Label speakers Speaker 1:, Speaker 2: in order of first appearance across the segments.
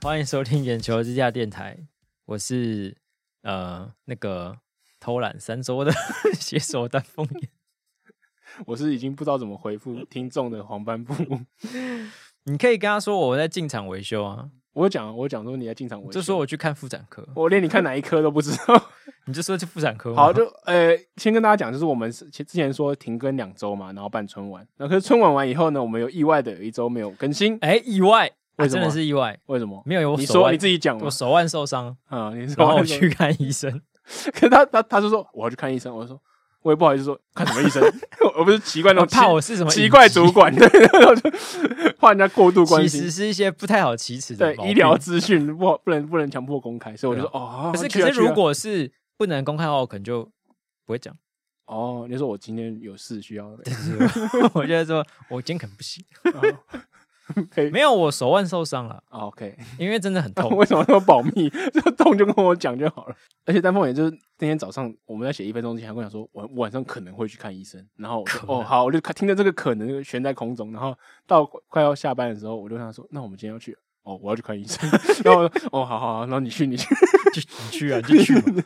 Speaker 1: 欢迎收听眼球之家电台，我是呃那个偷懒三周的 携手丹凤眼。
Speaker 2: 我是已经不知道怎么回复听众的黄斑部。
Speaker 1: 你可以跟他说我在进场维修啊，
Speaker 2: 我有讲，我有讲说你在进场维修，
Speaker 1: 就说我去看妇产科，
Speaker 2: 我连你看哪一科都不知 道。
Speaker 1: 你就说去妇产科嘛。
Speaker 2: 好，就呃，先跟大家讲，就是我们是其之前说停更两周嘛，然后办春晚，那可是春晚完以后呢，我们有意外的有一周没有更新，
Speaker 1: 哎、意外，啊
Speaker 2: 为什么
Speaker 1: 真的是意外，
Speaker 2: 为什么？
Speaker 1: 没有我
Speaker 2: 你
Speaker 1: 手
Speaker 2: 说
Speaker 1: 腕
Speaker 2: 你自己讲嘛
Speaker 1: 我，手腕受伤，
Speaker 2: 啊，你
Speaker 1: 然
Speaker 2: 说
Speaker 1: 后我
Speaker 2: 那个
Speaker 1: 去看医生。
Speaker 2: 可是他他他就说我要去看医生，我就说我也不好意思说看什么医生， 我我不是奇 怪那
Speaker 1: 我
Speaker 2: 种
Speaker 1: 怕
Speaker 2: 奇
Speaker 1: 我是什么
Speaker 2: 奇
Speaker 1: 隐
Speaker 2: 怪
Speaker 1: 疾
Speaker 2: 主，管，对，然后就 怕人家过度关
Speaker 1: 其
Speaker 2: 心
Speaker 1: 实。是一些不太好启齿的
Speaker 2: 对
Speaker 1: 毛
Speaker 2: 医
Speaker 1: 病
Speaker 2: 疗资讯不好，不能不能强迫公开，所以我就说哦，好好
Speaker 1: 可是
Speaker 2: 去啊
Speaker 1: 可是
Speaker 2: 去啊
Speaker 1: 如果是不能公开的话，我可能就不会讲。
Speaker 2: 哦，你说我今天有事需要
Speaker 1: 但是我我觉得说，我今天可能不行。
Speaker 2: 哦 可以
Speaker 1: 没有，我手腕受伤了，
Speaker 2: 哦，OK，
Speaker 1: 因为真的很 痛。
Speaker 2: 为什么那么保密？就动就跟我讲就好了。而且丹凤也就是那天早上我们在写一分钟之前，还跟我讲说，我我晚上可能会去看医生。然后我就
Speaker 1: 可能
Speaker 2: 哦好，我就看听着这个可能就悬在空中。然后到快要下班的时候，我就跟他说，那我们今天要去。哦，我要去看医生。 然后我说哦，好好好，然后你去，你去。
Speaker 1: 就你去啊，你就去 嘛。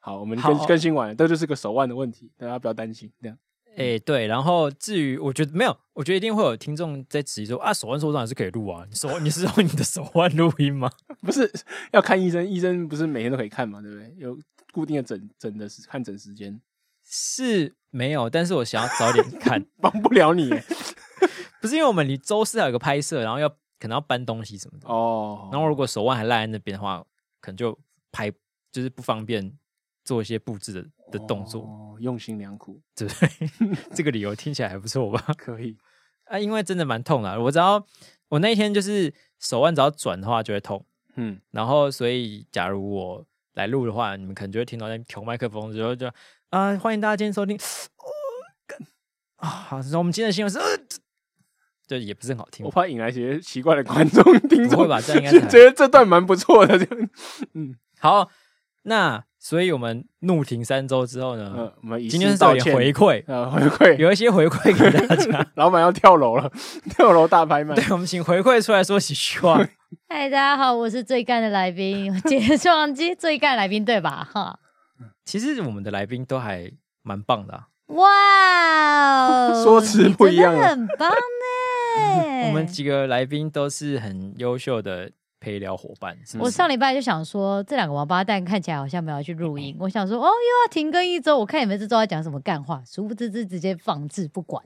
Speaker 2: 好，我们
Speaker 1: 好
Speaker 2: 更更新完了，这就是个手腕的问题，大家不要担心。这样
Speaker 1: 哎、对。然后至于我觉得没有，我觉得一定会有听众在质疑说啊，手腕受伤还是可以录啊？你手你是用你的手腕录音吗？
Speaker 2: 不是要看医生，医生不是每天都可以看嘛，对不对？有固定的诊诊的时看诊时间，
Speaker 1: 是没有，但是我想要早点看，
Speaker 2: 帮不了 你耶
Speaker 1: 不是因为我们离周四还有个拍摄，然后要可能要搬东西什么的。
Speaker 2: 哦。
Speaker 1: 然后如果手腕还赖在那边的话，可能就拍就是不方便做一些布置的的动作。
Speaker 2: 哦、用心良苦，
Speaker 1: 对不对？ 这个理由听起来还不错吧？
Speaker 2: 可以
Speaker 1: 啊，因为真的蛮痛的啊、我只要我那一天就是手腕只要转的话就会痛，
Speaker 2: 嗯，
Speaker 1: 然后所以假如我来录的话，你们可能就会听到在调麦克风之后就啊、欢迎大家今天收听。哦干啊，好，然后我们今天的新闻是，呃这对，也不是很好听
Speaker 2: 我，怕引来一些奇怪的观众听
Speaker 1: 不会
Speaker 2: 众，
Speaker 1: 吧？这样应该
Speaker 2: 就
Speaker 1: 是
Speaker 2: 觉得这段蛮不错的。这样，
Speaker 1: 好。那所以我们怒停三周之后呢，
Speaker 2: 呃，我们以
Speaker 1: 今天
Speaker 2: 示
Speaker 1: 是有
Speaker 2: 道
Speaker 1: 点
Speaker 2: 歉，
Speaker 1: 回馈，
Speaker 2: 呃回馈，。
Speaker 1: 有一些回馈给大家
Speaker 2: 老板要跳楼了， 跳楼大拍卖
Speaker 1: 对，我们请回馈出来说几句 话。
Speaker 3: 嗨，大家好，我是最干的来宾，我今天收音机最干来宾对吧？ 哈，
Speaker 1: 其实我们的来宾都还蛮棒的啊、
Speaker 3: 哇哦，
Speaker 2: 说辞不一样
Speaker 3: 你
Speaker 2: 啊
Speaker 3: 真的很棒呢。
Speaker 1: 我
Speaker 3: 嗯
Speaker 1: 们几个来宾都是很优秀的陪聊伙伴。是不
Speaker 3: 我
Speaker 1: 是
Speaker 3: 上礼拜就想说，这两个王八蛋看起来好像没有要去录音，我想说哦，又要停更一周，我看你们这周要讲什么干话，殊不知是直接放置不管，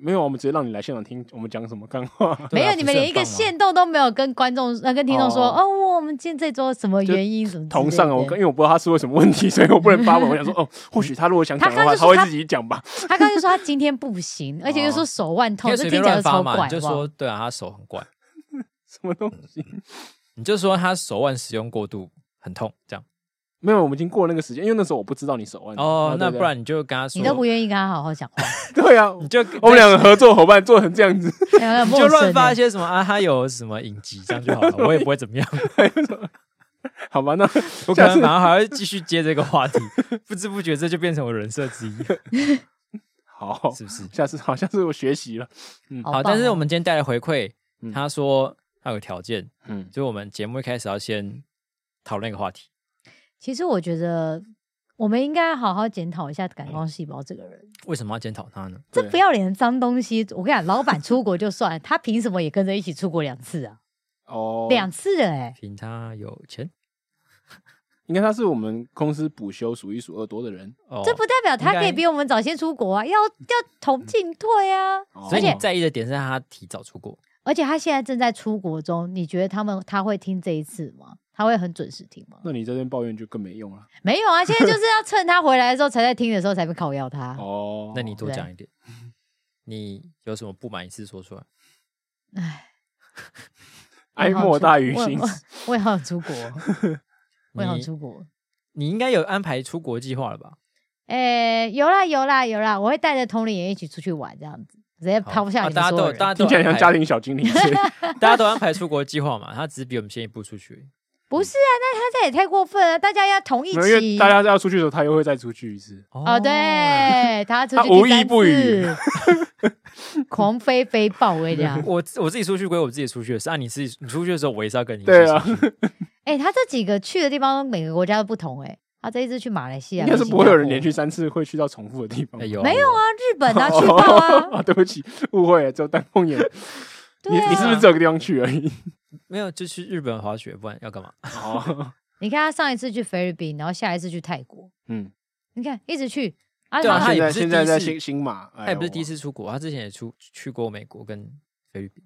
Speaker 2: 没有，我们直接让你来现场听我们讲什么 干话，
Speaker 1: 对
Speaker 3: 没
Speaker 1: 啊
Speaker 3: 有，你们连一个
Speaker 1: 不是很棒吗
Speaker 3: 线动都没有跟观众、呃、跟听众说
Speaker 2: 哦
Speaker 3: 哦我们今天这周什么原因什么之类的
Speaker 2: 同上啊，我跟因为我不知道他是为什么问题，所以我不能发文。我想说，哦，或许他如果想讲的话，
Speaker 3: 他
Speaker 2: 他
Speaker 3: 刚就说
Speaker 2: 会
Speaker 3: 他
Speaker 2: 自己讲吧。
Speaker 3: 他刚才就说他今天不 行，而且又说手腕
Speaker 1: 你
Speaker 3: 痛，
Speaker 1: 可以
Speaker 3: 这
Speaker 1: 哦随
Speaker 3: 听
Speaker 1: 便
Speaker 3: 起来就
Speaker 1: 乱发
Speaker 3: 超
Speaker 1: 嘛，
Speaker 3: 怪，
Speaker 1: 你就
Speaker 3: 好不好
Speaker 1: 说对啊，他手很怪，
Speaker 2: 什么东西？
Speaker 1: 你就说他手腕使用过度很痛，这样
Speaker 2: 没有，我们已经过那个时间，因为那时候我不知道你手腕
Speaker 1: 哦
Speaker 2: 啊。
Speaker 1: 那
Speaker 2: 对
Speaker 1: 不然你就跟他说，
Speaker 3: 你都不愿意跟他好好讲 话。
Speaker 2: 对 啊，
Speaker 1: 你就
Speaker 2: 我们两个合作伙伴做成这样子，
Speaker 3: 哎
Speaker 1: 你就乱发一，些什么啊，他有什么影集这样就好了，我也不会怎么 样，
Speaker 2: 好吧？那
Speaker 1: 我可
Speaker 2: 下
Speaker 1: 能
Speaker 2: 次
Speaker 1: 马上还会继续接这个话题， 不知不觉这就变成我人设之一，
Speaker 2: 好，
Speaker 1: 是 不是？
Speaker 2: 下次好，下次我学习了。
Speaker 1: 好，但是
Speaker 3: 哦
Speaker 1: 我们今天带来回馈，
Speaker 2: 嗯
Speaker 1: 他说他有个条件，
Speaker 2: 嗯，
Speaker 1: 就是我们节目一开始要先讨论一个话题。
Speaker 3: 其实我觉得我们应该好好检讨一下感光细胞这个人，
Speaker 1: 为什么要检讨他呢？
Speaker 3: 这
Speaker 2: 对
Speaker 3: 不要脸的脏东西！我跟你讲，老板出国就算，他凭什么也跟着一起出国两次啊？
Speaker 2: 哦，
Speaker 3: 两次了哎、
Speaker 1: 凭他有钱
Speaker 2: 应该他是我们公司补休数一数二多的人，
Speaker 1: 哦，
Speaker 3: 这不代表他
Speaker 1: 应该
Speaker 3: 可以比我们早先出国啊，要要同进退啊！
Speaker 2: 哦
Speaker 1: 所以你
Speaker 3: 而且
Speaker 1: 在意的点是他提早出国，
Speaker 3: 而且他现在正在出国中，你觉得他们他会听这一次吗？他会很准时听 吗？
Speaker 2: 那你这边抱怨就更没用了。
Speaker 3: 没有啊，现在就是要趁他回来的时候才在听的时候才被靠要他。
Speaker 2: 哦，
Speaker 1: 那你多
Speaker 3: 对
Speaker 1: 讲一点。你有什么不满意是说出来？
Speaker 2: 哀莫大于心
Speaker 3: 我， 也我也好想 出国，我也好想
Speaker 1: 你
Speaker 3: 出国。
Speaker 1: 你应该有安排出国计划了吧？
Speaker 3: 诶、有啦有啦有啦，我会带着同龄人一起出去玩，这样子直接
Speaker 1: 好
Speaker 2: 哦
Speaker 3: 抛下
Speaker 1: 啊
Speaker 3: 你们
Speaker 1: 大家
Speaker 3: 所
Speaker 1: 都
Speaker 3: 有
Speaker 1: 有
Speaker 3: 人。
Speaker 1: 大家都
Speaker 2: 听
Speaker 1: 有
Speaker 2: 起来像
Speaker 1: 安排
Speaker 2: 家庭小精灵。是
Speaker 1: 大家都安排出国计划嘛，他只是比我们先一步出去而已。
Speaker 3: 不是啊，那他这也太过分了，大家要同一
Speaker 2: 没有因为
Speaker 3: 起。
Speaker 2: 大家要出去的时候，他又会再出去一次。
Speaker 3: 哦，，对，他出
Speaker 2: 哦他
Speaker 3: 去
Speaker 2: 无
Speaker 3: 第
Speaker 2: 意
Speaker 3: 三
Speaker 2: 不语
Speaker 3: 次狂飞飞豹，我跟你讲，
Speaker 1: 我自我自己出去归我自己出去的事，啊，你自己你出去的时候，我也是要跟你一起
Speaker 2: 对啊
Speaker 1: 出去。
Speaker 3: 哎、他这几个去的地方，每个国家都不同、哎，他这一次去马来西亚，
Speaker 2: 应该是
Speaker 3: 新
Speaker 2: 不会有
Speaker 3: 加
Speaker 2: 人
Speaker 3: 坡
Speaker 2: 连续三次会去到重复的地方。
Speaker 1: 哎有
Speaker 3: 没有啊？日 本啊，
Speaker 2: 哦
Speaker 3: 去报啊，
Speaker 2: 啊，对不起，误会了，只有丹凤眼。你
Speaker 3: 对啊
Speaker 2: 你是不是只有个地方去而已？
Speaker 1: 没有就去日本滑雪，不然要干嘛？
Speaker 2: 哦，
Speaker 3: 你看他上一次去菲律宾，然后下一次去泰国，
Speaker 2: 嗯，
Speaker 3: 你看一直去啊，
Speaker 1: 对啊
Speaker 3: 然后
Speaker 1: 他
Speaker 2: 现
Speaker 1: 也
Speaker 2: 在
Speaker 1: 不是
Speaker 2: 现在
Speaker 1: 第一
Speaker 2: 在
Speaker 1: 次
Speaker 2: 新新马，
Speaker 1: 他
Speaker 2: 哎
Speaker 1: 也不是第一。
Speaker 2: 我
Speaker 1: 次出国，他之前也出去过美国跟菲律宾，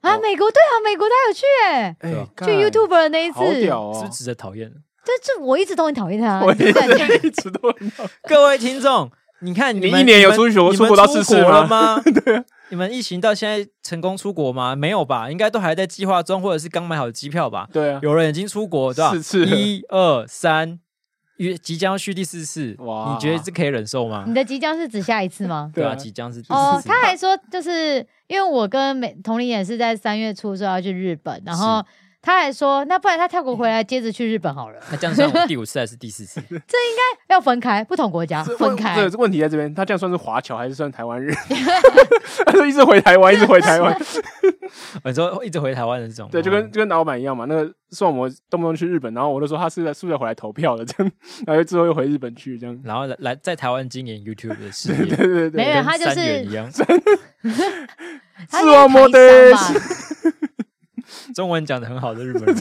Speaker 3: 啊，美国对啊，美国他有去、哎，
Speaker 2: 哎
Speaker 1: 对啊，
Speaker 2: 干
Speaker 3: 去 YouTube 的那一次，
Speaker 2: 好屌
Speaker 1: 是不
Speaker 2: 哦
Speaker 1: 是！值得讨厌的？
Speaker 3: 这这我一直都很讨厌他，
Speaker 2: 我
Speaker 3: 你知道吗
Speaker 2: 一直都很好
Speaker 1: 各位听众，你看
Speaker 2: 你
Speaker 1: 们
Speaker 2: 一年有出
Speaker 1: 你们
Speaker 2: 国
Speaker 1: 你
Speaker 2: 出
Speaker 1: 们
Speaker 2: 国到四次
Speaker 1: 出国了吗
Speaker 2: 吗？对啊，
Speaker 1: 你们疫情到现在成功出国吗？没有吧，应该都还在计划中，或者是刚买好机票吧。
Speaker 2: 对啊，
Speaker 1: 有人已经出国，对吧？
Speaker 2: 四次了
Speaker 1: 一二三，约即将要去第四次，
Speaker 2: 哇
Speaker 1: 你觉得这可以忍受吗
Speaker 3: 你？的即将是指下一次 吗？
Speaker 1: 对
Speaker 2: 对
Speaker 1: 啊，
Speaker 2: 啊
Speaker 1: 即将是第
Speaker 3: 哦
Speaker 1: 四，次。
Speaker 3: 他还说，就是因为我跟美同龄也是在三月初说要去日本，然后他还说，那不然他泰国回来接着去日本好了，
Speaker 1: 啊那这样算我第五次还是第四 次？
Speaker 3: 要分开，不同国家
Speaker 2: 这
Speaker 3: 分
Speaker 2: 问
Speaker 3: 开。
Speaker 2: 这问题在这边，他这样算是华侨还是算台湾人？ 他就一直回台湾，一直回 台湾，
Speaker 1: 你说一直回台湾的这种哦吗，
Speaker 2: 对，就跟就跟老板一样嘛。那个算我动不动去日本，然后我就说他是在是不是要回来投票的这样，然后之后又回日本去这样。
Speaker 1: 然后来来在台湾经营 YouTube 的事
Speaker 2: 对
Speaker 1: 业，
Speaker 2: 对对对
Speaker 3: 没，有，他就
Speaker 1: 跟三
Speaker 3: 是
Speaker 1: 元一样。
Speaker 3: 他
Speaker 2: 是
Speaker 3: 就是
Speaker 2: 我摩
Speaker 3: 台
Speaker 2: 的
Speaker 3: 商吧，
Speaker 1: 中文讲的很好的日本 人，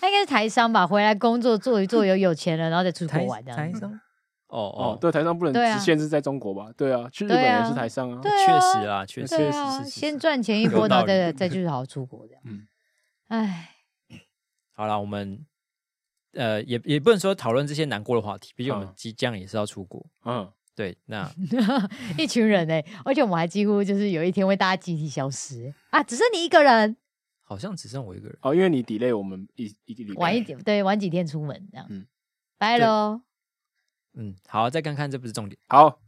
Speaker 3: 他应该是台商吧，回来工作做一做，有有钱了，然后再出国
Speaker 1: 台
Speaker 3: 玩这样
Speaker 1: 台
Speaker 3: 子。
Speaker 1: 商，哦
Speaker 2: 哦，
Speaker 1: 哦，
Speaker 2: 对，台商不能
Speaker 3: 对啊
Speaker 2: 只限制在中国吧？对啊，去日本
Speaker 3: 对
Speaker 2: 也
Speaker 3: 啊
Speaker 2: 是台商啊。
Speaker 3: 对
Speaker 1: 确
Speaker 3: 啊
Speaker 1: 实啦，确实
Speaker 3: 对
Speaker 1: 是
Speaker 3: 啊，
Speaker 1: 是是
Speaker 3: 先
Speaker 1: 是。
Speaker 3: 赚钱一波，
Speaker 1: 有
Speaker 3: 然
Speaker 1: 道
Speaker 3: 后
Speaker 1: 理
Speaker 3: 再再就是好好出国这样
Speaker 2: 嗯。
Speaker 3: 唉，
Speaker 1: 好啦，我们呃也也不能说讨论这些难过的话题，毕竟我们
Speaker 2: 嗯
Speaker 1: 即将也是要出国。
Speaker 2: 嗯，
Speaker 1: 对， 那
Speaker 3: 一群人哎、而且我们还几乎就是有一天会大家集体消失、欸啊，只剩你一个人，
Speaker 1: 好像只剩我一个人。
Speaker 2: 哦，因为你 delay 我们一一个礼拜，
Speaker 3: 晚一点，对，晚几天出门这样
Speaker 2: 嗯，
Speaker 3: 拜喽。
Speaker 1: 嗯，好，再看看，这不是重点。
Speaker 2: 好，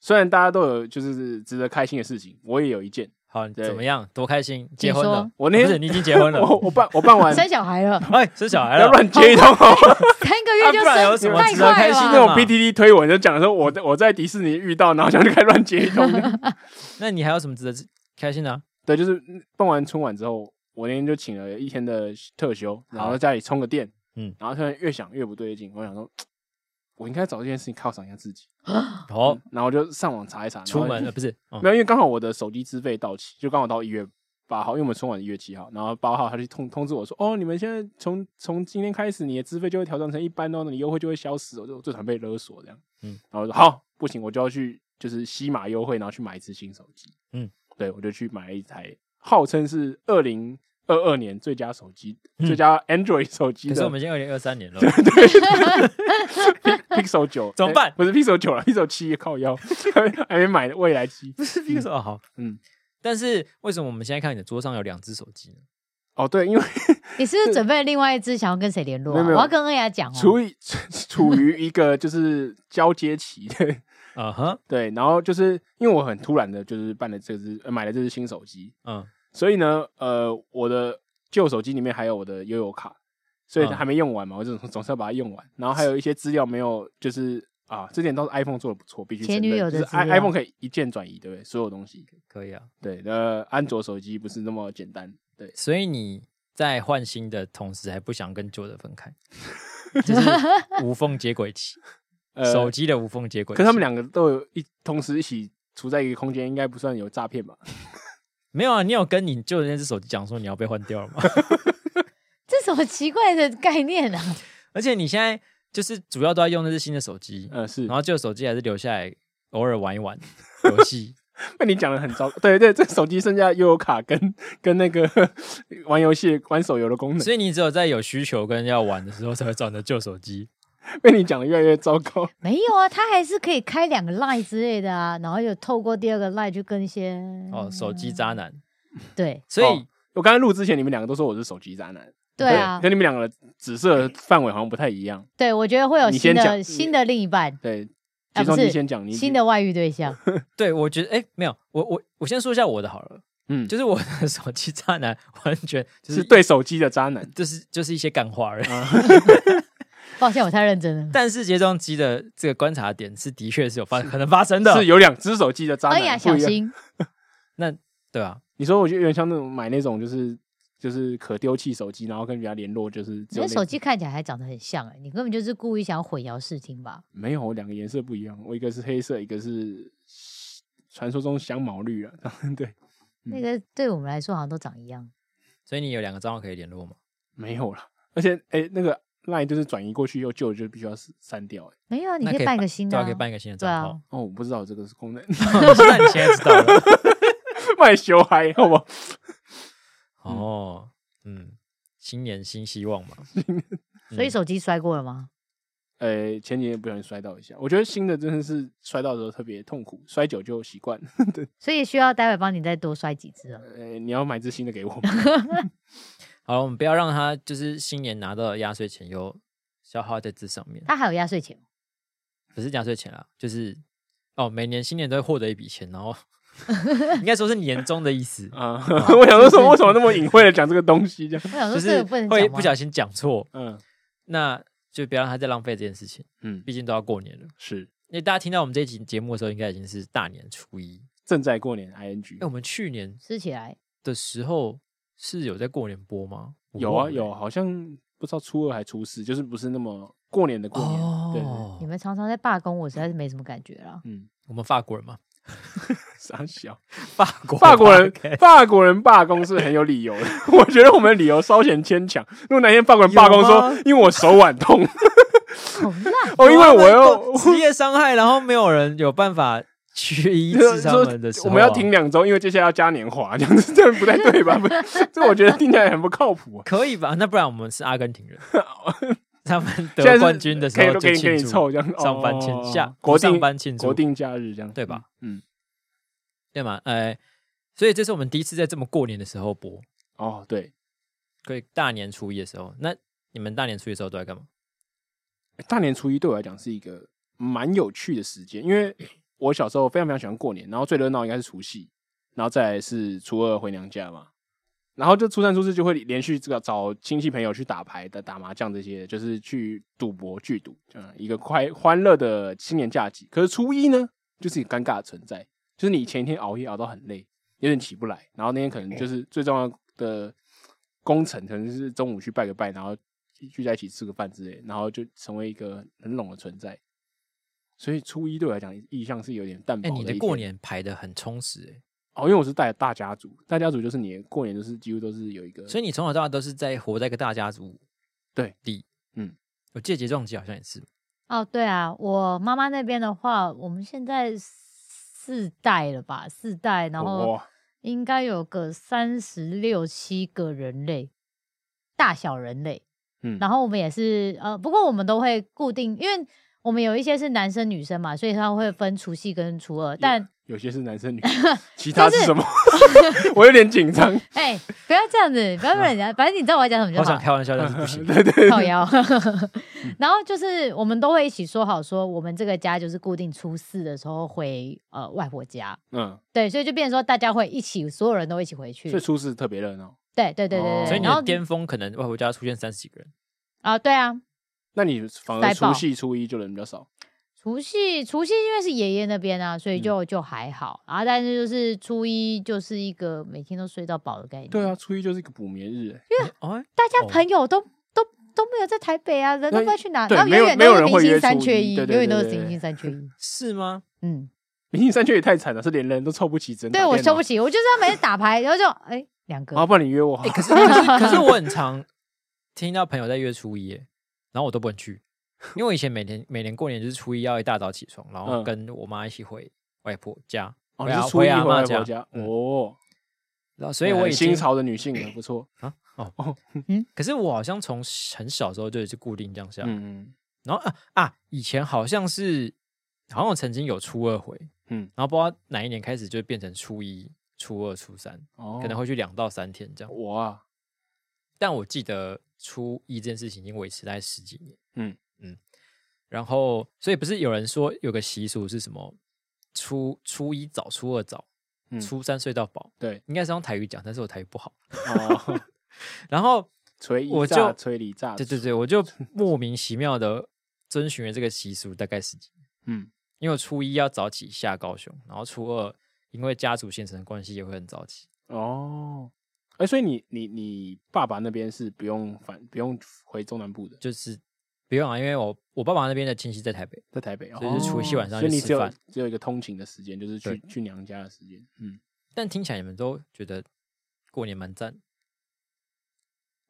Speaker 2: 虽然大家都有就是值得开心的事情，我也有一件。
Speaker 1: 好，
Speaker 2: 对
Speaker 1: 怎么样？多开心！结婚
Speaker 3: 说
Speaker 1: 了，
Speaker 2: 我那天
Speaker 1: 不是你已经结婚了，
Speaker 2: 我我办我办完，
Speaker 3: 生小孩了，
Speaker 1: 哎，生小
Speaker 2: 不
Speaker 1: 孩
Speaker 2: 要
Speaker 1: 了，
Speaker 2: 乱接一通哦。
Speaker 3: 三个月就
Speaker 1: 啊不然有
Speaker 3: 生，
Speaker 1: 什么
Speaker 3: 太
Speaker 1: 值得
Speaker 3: 快
Speaker 1: 开心哦
Speaker 3: 了
Speaker 2: 那
Speaker 1: 的
Speaker 3: 吧。
Speaker 2: 种 PTT 推文就讲说我在我在迪士尼遇到，然后这样就开始乱接一通。
Speaker 1: 那你还有什么值得开心的啊？
Speaker 2: 对，就是办完春晚之后，我那天就请了一天的特休，然后在家里充个电，
Speaker 1: 嗯
Speaker 2: 嗯，然后突然越想越不对劲，我想说，我应该找这件事情犒赏一下自己，
Speaker 1: 哦，
Speaker 2: 然后我就上网查嗯一查，然后
Speaker 1: 出门了不是？哦
Speaker 2: 没有，因为刚好我的手机资费到期，就刚好到一月八号，因为我们春晚一月七号，然后八号他就通通知我说，哦，你们现在从从今天开始，你的资费就会调整成一般哦，你优惠就会消失哦，我就最常被勒索这样。
Speaker 1: 嗯
Speaker 2: 嗯，然后我说好，不行，我就要去就是西马优惠，然后去买一只新手机。
Speaker 1: 嗯
Speaker 2: 嗯，对，我就去买了一台号称是二零二二年最佳手机、
Speaker 1: 嗯
Speaker 2: 最佳 Android 手机
Speaker 1: 可是
Speaker 2: 的
Speaker 1: 我们已经二零二三年 了，
Speaker 2: Pixel 九，
Speaker 1: 怎么
Speaker 2: 哎
Speaker 1: 办
Speaker 2: 不是 Pixel 九了，Pixel 七靠腰， 还没还没买未来机。
Speaker 1: 不是 Pixel 哦好，嗯
Speaker 2: 嗯。
Speaker 1: 但是为什么我们现在看你的桌上有两只手机呢？
Speaker 2: 哦，对，因为。
Speaker 3: 你是不是准备了另外一只想要跟谁联络、
Speaker 2: 没
Speaker 3: 啊？
Speaker 2: 有没
Speaker 3: 我
Speaker 2: 有
Speaker 3: 要跟恩雅讲哦
Speaker 2: 处，于 处于一个就是交接期 的，
Speaker 1: 啊哈，
Speaker 2: 对，然后就是因为我很突然的，就是办了这只、呃买了这只新手机，
Speaker 1: 嗯，
Speaker 2: 所以呢，呃，我的旧手机里面还有我的悠游卡，所以
Speaker 1: 嗯
Speaker 2: 还没用完嘛，我就总总是要把它用完。然后还有一些资料没有，就是啊，这点倒是 iPhone 做的不错，必须
Speaker 3: 前
Speaker 2: 承
Speaker 3: 女
Speaker 2: 认
Speaker 3: 友的
Speaker 2: 就是
Speaker 3: 资料
Speaker 2: i iPhone 可以一键转移，对不对？所有东西，
Speaker 1: 可以啊。
Speaker 2: 对，呃，安卓手机不是那么简单，对，
Speaker 1: 所以你在换新的同时，还不想跟旧的分 开，就是无缝接轨期，
Speaker 2: 呃，
Speaker 1: 手机的无缝接轨期。
Speaker 2: 可是他们两个都有一同时一起处在一个空间，应该不算有诈骗吧？
Speaker 1: 没有啊？你有跟你旧的那只手机讲说你要被换掉了吗？
Speaker 3: 这什么奇怪的概念啊？
Speaker 1: 而且你现在就是主要都在用那只新的手机，
Speaker 2: 呃，是
Speaker 1: 然。后旧的手机还是留下来偶尔玩一玩游 戏。
Speaker 2: 被你讲的很糟， 对对，这手机剩下悠游卡跟 跟那个玩游戏、玩手游的功能，
Speaker 1: 所以你只有在有需求跟要玩的时候才会找你的旧手 机。
Speaker 2: 被你讲的越来越糟糕。
Speaker 3: 没有啊，他还是可以开两个 line 之类的啊，然后有透过第二个 line 去跟一些
Speaker 1: 哦，手机渣男。
Speaker 3: 对
Speaker 1: 所以、
Speaker 2: 嗯哦我刚才录之前，你们两个都说我是手机渣男，
Speaker 3: 对啊，
Speaker 2: 跟你们两个的紫色范围好像不太一样。
Speaker 3: 对我觉得会有
Speaker 2: 你
Speaker 3: 新
Speaker 2: 先
Speaker 3: 的
Speaker 2: 讲
Speaker 3: 新的另一半，
Speaker 2: 对，
Speaker 3: 啊
Speaker 2: 其
Speaker 3: 不
Speaker 2: 中你
Speaker 3: 是
Speaker 2: 先讲，你
Speaker 3: 新的外遇对象。
Speaker 1: 对我觉得，哎、没有，我我我先说一下我的好了。
Speaker 2: 嗯，
Speaker 1: 就是我的手机渣男，完全就是是，
Speaker 2: 对手机的渣男。啊
Speaker 1: 就是就是一些干话而已。
Speaker 3: 抱歉，我太认真了。
Speaker 1: 但是睫状肌的这个观察点是的确是有发可能发生的，
Speaker 2: 是有两只手机的渣男，
Speaker 3: 哎呀，
Speaker 2: 不
Speaker 3: 小
Speaker 2: 一样。
Speaker 3: 心，
Speaker 1: 对啊，
Speaker 2: 你说我就有点像那种买那种就是就是可丢弃手机，然后跟人家联络，就是只
Speaker 3: 你
Speaker 2: 有
Speaker 3: 的
Speaker 2: 那
Speaker 3: 手机看起来还长得很像哎、你根本就是故意想要混淆视听吧？
Speaker 2: 没有，我两个颜色不一样，我一个是黑色，一个是传说中香茅绿啊。 对，嗯
Speaker 3: 那个对我们来说好像都长一样。
Speaker 1: 所以你有两个账号可以联络吗？
Speaker 2: 没有了。而且哎、那个 line 就是转移过去又旧，就必须要删掉、哎，
Speaker 3: 没有啊，你
Speaker 1: 那
Speaker 3: 可以办一个新的、
Speaker 1: 对啊，可以办一个新的
Speaker 3: 对
Speaker 1: 账
Speaker 3: 啊
Speaker 1: 号。
Speaker 2: 哦，我不知道有这个是功能，
Speaker 1: 那你现在知道了
Speaker 2: 卖修嗨，好不好？
Speaker 1: 哦，嗯，新年新希望嘛，
Speaker 3: 所
Speaker 1: 嗯
Speaker 3: 以手机摔过了吗？
Speaker 2: 呃、前几天不小心摔到一下，我觉得新的真的是摔到的时候特别痛苦，摔久就习惯。
Speaker 3: 所以需要待会帮你再多摔几只啊。
Speaker 2: 呃、你要买只新的给我吗？
Speaker 1: 好了，我们不要让他就是新年拿到的压岁钱又消耗在这上面，
Speaker 3: 他还有压岁钱吗，
Speaker 1: 不是压岁钱啦，就是哦，每年新年都会获得一笔钱， 然后应该说是年终的意思，
Speaker 2: 啊，我想说，
Speaker 3: 是不是
Speaker 2: 为什么那么隐晦的讲这个东西？这样，
Speaker 3: 我想
Speaker 1: 就
Speaker 3: 说这
Speaker 1: 是
Speaker 3: 个不能
Speaker 1: 会
Speaker 3: 讲吗
Speaker 1: 不小心讲错，
Speaker 2: 嗯
Speaker 1: 那就不要让他再浪费这件事情，
Speaker 2: 嗯，
Speaker 1: 毕竟都要过年了。
Speaker 2: 是
Speaker 1: 因为大家听到我们这一集节目的时候，应该已经是大年初一。
Speaker 2: 正在过年
Speaker 1: 哎，我
Speaker 2: ，ing
Speaker 1: 们去年
Speaker 3: 吃起来。
Speaker 1: 的时候是有在过年播吗？我
Speaker 2: 有
Speaker 1: 忘
Speaker 2: 啊
Speaker 1: 了
Speaker 2: 有，
Speaker 1: 欸
Speaker 2: 好像不知道初二还初四，就是不是那么过年的过年，对对对，
Speaker 1: 哦
Speaker 3: 你，们常常在罢工，我实在是没什么感觉啦。
Speaker 2: 嗯，
Speaker 1: 我们法国人嘛，
Speaker 2: 傻小，
Speaker 1: 法国
Speaker 2: 法国 人
Speaker 1: podcast
Speaker 2: 法国人罢工是很有理由的， 我觉得我们的理由稍显牵强。如果哪天法国人罢工
Speaker 1: 有
Speaker 2: 说
Speaker 1: 吗，
Speaker 2: 因为我手 腕痛，
Speaker 3: 好烂，
Speaker 2: 哦，因为我
Speaker 1: 有啊
Speaker 2: 又
Speaker 1: 职业伤害，然后没有人有办法去医治他们的时候
Speaker 2: 我
Speaker 1: 啊，
Speaker 2: 们要停两周，因为接下来要嘉年华，这样子这样不太 对吧？不这我觉得听起来很不靠 谱啊。
Speaker 1: 可以吧？那不然我们是阿根廷 人，他们
Speaker 2: 现在
Speaker 1: 得
Speaker 2: 是
Speaker 1: 冠军的时
Speaker 2: 可以
Speaker 1: 候
Speaker 2: 都给
Speaker 1: 就
Speaker 2: 你
Speaker 1: 庆
Speaker 2: 给你
Speaker 1: 祝
Speaker 2: 凑这样，
Speaker 1: 上班庆
Speaker 2: 哦
Speaker 1: 下
Speaker 2: 国定
Speaker 1: 上班庆祝
Speaker 2: 国定假日这样，
Speaker 1: 对吧？
Speaker 2: 嗯，
Speaker 1: 对吗？哎，所以这是我们第一次在这么过年的时候播，
Speaker 2: 哦，对，
Speaker 1: 可以大年初一的时候。那你们大年初一的时候都在干嘛？
Speaker 2: 大年初一对我来讲是一个蛮有趣的时间，因为我小时候非常非常喜欢过年，然后最热闹应该是除夕，然后再来是初二回娘家嘛，然后就初三、初四就会连续这个找亲戚朋友去打牌的、打麻将这些，就是去赌博、聚赌，嗯，一个快欢乐的新年假期。可是初一呢，就是一个尴尬的存在，就是你前一天熬夜熬到很累，有点起不来，然后那天可能就是最重要的工程，可能是中午去拜个拜，然后聚在一起吃个饭之类，然后就成为一个很冷的存在。所以初一对我来讲意向是有点淡薄
Speaker 1: 哎，
Speaker 2: 的一
Speaker 1: 你
Speaker 2: 天。
Speaker 1: 的过年排的很充实哎、
Speaker 2: 哦，因为我是带大家族，大家族就是你的过年就是几乎都是有一个，
Speaker 1: 所以你从小到大都是在活在一个大家族
Speaker 2: 对
Speaker 1: 里，
Speaker 2: 嗯，
Speaker 1: 我借节撞击好像也是，
Speaker 3: 哦，对啊，我妈妈那边的话，我们现在四代了吧，四代，然
Speaker 1: 哦
Speaker 3: 后
Speaker 2: 哇，
Speaker 3: 应该有个三十六七个人类，大小人类。
Speaker 2: 嗯，
Speaker 3: 然后我们也是呃，不过我们都会固定，因为我们有一些是男生女生嘛，所以他会分除夕跟初二。但
Speaker 2: 有些是男生女生，其他
Speaker 3: 就是
Speaker 2: 是什么？我有点紧张。
Speaker 3: 哎、不要这样子，不要让人家，反正你知道我要讲什么就
Speaker 1: 好
Speaker 3: 好
Speaker 1: 想
Speaker 3: 了。
Speaker 1: 开玩笑，但是不 行。
Speaker 3: 靠腰。然后就是我们都会一起说好，说我们这个家就是固定初四的时候回呃外婆家，
Speaker 2: 嗯，
Speaker 3: 对，所以就变成说大家会一起，所有人都一起回去
Speaker 2: 所以。初四特别热闹。
Speaker 3: 对对对对
Speaker 2: 哦
Speaker 3: 对，
Speaker 1: 所以你
Speaker 3: 然后
Speaker 1: 的巅峰可能外婆家出现三十几个人，
Speaker 3: 啊、对啊，
Speaker 2: 那你反而
Speaker 3: 塞
Speaker 2: 除
Speaker 3: 爆
Speaker 2: 夕、初一就人比较少。
Speaker 3: 除夕除夕因为是爷爷那边啊，所以
Speaker 2: 嗯
Speaker 3: 就、就还好。然后但是就是初一就是一个每天都睡到饱的概念。
Speaker 2: 对啊，，初一就是一个补眠日，欸
Speaker 1: 哦，
Speaker 3: 大家
Speaker 1: 哦
Speaker 3: 朋友都、都都没有在台北啊，人都不知道去哪，
Speaker 2: 对
Speaker 3: 然后
Speaker 2: 没有
Speaker 3: 永远
Speaker 2: 没有
Speaker 3: 都是
Speaker 2: 人
Speaker 3: 明
Speaker 2: 会约
Speaker 3: 星三
Speaker 2: 初
Speaker 3: 缺
Speaker 2: 一
Speaker 3: 一，
Speaker 2: 对
Speaker 3: 永
Speaker 2: 对
Speaker 3: 远
Speaker 2: 对
Speaker 3: 都是
Speaker 2: 对对
Speaker 3: 明星三缺一。
Speaker 1: 是吗？
Speaker 3: 嗯。
Speaker 2: 明星三缺也太惨了，是连人都凑不齐，只能
Speaker 3: 对
Speaker 2: 打
Speaker 3: 我
Speaker 2: 电
Speaker 3: 收
Speaker 2: 脑
Speaker 3: 不。起，我就是要每次打牌，然后就哎两个
Speaker 2: 啊，不然你约我好
Speaker 1: 哎、可是可是可是我很常听到朋友在约初一耶，然后我都不能去，因为我以前每天每年过年就是初一要一大早起床，然后
Speaker 2: 嗯
Speaker 1: 跟我妈一起回外婆家，
Speaker 2: 哦，
Speaker 1: 回
Speaker 2: 你
Speaker 1: 阿
Speaker 2: 是初一
Speaker 1: 阿
Speaker 2: 回
Speaker 1: 妈
Speaker 2: 外婆家
Speaker 1: 嗯
Speaker 2: 哦，
Speaker 1: 然后所以我
Speaker 2: 很
Speaker 1: 已经
Speaker 2: 新潮的女性很不错。
Speaker 1: 可是我好像从很小时候就已经固定这样下来，
Speaker 2: 嗯
Speaker 1: 然后啊啊，以前好像是好像我曾经有初二回，
Speaker 2: 嗯，
Speaker 1: 然后不知道哪一年开始就变成初一、初二、初三，
Speaker 2: 哦，啊
Speaker 1: 可能会去两到三天这样。
Speaker 2: 哇，
Speaker 1: 但我记得初一这件事情已经维持在十几年，
Speaker 2: 嗯
Speaker 1: 嗯。然后，所以不是有人说有个习俗是什么初初一早、初二早，
Speaker 2: 嗯
Speaker 1: 出三岁到宝，
Speaker 2: 对，
Speaker 1: 应该是用台语讲，但是我台语不好。
Speaker 2: 哦，
Speaker 1: 然后，
Speaker 2: 锤一
Speaker 1: 我就
Speaker 2: 炸，锤里炸，
Speaker 1: 对对对，我就莫名其妙的遵循了这个习俗，大概十几年，
Speaker 2: 嗯，
Speaker 1: 因为我初一要早起下高雄，然后初二因为家族县城的关系也会很早起，
Speaker 2: 哦，哎，所以你你你爸爸那边是不用返不用回中南部的，
Speaker 1: 就是不用啊，因为我我爸爸那边的亲戚在台北，
Speaker 2: 在台北，哦
Speaker 1: 所以是除夕晚上
Speaker 2: 所以
Speaker 1: 去
Speaker 2: 你
Speaker 1: 吃
Speaker 2: 只有
Speaker 1: 饭
Speaker 2: 只有一个通勤的时间，就是去
Speaker 1: 对
Speaker 2: 去娘家的时间，嗯，
Speaker 1: 但听起来你们都觉得过年蛮赞，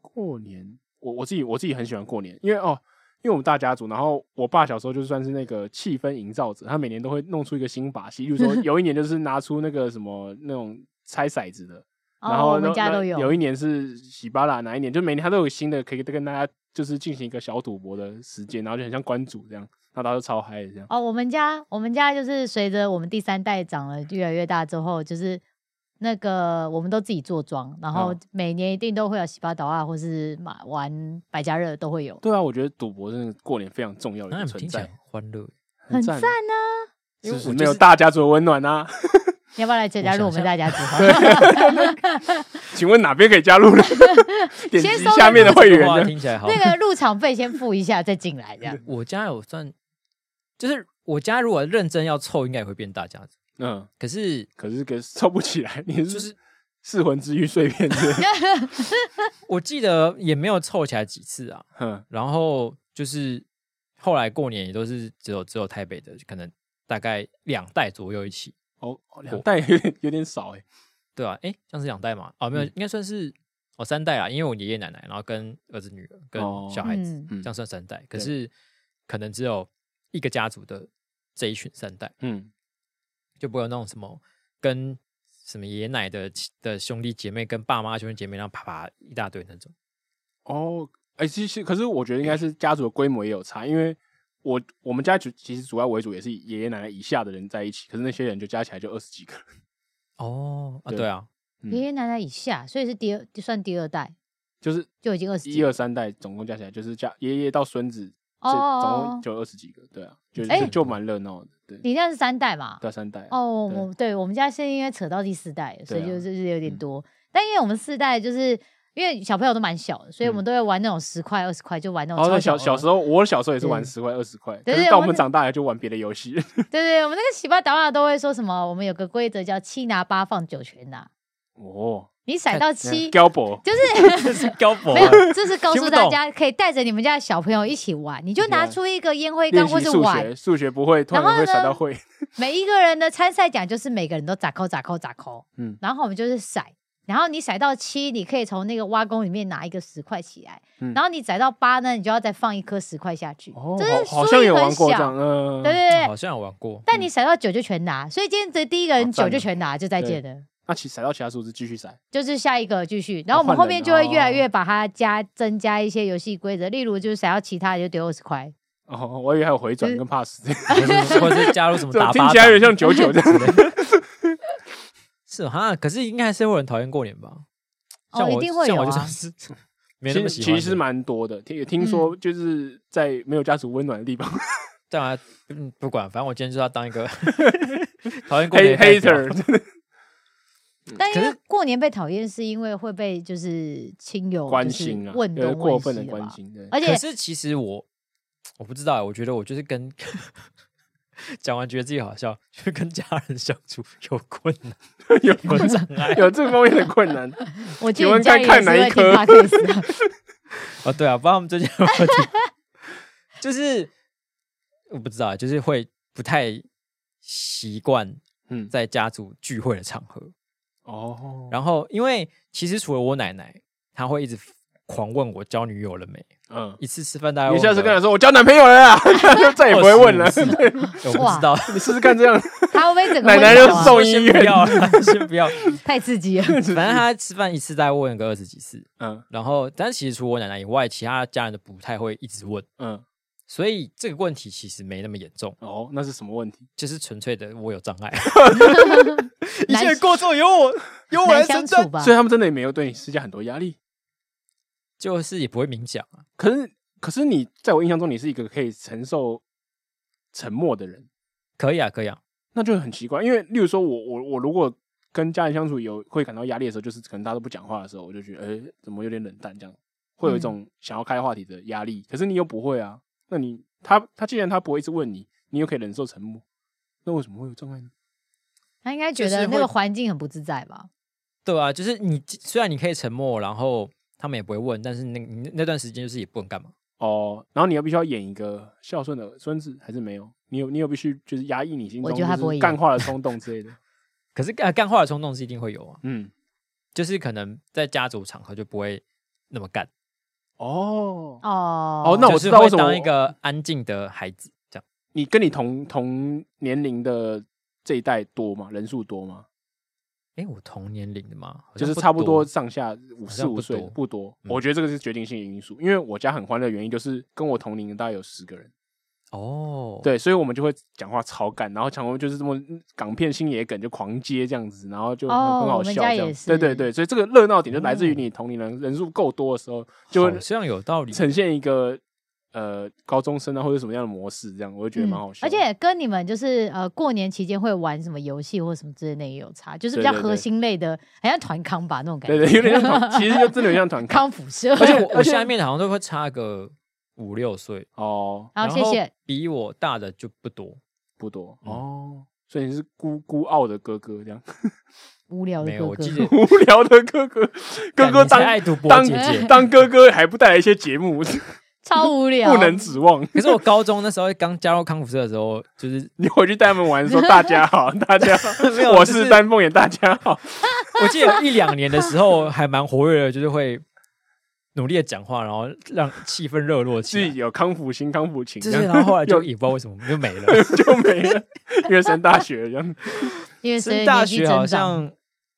Speaker 2: 过年，我我自己我自己很喜欢过年，因为哦。因为我们大家族，然后我爸小时候就算是那个气氛营造者，他每年都会弄出一个新把戏，例如 说有一年就是拿出那个什么那种拆骰子的，然
Speaker 3: 哦、
Speaker 2: 后
Speaker 3: 我
Speaker 2: 那
Speaker 3: 们家
Speaker 2: 那
Speaker 3: 都有，
Speaker 2: 有一年是喜巴拉，哪一年就每年他都有新的可以跟大家就是进行一个小赌博的时间，然后就很像关主这样，那大家都超嗨的这样。
Speaker 3: 哦，我们家我们家就是随着我们第三代长了越来越大之后，就是那个我们都自己做庄，然后
Speaker 2: 嗯
Speaker 3: 每年一定都会有洗八岛啊，或是马玩百家乐都会有，
Speaker 2: 对啊，我觉得赌博真的过年非常重要的
Speaker 1: 那你
Speaker 2: 一个
Speaker 1: 们
Speaker 2: 存
Speaker 1: 听起来
Speaker 2: 在
Speaker 1: 很，欢乐欸，
Speaker 3: 很赞
Speaker 2: 赞
Speaker 3: 啊！
Speaker 2: 是不
Speaker 1: 因为
Speaker 2: 是
Speaker 1: 我
Speaker 2: 没
Speaker 1: 就
Speaker 2: 有
Speaker 1: 是
Speaker 2: 大家族的温暖啊？
Speaker 3: 你要不要来加入我
Speaker 1: 我
Speaker 3: 们
Speaker 1: 想
Speaker 3: 大家族？
Speaker 2: 请问哪边可以 加入呢？点
Speaker 3: 先
Speaker 2: 击
Speaker 3: 搜
Speaker 2: 下面的会
Speaker 1: 这
Speaker 2: 员啊
Speaker 1: 个话
Speaker 2: 呢。
Speaker 1: 听起来好。
Speaker 3: 那个入场费先付一下再进来，这 样
Speaker 1: 我家有算，就是我家如果认真要凑，应该也会变大家族。
Speaker 2: 嗯，
Speaker 1: 可是
Speaker 2: 可是给凑不起来，你
Speaker 1: 就是是
Speaker 2: 噬魂之玉碎片是不是？
Speaker 1: 我记得也没有凑起来几次啊。
Speaker 2: 嗯，
Speaker 1: 然后就是后来过年也都是只有只有台北的，可能大概两代左右一起，
Speaker 2: 哦，哦两代有点有点少哎。
Speaker 1: 对啊，诶，像是两代嘛，哦，没有，
Speaker 2: 嗯
Speaker 1: 应该算是哦三代啦，因为我爷爷奶奶，然后跟儿子女儿跟
Speaker 2: 哦
Speaker 1: 小孩子，
Speaker 3: 嗯
Speaker 2: 嗯
Speaker 1: 这样算三代。可
Speaker 2: 对
Speaker 1: 是可能只有一个家族的这一群三代，
Speaker 2: 嗯，
Speaker 1: 就不会有那种什么跟什么爷爷奶的亲的兄弟姐妹跟爸妈兄弟姐妹，然后啪啪一大堆那种。
Speaker 2: 哦，哎、其实可是我觉得应
Speaker 3: 嗯
Speaker 2: 该是家族的规模也有差，因为我我们家族其实主要为主也是以爷爷奶奶以下的人在一起，可是那些人就加起来就二十几个。
Speaker 1: 哦，啊，
Speaker 2: 对
Speaker 1: 对啊，
Speaker 2: 嗯
Speaker 3: 爷爷奶奶以下，所以是第二算第二代
Speaker 2: 就是
Speaker 3: 就已经二十
Speaker 2: 一
Speaker 3: 几
Speaker 2: 二三代总共加起来，就是加爷爷到孙子，
Speaker 3: 哦
Speaker 2: 这
Speaker 3: 哦
Speaker 2: 总
Speaker 3: 哦
Speaker 2: 共就二十几个，对啊，就、
Speaker 3: 哎
Speaker 2: 就就蛮热闹的，对，
Speaker 3: 你那是三代嘛？
Speaker 2: 到三代啊、
Speaker 3: 哦，
Speaker 2: 对
Speaker 3: 我对我们家是因为扯到第四代，所以
Speaker 2: 对
Speaker 3: 就
Speaker 2: 啊
Speaker 3: 就是有点
Speaker 2: 嗯
Speaker 3: 多。但因为我们四代就是因为小朋友都蛮小的，所以我们都会玩那种十块、二十块，就玩那
Speaker 2: 然
Speaker 3: 种
Speaker 2: 后
Speaker 3: 超
Speaker 2: 在嗯哦小小时
Speaker 3: 候，
Speaker 2: 候，我小时候也是玩
Speaker 3: 对
Speaker 2: 十块二十块，可
Speaker 3: 对
Speaker 2: 是
Speaker 3: 对我
Speaker 2: 到我们
Speaker 3: 们
Speaker 2: 长大了就玩别的 游戏。
Speaker 3: 对对，我们那个洗八打蜡都会说什么？我们有个规则叫七拿八放九全拿，
Speaker 2: 哦，
Speaker 3: 你甩到七
Speaker 2: g。a b o
Speaker 3: 就是
Speaker 1: 这 是高博
Speaker 3: 没有，就是告
Speaker 1: 听
Speaker 3: 诉
Speaker 1: 不
Speaker 3: 大
Speaker 1: 懂
Speaker 3: 家可以带着你们家的小朋友一起玩，你就拿
Speaker 2: 对啊
Speaker 3: 出一个烟灰
Speaker 2: 练
Speaker 3: 缸
Speaker 2: 习
Speaker 3: 或是
Speaker 2: 数
Speaker 3: 碗
Speaker 2: 学，，数学不会，突然
Speaker 3: 然后
Speaker 2: 会闪
Speaker 3: 呢
Speaker 2: 到会，
Speaker 3: 每一个人的参赛奖就是每个人都砸扣砸扣砸扣，
Speaker 2: 嗯
Speaker 3: 嗯，然后我们就是甩，然后你甩到七，你可以从那个挖工里面拿一个十块起来，
Speaker 2: 嗯
Speaker 3: 然后你甩到八呢，你就要再放一颗十块下去，
Speaker 2: 哦
Speaker 3: 就，是
Speaker 2: 好好
Speaker 3: 输
Speaker 2: 像
Speaker 3: 赢
Speaker 2: 有玩
Speaker 3: 很
Speaker 2: 过这
Speaker 3: 小
Speaker 2: 样，，嗯、
Speaker 3: 对对对。
Speaker 1: 好像有玩过。
Speaker 3: 但你甩到九就全拿，所以今天的第一个
Speaker 2: 好
Speaker 3: 人
Speaker 2: 赞
Speaker 3: 九就
Speaker 2: 哦
Speaker 3: 全拿，就再
Speaker 2: 对
Speaker 3: 见了。
Speaker 2: 那其甩到其他数字继续甩，
Speaker 3: 就是下一个继续，然后我们后
Speaker 2: 换人
Speaker 3: 面就会越来
Speaker 2: 哦
Speaker 3: 越把它加增加一些游戏规则，例如就是想要其他的就丢二十块，
Speaker 2: 哦，我以为还有回转
Speaker 3: 就是
Speaker 2: 跟 pass，
Speaker 1: 或者是加入什么
Speaker 2: 这
Speaker 1: 打
Speaker 2: 种听
Speaker 1: 巴
Speaker 2: 起来有点
Speaker 1: 掌
Speaker 2: 像九九这样。
Speaker 1: 是哦哈，可是应该还是会有人讨厌过年吧？
Speaker 3: 哦
Speaker 1: 像
Speaker 3: 一
Speaker 1: 我
Speaker 3: 定会
Speaker 1: 像我
Speaker 3: 有
Speaker 1: 就
Speaker 3: 啊
Speaker 1: 算是没那
Speaker 2: 其
Speaker 1: 么
Speaker 2: 实
Speaker 1: 喜
Speaker 2: 其
Speaker 1: 欢
Speaker 2: 实
Speaker 1: 的
Speaker 2: 是蛮多的，听听
Speaker 3: 嗯
Speaker 2: 说就是在没有家族温暖的地方
Speaker 1: 对啊，嗯，不管，反正我今天就要当一 个讨厌过
Speaker 2: ，hate
Speaker 1: 年的代表
Speaker 2: hater，真的
Speaker 3: 但因
Speaker 1: 可
Speaker 3: 为
Speaker 1: 是
Speaker 3: 过年被讨厌，是因为会被就是亲友
Speaker 2: 关
Speaker 3: 哦就是
Speaker 2: 心啊，
Speaker 3: 问
Speaker 2: 有
Speaker 3: 东
Speaker 2: 过
Speaker 3: 问
Speaker 2: 分的
Speaker 3: 西
Speaker 2: 关
Speaker 3: 吧，
Speaker 2: 心，对，
Speaker 3: 而且
Speaker 1: 可是其实我我不知道欸，我觉得我就是跟 讲完觉得自己好笑，就是跟家人相处有困难，
Speaker 2: 有
Speaker 1: 有障碍
Speaker 2: 有这方面的困难。
Speaker 3: 我觉
Speaker 2: 请
Speaker 3: 得
Speaker 2: 问
Speaker 3: 你家
Speaker 2: 该
Speaker 3: 里也
Speaker 2: 看
Speaker 3: 是
Speaker 2: 哪一
Speaker 3: 会听
Speaker 2: 科
Speaker 3: podcast 啊
Speaker 1: 哦。对啊，不知道他们最近有没有听 就是我不知道欸，就是会不太习惯
Speaker 2: 嗯，
Speaker 1: 在家族聚会的场合。
Speaker 2: 哦，
Speaker 1: 然后，因为其实除了我奶奶，她会一直狂问我交女友了没，
Speaker 2: 嗯，
Speaker 1: 一次吃饭大概
Speaker 2: 你
Speaker 1: 问
Speaker 2: 下次
Speaker 1: 个
Speaker 2: 跟他说我哦交男朋友 了啦，他就再也不会问了。
Speaker 1: 25
Speaker 2: 对
Speaker 1: 我不
Speaker 3: 哇
Speaker 1: 知道，
Speaker 2: 你试试看这样，
Speaker 3: 他会不会整个
Speaker 2: 奶
Speaker 3: 问
Speaker 2: 奶
Speaker 3: 到
Speaker 2: 就
Speaker 3: 啊
Speaker 2: 送医
Speaker 1: 先不
Speaker 2: 院
Speaker 1: 要了，先不要。
Speaker 3: 太刺 激了，
Speaker 1: 反正他吃饭一次大概问个二十几次，
Speaker 2: 嗯
Speaker 1: 然后但其实除了我奶奶以外，其他家人都不太会一直问，
Speaker 2: 嗯，
Speaker 1: 所以这个问题其实没那么严重，
Speaker 2: 哦，那是什么问题？
Speaker 1: 就是纯粹的我有障碍，一
Speaker 3: 难
Speaker 1: 切过错由我由我来
Speaker 3: 难
Speaker 1: 承
Speaker 3: 相处
Speaker 1: 担，
Speaker 3: 吧
Speaker 2: 所？以他们真的也没有对你施加很多压力。
Speaker 1: 就是也不会明讲啊。
Speaker 2: 可是可是你在我印象中，你是一个可以承受沉默的人。
Speaker 1: 可以啊，可以啊，
Speaker 2: 那就很奇怪，因为例如说我我我如果跟家人相处有会感到压力的时候，就是可能大家都不讲话的时候，我就觉得哎、诶怎么有点冷淡这样，会
Speaker 3: 嗯
Speaker 2: 有一种想要开话题的压力。可是你又不会啊，那你他他既然他不会一直问你，你又可以忍受沉默，那为什么会有障碍呢？
Speaker 3: 他应该
Speaker 1: 就
Speaker 3: 觉得
Speaker 1: 是
Speaker 3: 那
Speaker 1: 会
Speaker 3: 个环境很不自在吧？
Speaker 1: 对啊，就是你虽然你可以沉默，然后他们也不会问，但是那你那段时间就是也不能干嘛。
Speaker 2: 哦，然后你又必须要演一个孝顺的孙子，还是没有？你有你有必须就是压抑你心
Speaker 3: 我
Speaker 2: 中
Speaker 3: 觉得他
Speaker 2: 就
Speaker 3: 不会
Speaker 2: 是
Speaker 3: 演
Speaker 2: 干话的冲动之类的。
Speaker 1: 可是干干话的冲动是一定会有啊，
Speaker 2: 嗯，
Speaker 1: 就是可能在家族场合就不会那么干，
Speaker 2: 哦，
Speaker 3: 哦
Speaker 2: 哦那我
Speaker 1: 就
Speaker 2: 知
Speaker 1: 是
Speaker 2: 道为
Speaker 1: 会
Speaker 2: 什么
Speaker 1: 当
Speaker 2: 我
Speaker 1: 一个安静的孩子这样。
Speaker 2: 你跟你同同年龄的这一代多吗？人数多吗？
Speaker 1: 诶，我同年龄的嘛，好像
Speaker 2: 就是
Speaker 1: 不
Speaker 2: 差不
Speaker 1: 多。
Speaker 2: 多上下五
Speaker 1: 好
Speaker 2: 四
Speaker 1: 像
Speaker 2: 五
Speaker 1: 不
Speaker 2: 岁
Speaker 1: 多
Speaker 2: 不多。
Speaker 1: 嗯
Speaker 2: 我觉得这个是决定性因素，因为我家很欢乐，的原因就是跟我同龄的大概有十个人，
Speaker 1: 哦，，
Speaker 2: 对，所以我们就会讲话超干，然后常常就是这么港片星爷梗就狂接这样子，然后就很,、
Speaker 3: 哦
Speaker 2: 很好
Speaker 3: 我们
Speaker 2: 笑
Speaker 3: 家
Speaker 2: 这样
Speaker 3: 也
Speaker 2: 子。对对
Speaker 3: 是嗯
Speaker 2: 对，所以这个热闹点就来自于你同龄人、人数够多的时候，就会
Speaker 1: 好像有道理。
Speaker 2: 呈现一个呃高中生啊或者什么样的模式，这样我就觉得蛮好
Speaker 3: 嗯
Speaker 2: 笑
Speaker 3: 而
Speaker 2: 的。
Speaker 3: 且跟你们就是呃过年期间会玩什么游戏或什么之类的也有差，就是比
Speaker 2: 对
Speaker 3: 较
Speaker 2: 对
Speaker 3: 核
Speaker 2: 对
Speaker 3: 心类的，好像团康吧那种感
Speaker 2: 对
Speaker 3: 觉，
Speaker 2: 对，有点像团，其实就真的有点像团康
Speaker 3: 康复社。
Speaker 1: 而且我
Speaker 2: 而
Speaker 1: 我
Speaker 2: 且
Speaker 1: 下面好像都会差个五六岁，
Speaker 2: 哦，
Speaker 3: 好，
Speaker 1: 然
Speaker 3: 谢
Speaker 1: 后
Speaker 3: 谢。
Speaker 1: 比我大的就不多，
Speaker 2: 不多
Speaker 1: 嗯
Speaker 2: 哦，所以你是孤孤傲的哥哥这样。
Speaker 3: 无聊的
Speaker 1: 没有。
Speaker 3: 哥
Speaker 1: 我
Speaker 3: 哥
Speaker 1: 记，得
Speaker 2: 无聊的哥哥，哥
Speaker 1: 干
Speaker 2: 哥
Speaker 1: 你才
Speaker 2: 当
Speaker 1: 爱赌博
Speaker 2: 当，
Speaker 1: 姐姐
Speaker 2: 当哥哥还不带来一些节目，
Speaker 3: 超无聊，
Speaker 1: 啊
Speaker 2: 不能指望。
Speaker 1: 可是我高中那时候刚加入康复社的时候， 就是
Speaker 2: 你回去带他们玩，说大 家好，大家好，
Speaker 1: 没有
Speaker 2: 我
Speaker 1: 就是是
Speaker 2: 丹凤眼，大家好。
Speaker 1: 我记得有一两年的时候还蛮活跃的，就是会努力的讲话，然后让气氛热络起
Speaker 2: 是
Speaker 1: 来。
Speaker 2: 有康复心、康复情，
Speaker 1: 啊就
Speaker 2: 这
Speaker 1: 是，啊
Speaker 2: 样
Speaker 1: 然后后来就
Speaker 2: 有
Speaker 1: 也不知道为什么就没了。
Speaker 2: 就没了。因为升大学了这样，
Speaker 3: 因为随
Speaker 1: 升
Speaker 3: 着
Speaker 1: 大
Speaker 3: 年纪
Speaker 1: 学
Speaker 3: 增
Speaker 1: 好
Speaker 3: 长，
Speaker 1: 像，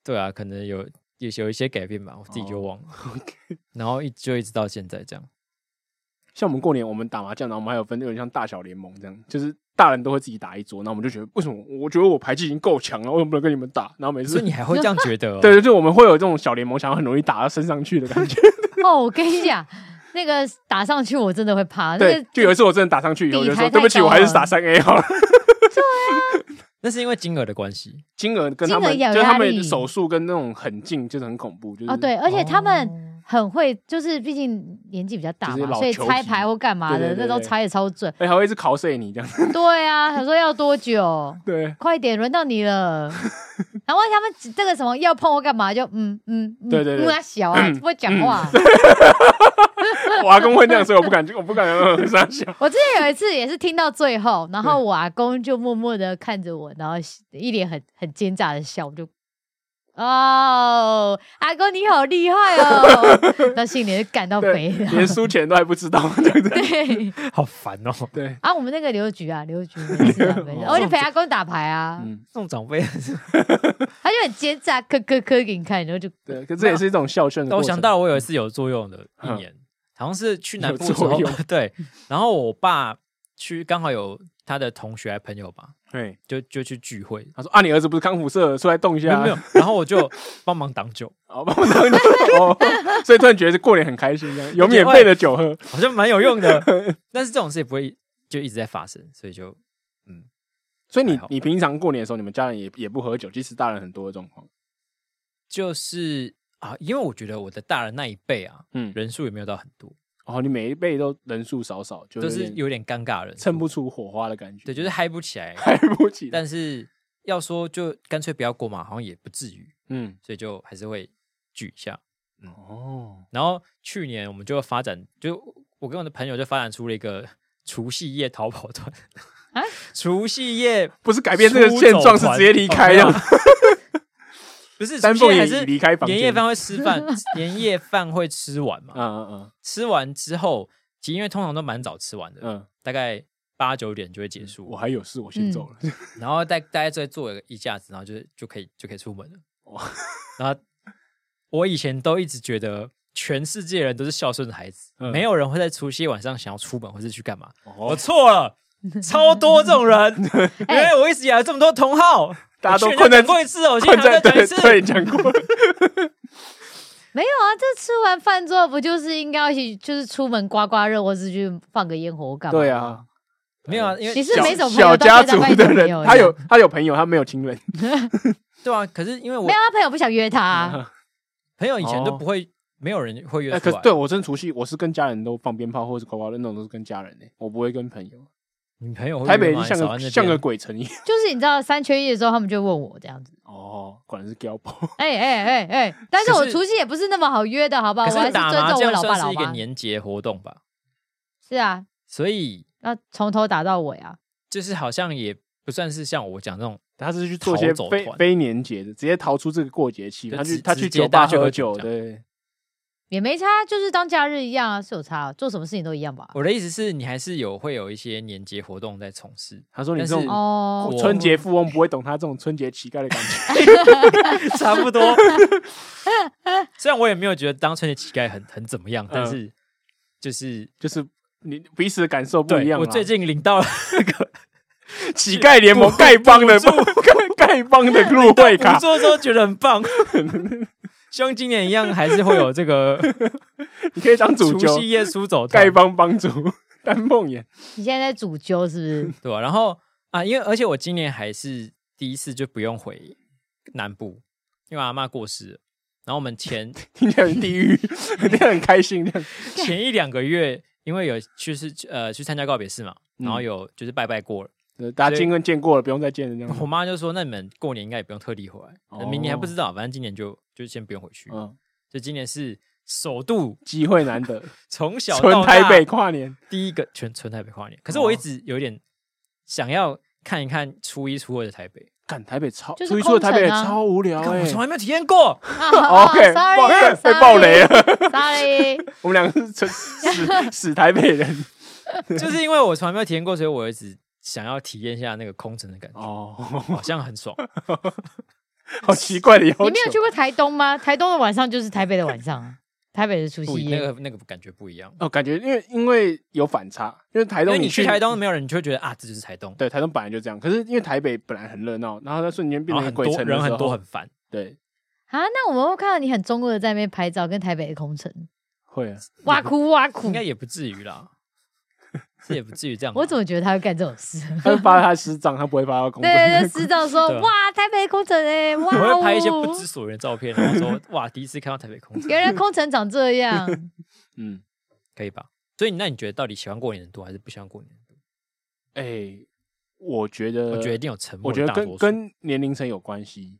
Speaker 1: 对啊，可能有也有一些改变吧，我自己就忘了。 然后一就一直到现在 这样。
Speaker 2: 像我们过年我们打麻将，然后我们还有分，有点像大小联盟这样，就是大人都会自己打一桌，那我们就觉得为什么？我觉得我牌技已经够强了，为什么不能跟你们打？然后每
Speaker 1: 所
Speaker 2: 次
Speaker 1: 以。你还会这样觉得、哦？
Speaker 2: 对，对对，我们会有这种小联盟，想要很容易打到身上去的感觉。
Speaker 3: 哦，我跟你讲，那个打上去我真的会怕，那
Speaker 2: 对
Speaker 3: 个，
Speaker 2: 就有一次我真的打上去以后，我就
Speaker 3: 底牌
Speaker 2: 说
Speaker 3: 太
Speaker 2: 对不起，
Speaker 3: 高
Speaker 2: 我还是
Speaker 3: 了
Speaker 2: 打三 A 好了。
Speaker 1: 那是因为金额的关系。
Speaker 2: 金额跟
Speaker 3: 金
Speaker 2: 他
Speaker 3: 额
Speaker 2: 们
Speaker 3: 有
Speaker 2: 就是
Speaker 3: 压
Speaker 2: 他们
Speaker 3: 力
Speaker 2: 手速跟那种很近，就是很恐怖，就是
Speaker 3: 哦对，而且他们
Speaker 1: 哦
Speaker 3: 很会，就是毕竟年纪比较大
Speaker 2: 就是
Speaker 3: 嘛，
Speaker 2: 老
Speaker 3: 所以
Speaker 2: 球
Speaker 3: 猜
Speaker 2: 皮
Speaker 3: 牌或干嘛
Speaker 2: 对
Speaker 3: 的，
Speaker 2: 对
Speaker 3: 那
Speaker 2: 对
Speaker 3: 时候
Speaker 2: 对。
Speaker 3: 猜也超准
Speaker 2: 哎、还会一直 cos 你这样，
Speaker 3: 对啊，他说要多久？
Speaker 2: 对
Speaker 3: 快点，轮到你 了。然后他们这个什么要碰或干嘛，就嗯嗯，嗯
Speaker 2: 对对对
Speaker 3: 嗯啊小 啊，不会讲话。
Speaker 2: 我阿公会那样，所以我不敢， 我不敢嗯傻 笑。
Speaker 3: 我之前有一次也是听到最后，然后我阿公就默默的看着我，然后一脸很很奸诈的笑，我就。哦，阿公你好厉害哦！ 那心里就感到
Speaker 2: 对，
Speaker 3: 悲
Speaker 2: 连输钱都还不知道，对 不对？
Speaker 3: 对
Speaker 1: 好烦哦、
Speaker 2: 对，
Speaker 3: 啊，我们那个刘局啊，刘局没事啊， 没事啊，我就陪阿公打牌啊，
Speaker 2: 嗯，
Speaker 1: 这种长辈，
Speaker 3: 他就很奸诈，磕磕磕给你看，然后就
Speaker 2: 对，可这也是一种孝顺的。
Speaker 1: 哦
Speaker 2: 嗯
Speaker 1: 我想到，我有一次有作用的一年，好像是去南部的时
Speaker 2: 有
Speaker 1: 候
Speaker 2: 作用，
Speaker 1: 对。然后我爸去，刚好有他的同学还朋友吧，
Speaker 2: 对，
Speaker 1: 就就去聚会，
Speaker 2: 他说啊，你儿子不是康复社，出来动一
Speaker 1: 没
Speaker 2: 下
Speaker 1: 有
Speaker 2: 啊，
Speaker 1: 没有，然后我就帮忙挡酒，
Speaker 2: 好，帮我当酒 哦，所以突然觉得过年很开心，这样有免费的酒 喝，
Speaker 1: 好像蛮有用 的。但是这种事也不会就一直在发生，所以就
Speaker 2: 所以你
Speaker 1: 还好
Speaker 2: 你平常过年的时候，你们家人也也不喝酒，即使大人很多的状况，
Speaker 1: 就是啊，因为我觉得我的大人那一辈啊，
Speaker 2: 嗯，
Speaker 1: 人数也没有到很多，
Speaker 2: 哦，你每一辈都人数少少，就
Speaker 1: 就是
Speaker 2: 点
Speaker 1: 有点尴尬的人数，
Speaker 2: 撑不出火花的感觉，
Speaker 1: 对，就是嗨不起来。
Speaker 2: 嗨不起来，
Speaker 1: 但是要说就干脆不要过嘛，好像也不至于，
Speaker 2: 嗯，
Speaker 1: 所以就还是会聚一下。
Speaker 2: 哦，
Speaker 1: 然后去年我们就发展，就我跟我的朋友就发展出了一个 除夕夜逃跑团
Speaker 3: 啊，
Speaker 1: 除夕夜
Speaker 2: 不是改变这个现状，是直接离开这样
Speaker 1: 样。。不是，
Speaker 2: 丹
Speaker 1: 除夕
Speaker 2: 凤
Speaker 1: 夜
Speaker 2: 也
Speaker 1: 还是
Speaker 2: 离开房间，
Speaker 1: 年夜饭会吃饭，年夜饭会吃完嘛？
Speaker 2: 嗯嗯
Speaker 1: 吃完之后，其实因为通常都蛮早吃完的，
Speaker 2: 嗯
Speaker 1: 大概八九点就会结
Speaker 2: 嗯，
Speaker 1: 束
Speaker 2: 我，还有事，我先走了。
Speaker 1: 然后再大家再坐一下子，然后就就可以就可以出门了。
Speaker 2: 哇
Speaker 1: 然后我以前都一直觉得。全世界人都是孝顺的孩子，
Speaker 2: 嗯
Speaker 1: 没有人会在除夕晚上想要出门或是去干嘛。 我
Speaker 2: 哦，
Speaker 1: 错了，超多这种人， 因
Speaker 3: 哎
Speaker 1: 为我一直以来有这么多同好，
Speaker 2: 大家都
Speaker 1: 我去年
Speaker 2: 困在
Speaker 1: 讲过一次哦，我现
Speaker 2: 困
Speaker 1: 在还
Speaker 2: 在
Speaker 1: 要再讲
Speaker 2: 对
Speaker 1: 一次。
Speaker 2: 对讲过，
Speaker 3: 没有啊，这吃完饭之后不就是应该要一起就是出门刮刮热，或是去放个烟火或干嘛？
Speaker 2: 对，啊，
Speaker 1: 没有啊，因为
Speaker 3: 你是
Speaker 2: 小
Speaker 3: 每种朋
Speaker 2: 小
Speaker 3: 友都
Speaker 2: 家
Speaker 3: 可以
Speaker 2: 族
Speaker 3: 当
Speaker 2: 的
Speaker 3: 朋
Speaker 2: 人
Speaker 3: 友，
Speaker 2: 他有他有朋友，他没有亲人。
Speaker 1: 对啊，可是因为我
Speaker 3: 没有他朋友不想约他 啊，
Speaker 1: 朋友以前都
Speaker 2: 哦
Speaker 1: 不会，没有人会约
Speaker 2: 哎，
Speaker 1: 出
Speaker 2: 可
Speaker 1: 来
Speaker 2: 是
Speaker 1: 啊。
Speaker 2: 对我真除夕，我是跟家人都放鞭炮或者刮刮乐那种，都是跟家人呢、我不会跟朋友。
Speaker 1: 你朋友会
Speaker 2: 台北
Speaker 1: 约吗
Speaker 2: 像
Speaker 1: 你少在那
Speaker 2: 个
Speaker 1: 边
Speaker 2: 像个鬼城一样。
Speaker 3: 就是你知道三缺一的时候，他们就问我这样子，
Speaker 2: 哦，果然是 g a
Speaker 3: 哎哎哎哎，但是
Speaker 1: 可
Speaker 3: 我
Speaker 1: 是
Speaker 3: 除夕也不是那么好约的，好不好？
Speaker 1: 可
Speaker 3: 哦我还是
Speaker 1: 是
Speaker 3: 尊
Speaker 1: 打麻
Speaker 3: 重我
Speaker 1: 将
Speaker 3: 老爸
Speaker 1: 算是
Speaker 3: 老
Speaker 1: 一个
Speaker 3: 妈。
Speaker 1: 年节活动吧，
Speaker 3: 是啊，
Speaker 1: 所以
Speaker 3: 要从头打到尾啊。
Speaker 1: 就是好像也不算是像我讲那种
Speaker 2: 他是去做些
Speaker 1: 逃走
Speaker 2: 非
Speaker 1: 团
Speaker 2: 非年节的，直接逃出这个过节气氛。
Speaker 1: 就
Speaker 2: 他去
Speaker 1: 直
Speaker 2: 他去
Speaker 1: 直接
Speaker 2: 酒
Speaker 1: 大
Speaker 2: 吧
Speaker 1: 家
Speaker 2: 喝
Speaker 1: 喝
Speaker 2: 酒，
Speaker 1: 酒这
Speaker 2: 对，
Speaker 3: 也没差，就是当假日一样啊，是有差、啊，做什么事情都一样吧。
Speaker 1: 我的意思是你还是有会有一些年节活动在从事，
Speaker 2: 他说你
Speaker 1: 但
Speaker 2: 这种
Speaker 1: 是
Speaker 3: 哦，
Speaker 2: 春节富翁不会懂他这种春节乞丐的感觉。
Speaker 1: 差不多。 虽然我也没有觉得当春节乞丐很很怎么样，但
Speaker 2: 嗯
Speaker 1: 是就是
Speaker 2: 就是你彼此的感受不一
Speaker 1: 对
Speaker 2: 样啦。啊
Speaker 1: 我最近领 到了那个
Speaker 2: 乞丐联盟丐帮 的丐帮的入会
Speaker 1: 补
Speaker 2: 卡，
Speaker 1: 助之后觉得很 棒，希望今年一样还是会有这个
Speaker 2: 你可以当 主
Speaker 1: 除
Speaker 2: 角
Speaker 1: 夕夜出走团
Speaker 2: 丐帮帮主丹凤眼。
Speaker 3: 你现在在主揪是不是？
Speaker 1: 对吧、然后啊，因为而且我今年还是第一次就不用回南部，因为阿嬷过世了。然后我们 前
Speaker 2: 听起来很地狱， 听起来很开心这样。
Speaker 1: 前一两个月，因为有去是呃去参加告别式嘛，
Speaker 2: 嗯
Speaker 1: 然后有就是拜拜过了。
Speaker 2: 呃大家
Speaker 1: 所以
Speaker 2: 见面见过了，不用再见了这
Speaker 1: 我
Speaker 3: 哦
Speaker 2: 样。
Speaker 1: 妈就说：“那你们过年应该也不用特地回来，
Speaker 2: 嗯哦
Speaker 1: 明年还不知道，反正今年就就先不用回去。
Speaker 2: 嗯，
Speaker 1: 就今年是首度
Speaker 2: 机会难 得，
Speaker 1: 从小
Speaker 2: 纯
Speaker 1: 到
Speaker 2: 台
Speaker 1: 大
Speaker 2: 北哦跨年。
Speaker 1: 第一个全纯台北跨年。可是我一直有点想要看一看初一初二的台北，
Speaker 2: 干台北超，
Speaker 3: 就是
Speaker 2: 初一初二台北
Speaker 3: 空城啊
Speaker 2: 超无聊
Speaker 1: 看
Speaker 2: 哎
Speaker 1: 我。从来没有体验过。
Speaker 3: 啊
Speaker 2: OK，爆
Speaker 3: ，sorry，
Speaker 2: 被爆雷了。
Speaker 3: ，sorry，
Speaker 2: 我们两个是 纯死死台北人
Speaker 1: 就是因为我从来没有体验过，所以我一直想要体验一下那个空城的感觉，
Speaker 2: 哦，
Speaker 1: 好像很爽。
Speaker 2: 好奇怪的要
Speaker 3: 你
Speaker 2: 求
Speaker 3: 没。有去过台东吗？台东的晚上就是台北的晚上啊，台北的除
Speaker 1: 不
Speaker 3: 夕
Speaker 1: 一，那
Speaker 3: 夜。
Speaker 1: 个那个感觉不一样。
Speaker 2: 哦，感觉因为因为有反差，因为台
Speaker 1: 因
Speaker 2: 东
Speaker 1: 为你去
Speaker 2: 去
Speaker 1: 台东，没有人，你就会觉得啊，这就是台东，
Speaker 2: 对，台东本来就这样。可是因为台北本来很热闹，然后它瞬间变
Speaker 1: 然后
Speaker 2: 成
Speaker 1: 很
Speaker 2: 鬼
Speaker 1: 多
Speaker 2: 城的
Speaker 1: 人
Speaker 2: 时
Speaker 1: 哦很
Speaker 2: 候
Speaker 1: 多，很烦。
Speaker 2: 对，
Speaker 3: 啊，那我们会看到你很中二的在那边拍照，跟台北的空城
Speaker 2: 会啊。
Speaker 3: 挖哭挖
Speaker 1: 应
Speaker 3: 苦
Speaker 1: 该。也不至于 啦，这也不至于这样吧。
Speaker 3: 我怎么觉得他会干这种事？
Speaker 2: 他会发他师长，他不会发到公众。
Speaker 3: 对对对，师长说
Speaker 1: 对啊
Speaker 3: 哇，台北的空城哎，哇
Speaker 1: 我会拍一些
Speaker 3: 哦
Speaker 1: 不知所云的照片，然后说哇，第一次看到台北 空城，
Speaker 3: 原来空城长这 样，
Speaker 2: 嗯，
Speaker 1: 可以吧？所以那你觉得到底喜欢过年的多还是不喜欢过年的多？
Speaker 2: 哎、我觉得，
Speaker 1: 我觉得一定有沉默
Speaker 2: 我
Speaker 1: 的
Speaker 2: 觉得
Speaker 1: 大
Speaker 2: 跟
Speaker 1: 多数。
Speaker 2: 跟年龄层有关系，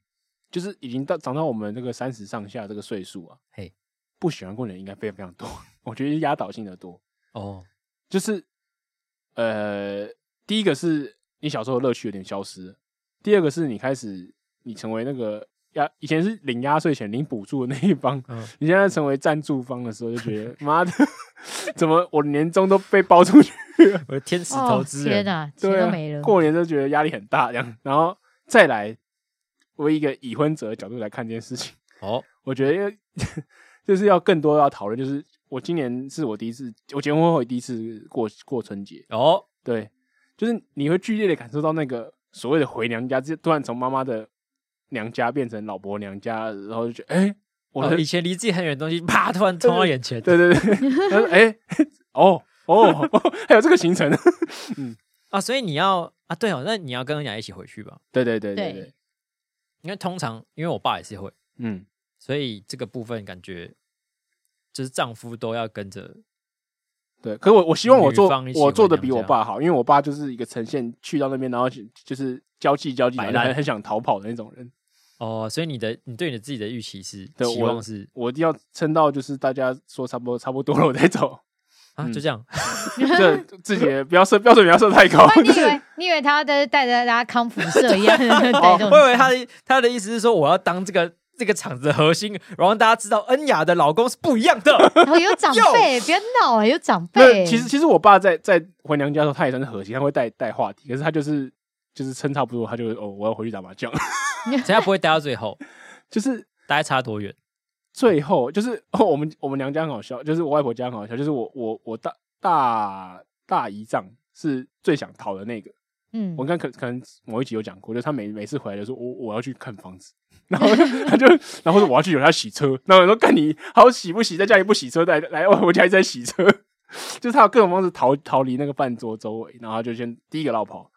Speaker 2: 就是已经到长到我们这个三十上下这个岁数啊，
Speaker 1: 嘿，
Speaker 2: 不喜欢过年应该非常非常多， 我觉得是压倒性的多。
Speaker 1: 哦，
Speaker 2: 就是，呃，第一个是你小时候的乐趣有点消失了，第二个是你开始你成为那个压以前是领压岁钱领补助的那一方，
Speaker 1: 嗯，
Speaker 2: 你现在成为赞助方的时候，就觉得妈的， 怎么我年终都被包出去？
Speaker 1: 我的天使投
Speaker 3: 哦
Speaker 1: 资
Speaker 3: 天
Speaker 1: 人，
Speaker 3: 哪，钱
Speaker 2: 对
Speaker 3: 都
Speaker 2: 啊
Speaker 3: 没了，
Speaker 2: 过年就觉得压力很大，这样，然后再来，为一个已婚者的角度来看这件事情，
Speaker 1: 哦，
Speaker 2: 我觉得因为 就是要更多要讨论，就是我今年是我第一次，我结婚后第一次过过春节，
Speaker 1: 哦，
Speaker 2: 对，就是你会剧烈的感受到那个所谓的回娘家，这突然从妈妈的娘家变成老婆娘家，然后就觉得，哎、我的
Speaker 1: 哦以前离自己很远的东西，啪，突然冲到眼前。
Speaker 2: 对对对， 他说哎、哦哦，还有这个行程，
Speaker 1: 啊，所以你要啊，对哦，那你要跟人家一起回去吧，
Speaker 2: 对对对对
Speaker 3: 对
Speaker 2: 对，
Speaker 1: 因为通常因为我爸也是会，
Speaker 2: 嗯，
Speaker 1: 所以这个部分感觉就是丈夫都要跟着
Speaker 2: 对。可我我希望我
Speaker 1: 女
Speaker 2: 做
Speaker 1: 方一起
Speaker 2: 我
Speaker 1: 回
Speaker 2: 做的
Speaker 1: 娘
Speaker 2: 比我
Speaker 1: 家
Speaker 2: 爸好，因为我爸就是一个呈现去到那边，然后就就是交际交际，然
Speaker 1: 摆
Speaker 2: 后就很
Speaker 1: 烂
Speaker 2: 很想逃跑的那种人。
Speaker 1: 哦，所以你的你对你自己的预期是
Speaker 2: 对
Speaker 1: 期
Speaker 2: 我
Speaker 1: 望是
Speaker 2: 我一定要撑到就是大家说差不多差不多了，我再走。
Speaker 1: 啊，
Speaker 2: 嗯
Speaker 1: 就这样，
Speaker 2: 这自己的不要设标准不要设太高，
Speaker 3: 不然你以
Speaker 2: 就是
Speaker 3: 为你以为他在带着大家康复 社一样在
Speaker 1: 哦
Speaker 3: 那，
Speaker 1: 我
Speaker 3: 种？
Speaker 1: 以为他的他的意思是说，我要当这个这个厂子的核心，然后让大家知道恩雅的老公是不一样 的。
Speaker 3: 然后哦有长辈，别闹啊了，有长
Speaker 2: 那
Speaker 3: 辈。
Speaker 2: 其实其实我爸在在回娘家的时候，他也算是核心，他会带带话题，可是他就是就是撑差不多，他就哦我要回去打麻将，
Speaker 1: 人家不会待到最后，
Speaker 2: 就是
Speaker 1: 大概差多远？
Speaker 2: 最后就是、哦、我们我们娘家很好笑，就是我外婆家很好笑，就是我我我大大大姨丈是最想逃的那个。
Speaker 3: 嗯
Speaker 2: 我，刚可可能某一集有讲过，就是他每每次回来就说我我要去看房子， 然后他就然后说我要去有他洗车，然后我说干你好洗不洗，在家里不洗车，来来外婆家一直在洗车， 就是他有各种方式逃逃离那个饭桌周围，然后他就先第一个绕跑，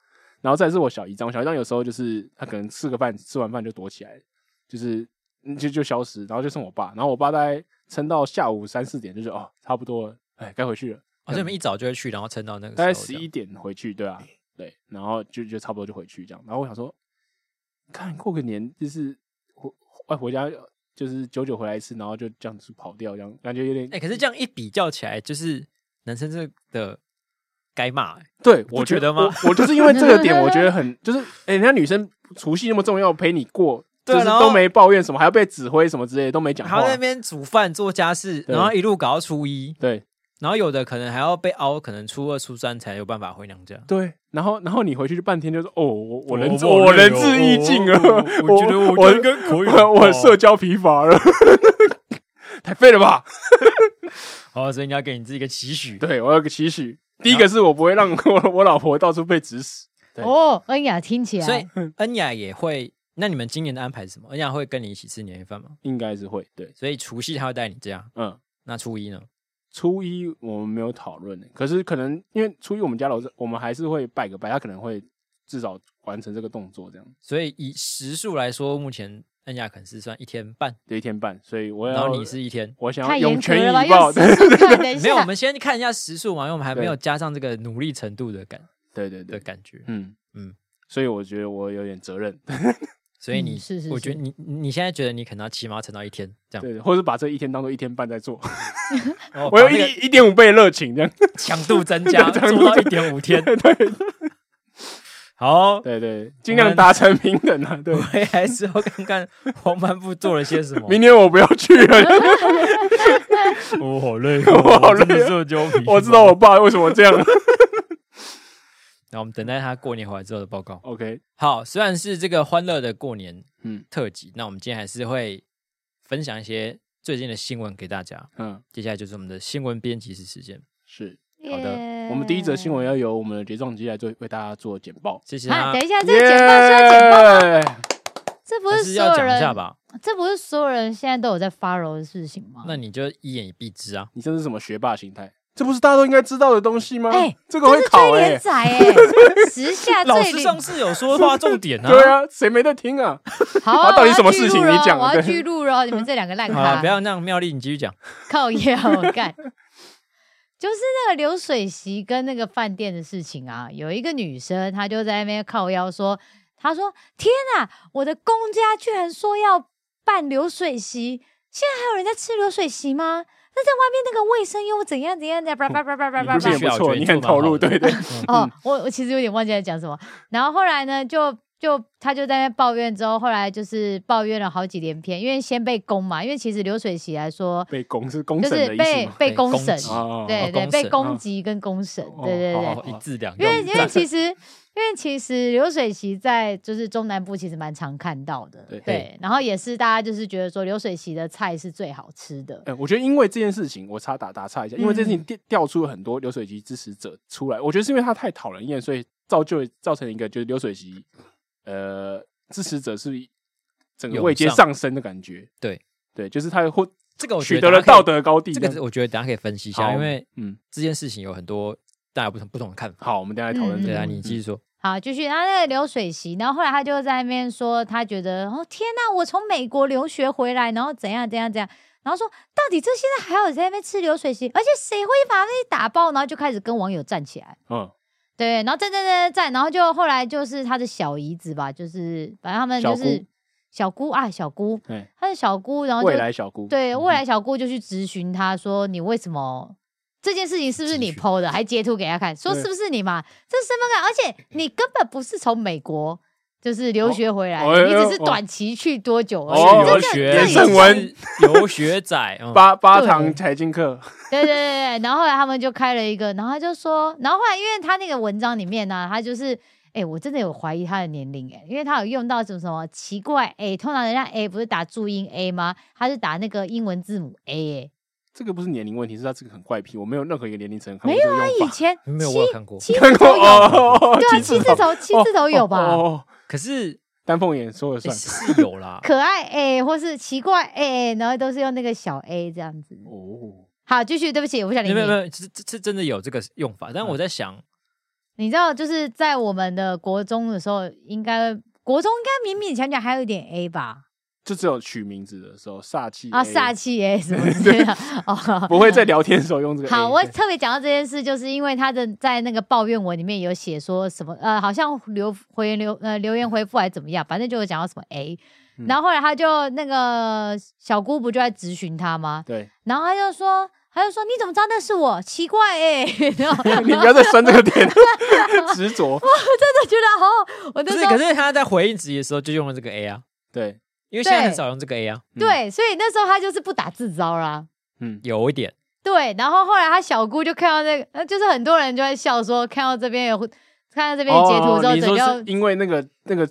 Speaker 2: 然后再是我小姨丈，我小姨丈有时候就是他可能吃个饭，吃完饭就躲起来，就是嗯就就消失，然后就剩我爸，然后我爸大概撑到下午三四点，就是哦差不多了，哎该回去了，
Speaker 1: 好像你们一早就会去，然后撑到那个
Speaker 2: 大概
Speaker 1: 时候
Speaker 2: 十
Speaker 1: 这样
Speaker 2: 一点回去，对啊，对，然后就就差不多就回去这样，然后我想说，看过个年就是回外婆家就是久久回来一次，然后就这样子跑掉，这样感觉有点
Speaker 1: 哎、可是这样一比较起来，就是男生这的该骂、欸，
Speaker 2: 对，
Speaker 1: 不
Speaker 2: 我
Speaker 1: 觉
Speaker 2: 觉
Speaker 1: 得吗
Speaker 2: 我我就是因为这个点，我觉得很就是，哎、人家女生除夕那么重要，陪你过，
Speaker 1: 对啊
Speaker 2: 就是
Speaker 1: 然后
Speaker 2: 都没抱怨什么，还要被指挥什么之类的，都没讲
Speaker 1: 还要
Speaker 2: 话
Speaker 1: 在。那边煮饭做家事，
Speaker 2: 对
Speaker 1: 然后一路搞到初一，
Speaker 2: 对
Speaker 1: 然后有的可能还要被熬，可能初二、初三才有办法回娘家。
Speaker 2: 对，然后然后你回去就半天就是，哦，我我人
Speaker 1: 我好
Speaker 2: 我
Speaker 1: 累
Speaker 2: 仁
Speaker 1: 哦
Speaker 2: 至义尽
Speaker 1: 我
Speaker 2: 了，
Speaker 1: 我觉得我
Speaker 2: 我
Speaker 1: 应该可以了吧
Speaker 2: 我我社交疲乏了， 太废了吧？
Speaker 1: 好，哦所以你要给你自己一个期许。
Speaker 2: 对我有个期许，第一个是我不会让我我老婆到处被指使，对
Speaker 3: 哦，恩雅听起来，
Speaker 1: 所以恩雅也会，那你们今年的安排是什么？恩雅会跟你一起吃年夜饭吗？
Speaker 2: 应该是会对，
Speaker 1: 所以除夕她会带你家，
Speaker 2: 嗯。
Speaker 1: 那初一呢？
Speaker 2: 初一我们没有讨论欸，可是可能因为初一我们家老师，我们还是会拜个拜，他可能会至少完成这个动作，这样
Speaker 1: 所以以时数来说，目前恩雅可能是算一天半，
Speaker 2: 就一天半，所以我要
Speaker 1: 然后你是一天。
Speaker 2: 我想
Speaker 3: 太
Speaker 2: 要
Speaker 3: 严
Speaker 2: 涌
Speaker 3: 格
Speaker 2: 泉
Speaker 3: 了吧？
Speaker 2: 以
Speaker 3: 用
Speaker 2: 报，
Speaker 3: 时
Speaker 2: 对
Speaker 3: 速看，等一
Speaker 1: 没有，我
Speaker 3: 下，
Speaker 1: 们先看一下时数嘛，因为我们还没
Speaker 2: 对
Speaker 1: 有加上这个努力程度的感
Speaker 2: 对对
Speaker 1: 的
Speaker 2: 对，
Speaker 1: 感觉。
Speaker 2: 嗯
Speaker 1: 嗯
Speaker 2: 嗯， 所以我觉得我有点责任，
Speaker 1: 所以
Speaker 3: 嗯
Speaker 1: 你、
Speaker 3: 是是
Speaker 1: 我觉
Speaker 3: 是
Speaker 1: 得你你现在觉得你可能要起码撑到一天这样，
Speaker 2: 对，或者把这一天当做一天半在做，
Speaker 1: 哦
Speaker 2: 我有
Speaker 1: 把那个
Speaker 2: 一一点五倍热情这样，
Speaker 1: 强度增加，
Speaker 2: 对强
Speaker 1: 做
Speaker 2: 度
Speaker 1: 到一
Speaker 2: 增
Speaker 1: 点五天。
Speaker 2: 对对
Speaker 1: 好，
Speaker 2: 对对，尽量达成平等啊，对
Speaker 1: 我。 回来之后看看黄斑部做了些什么。
Speaker 2: 明年我不要去 了，
Speaker 1: 我好累哦，
Speaker 2: 我好
Speaker 1: 真的
Speaker 2: 累哦
Speaker 1: 社交疲
Speaker 2: 我知
Speaker 1: 乏
Speaker 2: 道我。爸为什么这样。
Speaker 1: 那我们等待他过年回来之后的报告。
Speaker 2: OK，
Speaker 1: 好，虽然是这个欢乐的过年
Speaker 2: 嗯
Speaker 1: 特辑，那我们今天还是会分享一些最近的新闻给大家。
Speaker 2: 嗯，
Speaker 1: 接下来就是我们的新闻编辑室时间，
Speaker 2: 是
Speaker 1: 好的
Speaker 2: 我们第一则新
Speaker 3: 呃
Speaker 2: 闻要由我们的睫状肌来做为大家做简报。
Speaker 1: 谢谢
Speaker 3: 耶。啊，
Speaker 1: 他
Speaker 3: 等。一下，这个简报是要简报，
Speaker 2: 报。
Speaker 3: 这不
Speaker 1: 还
Speaker 3: 是
Speaker 1: 是
Speaker 3: 所
Speaker 1: 要
Speaker 3: 有
Speaker 1: 讲一下
Speaker 3: 人，
Speaker 1: 吧？
Speaker 3: 这不是所有人现在都有在 follow 的事情吗？
Speaker 1: 那你就一言以蔽之啊。
Speaker 2: 你这是什么学霸心态？这不是大家都应该知道的东西吗？
Speaker 3: 哎
Speaker 2: 这个
Speaker 3: 这
Speaker 2: 会
Speaker 3: 是
Speaker 2: 考
Speaker 3: 最
Speaker 2: 哎、
Speaker 3: 连载哎， 时下
Speaker 1: 欸老
Speaker 3: 最
Speaker 1: 师
Speaker 3: 连
Speaker 1: 上次有说划重 点啊。
Speaker 2: 对啊，谁没在听啊？
Speaker 3: 好啊，
Speaker 2: 啊 到底
Speaker 3: 我要
Speaker 2: 什么
Speaker 3: 记
Speaker 2: 事
Speaker 3: 录
Speaker 2: 情
Speaker 3: 了
Speaker 2: 你
Speaker 3: 哦
Speaker 2: 讲
Speaker 3: 我要
Speaker 2: 对
Speaker 3: 记录了哦，你们这两个烂
Speaker 1: 好了，
Speaker 3: 咖
Speaker 1: 啊不，要那样，妙丽，你继续讲。
Speaker 3: 靠腰干。 就是那个流水席跟那个饭店的事情啊，有一个女生她就在那边靠腰说，她说：“天啊，我的公家居然说要办流水席，现在还有人在吃流水席吗？那在外面那个卫生又怎样怎样的？叭叭叭叭叭叭
Speaker 2: 你
Speaker 3: 叭
Speaker 2: 不是也
Speaker 1: 需要
Speaker 2: 不错，
Speaker 1: 觉得
Speaker 2: 你
Speaker 1: 你做
Speaker 2: 很投入，
Speaker 1: 得蛮好
Speaker 2: 对对。
Speaker 3: 哦，我我其实有点忘记在讲什么。然后后来呢，就就他就在那边抱怨，之后后来就是抱怨了好几连篇，因为先被攻嘛，因为其实流水席来说，
Speaker 2: 被攻是攻
Speaker 3: 就
Speaker 2: 审的
Speaker 3: 是
Speaker 2: 意
Speaker 3: 被
Speaker 2: 思吗？
Speaker 1: 被
Speaker 3: 被公
Speaker 1: 攻
Speaker 3: 审
Speaker 1: 击，
Speaker 2: 哦
Speaker 3: 对
Speaker 1: 哦
Speaker 3: 对，
Speaker 1: 公
Speaker 3: 被
Speaker 1: 审
Speaker 3: 攻
Speaker 2: 嗯
Speaker 3: 击跟公审，
Speaker 2: 哦
Speaker 3: 对对
Speaker 2: 好
Speaker 3: 对
Speaker 2: 好。
Speaker 1: 一字两
Speaker 3: 因
Speaker 1: 用。
Speaker 3: 为因为其实因为其实流水席在就是中南部其实蛮常看到的，
Speaker 2: 对
Speaker 3: 对。然后也是大家就是觉得说流水席的菜是最好吃的，
Speaker 2: 哎、我觉得因为这件事情，我插打打岔一下，因为这件事
Speaker 3: 嗯
Speaker 2: 情调调出了很多流水席支持者出来，我觉得是因为他太讨人厌，所以造就造成一个就是流水席，呃，支持者是整个
Speaker 1: 涌
Speaker 2: 位阶
Speaker 1: 上
Speaker 2: 上升的感觉。
Speaker 1: 对
Speaker 2: 对，就是他或
Speaker 1: 这个我觉得
Speaker 2: 取得
Speaker 1: 大
Speaker 2: 了
Speaker 1: 家可以
Speaker 2: 道，德高地
Speaker 1: 这
Speaker 2: 样子。
Speaker 1: 个我觉得等一下可以分析一下，
Speaker 2: 好
Speaker 1: 因为
Speaker 2: 嗯，
Speaker 1: 这件事情有很多大家不同不同的看法。
Speaker 2: 好，我们等一下来讨论这
Speaker 1: 对
Speaker 2: 个。
Speaker 1: 啊，
Speaker 3: 嗯
Speaker 1: 你继续说。
Speaker 3: 好，继续。然后那个流水席，然后后来他就在那边说，他觉得哦天呐，我从美国留学回来，然后怎样怎样怎样，然后说到底这现在还有人在那边吃流水席，而且谁会把那些打爆？然后就开始跟网友站起来，
Speaker 2: 嗯，
Speaker 3: 对，然后站站站站站，然后就后来就是他的小姨子吧，就是反正他们
Speaker 2: 小
Speaker 3: 就
Speaker 2: 姑
Speaker 3: 是小姑啊，小姑，
Speaker 2: 哎，
Speaker 3: 他的小姑，然后
Speaker 2: 未
Speaker 3: 就
Speaker 2: 来小姑，
Speaker 3: 对未
Speaker 2: 嗯
Speaker 3: 来小姑就去咨询他说：“你为什么这件事情是不是你
Speaker 1: 咨询
Speaker 3: PO 的？还截图给他看，说
Speaker 2: 对
Speaker 3: 是不是你嘛？这身份感，而且你根本不是从美国就是留学回来，
Speaker 2: 哦哎
Speaker 3: 你
Speaker 2: 呦
Speaker 3: 只是
Speaker 2: 哦
Speaker 3: 短期去多久而已。
Speaker 2: 哦
Speaker 1: 留
Speaker 3: 这
Speaker 1: 学
Speaker 3: 这
Speaker 2: 这正 文
Speaker 1: 留学仔，嗯
Speaker 2: 八八
Speaker 3: 对
Speaker 2: 堂财经课，
Speaker 3: 对对对对，然后后来他们就开了一个，然后他就说，然后后来因为他那个文章里面呢、他就是，哎、我真的有怀疑他的年龄，哎，因为他有用到什么什么奇怪，哎、通常人家 A 不是打注音 A 吗？他是打那个英文字母 A，
Speaker 2: 这个不是年龄问题，是他这个很怪癖，我没有任何一个年龄层
Speaker 3: 没
Speaker 2: 有啊
Speaker 3: 哎、以前
Speaker 1: 没有
Speaker 3: 七
Speaker 1: 我有看过。
Speaker 3: 七
Speaker 2: 看
Speaker 3: 字
Speaker 2: 过
Speaker 3: 头有，
Speaker 2: 哦，
Speaker 3: 对啊，
Speaker 2: 七
Speaker 3: 七
Speaker 2: 字
Speaker 3: 字头七字头有吧？
Speaker 2: 哦，哦
Speaker 1: 可是
Speaker 2: 丹凤眼说了
Speaker 1: 欸
Speaker 2: 算，
Speaker 1: 是有啦，
Speaker 3: 哎可爱 A 或是奇怪 A，然后都是用那个小 A 这样子。
Speaker 2: 哦，
Speaker 3: 好，继续，对不起，我不想理
Speaker 1: 没有没有
Speaker 3: 你。嗯
Speaker 1: 没有，这这这真的有这个用法，但我在想，
Speaker 3: 你知道，就是在我们的国中的时候，应该国中应该勉勉强强还有一点 A 吧？
Speaker 2: 就只有取名字的时候煞气
Speaker 3: 啊，
Speaker 2: A
Speaker 3: 煞气 A 什么之 类的。哦，
Speaker 2: 不会在聊天的时 候用这个 A。
Speaker 3: 好，我特别讲到这件事，就是因为他的在那个抱怨文里面有写说什么，呃，好像留回言留呃留言回复还是怎么样，反正就有讲到什么 A，、
Speaker 2: 嗯
Speaker 3: 然后后来他就那个小姑不就在咨询他吗？
Speaker 2: 对，
Speaker 3: 然后他就说。他就说：“你怎么知道那是我？奇怪哎、 然后
Speaker 2: 你不要再酸这个点， 执着。
Speaker 3: 就觉得好，我
Speaker 1: 不，
Speaker 3: 就是说
Speaker 1: 可是他在回应自己的时候就用了这个 A 啊，
Speaker 2: 对，
Speaker 1: 因为现在很
Speaker 3: 对
Speaker 1: 少用这个 A 啊，
Speaker 3: 对，所以那时候他就是不打自招啦。
Speaker 2: 嗯，
Speaker 1: 有一点，
Speaker 3: 对，然后后来他小姑就看到那个，呃就是很多人就在笑说，看到这边有看到这边的截图之
Speaker 2: 哦
Speaker 3: 后，
Speaker 2: 你
Speaker 3: 整
Speaker 2: 说
Speaker 3: 个
Speaker 2: 是因为那个那个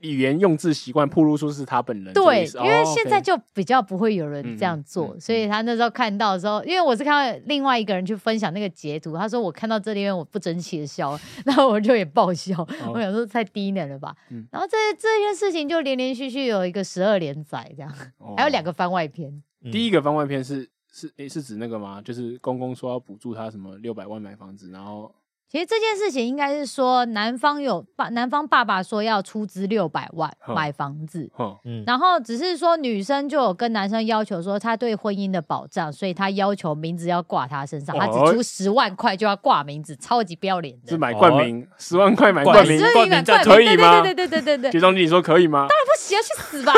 Speaker 2: 语言用字习惯，铺露出是他本人这个
Speaker 3: 对
Speaker 2: 意，思。
Speaker 3: 因为
Speaker 2: 哦
Speaker 3: 现
Speaker 2: OK
Speaker 3: 在就比较不会有人这样
Speaker 2: 嗯
Speaker 3: 做，
Speaker 2: 嗯嗯
Speaker 3: 所以他那时候看到的时候，因为我是看到另外一个人去分享那个截图，他说我看到这里面我不争气的笑， 然后我就也爆笑，我想说太低能了吧。
Speaker 2: 哦嗯
Speaker 3: 然后这这件事情就连连续续有一个十二连载这样，
Speaker 2: 哦
Speaker 3: 还有两个番外篇。
Speaker 1: 嗯
Speaker 2: 第一个番外篇是是诶是指那个吗？就是公公说要补助他什么六百万买房子，然后
Speaker 3: 其实这件事情应该是说，男方有爸，男方爸爸说要出资六百万
Speaker 2: 哼
Speaker 3: 买房子，
Speaker 2: 哼
Speaker 1: 嗯，
Speaker 3: 然后只是说女生就有跟男生要求说，她对婚姻的保障，所以她要求名字要挂她身上，她只出十万块就要挂名字，超级不要脸
Speaker 2: 哦是
Speaker 3: 的。
Speaker 2: 买冠名十万块买
Speaker 1: 冠
Speaker 2: 冠
Speaker 1: 名
Speaker 2: 名
Speaker 3: 所，以
Speaker 1: 冠
Speaker 3: 你买
Speaker 1: 名
Speaker 3: 冠
Speaker 1: 赞助
Speaker 3: 名
Speaker 2: 可以
Speaker 3: 对
Speaker 2: 吗
Speaker 3: 对对对对对对，
Speaker 2: 学长你说可以吗？
Speaker 3: 不行，去死吧！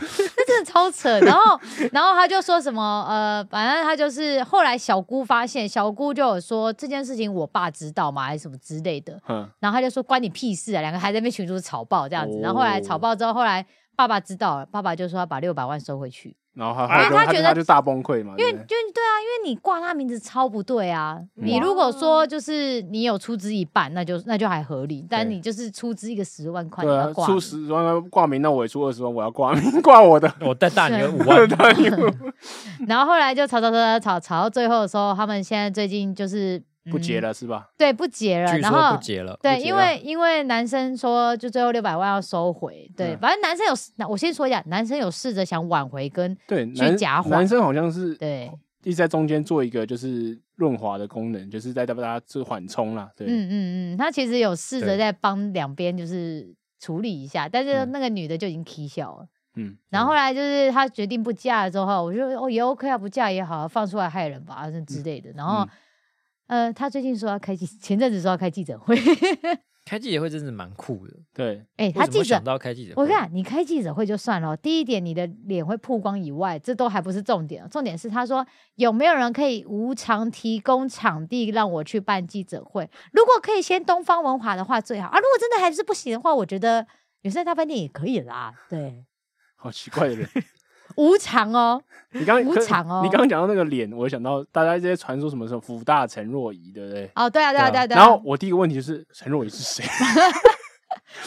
Speaker 3: 这真的超扯。然后，然后他就说什么呃，反正他就是后来小姑发现，小姑就有说这件事情我爸知道吗，还是什么之类的。
Speaker 2: 哼，
Speaker 3: 然后他就说关你屁事啊！两个还在那边群主吵爆这样子。然后后来
Speaker 2: 哦
Speaker 3: 吵爆之后，后来爸爸知道了，爸爸就说要把六百万收回去。
Speaker 2: 然后他
Speaker 1: 啊
Speaker 2: 他就
Speaker 3: 他
Speaker 2: 他就
Speaker 3: 觉得
Speaker 2: 他就大崩溃嘛，
Speaker 3: 因为
Speaker 2: 对
Speaker 3: 就
Speaker 2: 不对
Speaker 3: 对啊，因为你挂他名字超不对啊！
Speaker 2: 嗯
Speaker 3: 你如果说就是你有出资一半，那就那就还合理，但你就是出资一个十万块，你
Speaker 2: 对
Speaker 3: 要
Speaker 2: 啊，
Speaker 3: 挂
Speaker 2: 出
Speaker 3: 名
Speaker 2: 十万块挂名，那我也出二十万，我要挂名 挂我的，
Speaker 1: 我再大你个
Speaker 3: 是
Speaker 1: 五
Speaker 2: 嗯
Speaker 1: 万，
Speaker 3: 然后后来就吵吵吵吵吵吵到最后的时候，他们现在最近就是、嗯
Speaker 2: 不结，了是吧？
Speaker 3: 对，不结了，
Speaker 1: 据
Speaker 3: 然
Speaker 1: 说
Speaker 3: 后
Speaker 1: 不。结啊了，
Speaker 3: 对，
Speaker 2: 结
Speaker 3: 因
Speaker 2: 了
Speaker 3: 为因为男生说，就最后六百万要收回。对，
Speaker 2: 嗯
Speaker 3: 反正男生有，那我先说一下，男生有试着想挽回跟
Speaker 2: 对，
Speaker 3: 去
Speaker 2: 男
Speaker 3: 夹缓
Speaker 2: 男生好像是
Speaker 3: 对，
Speaker 2: 一直在中间做一个就是润滑的功能，就是在带大家做缓冲啦。对，
Speaker 3: 嗯嗯嗯，他其实有试着
Speaker 1: 对
Speaker 3: 在帮两边就是处理一下，但是
Speaker 2: 嗯
Speaker 3: 那个女的就已经踢笑了。
Speaker 2: 嗯，
Speaker 3: 然后后来就是他决定不嫁了之后，我就哦也 OK 啊，不嫁也好啊，放出来害人吧，那
Speaker 1: 嗯
Speaker 3: 之类的。然后、呃，他最近说要开记， 前阵子说要开记者会，
Speaker 1: 开记者会真的蛮酷的，
Speaker 2: 对，
Speaker 3: 哎、
Speaker 1: 为
Speaker 3: 他
Speaker 1: 什么
Speaker 3: 记
Speaker 1: 会
Speaker 3: 者
Speaker 1: 想。到开记者会？
Speaker 3: 我跟你讲，你开记者会就算了哦，第一点你的脸会曝光以外，这都还不是重点哦，重点是他说有没有人可以无偿提供场地让我去办记者会？如果可以先东方文华的话最好啊，如果真的还是不行的话，我觉得远山大饭店也可以啦。对，
Speaker 2: 好奇怪的 人。
Speaker 3: 无偿哦，
Speaker 2: 你刚
Speaker 3: 无
Speaker 2: 可
Speaker 3: 常哦
Speaker 2: 你刚刚讲到那个脸，我想到大家一直在传说什么什么福大陈若仪，对不对？
Speaker 3: 哦对啊对啊对啊对啊。
Speaker 2: 然后我第一个问题就是陈若仪是谁？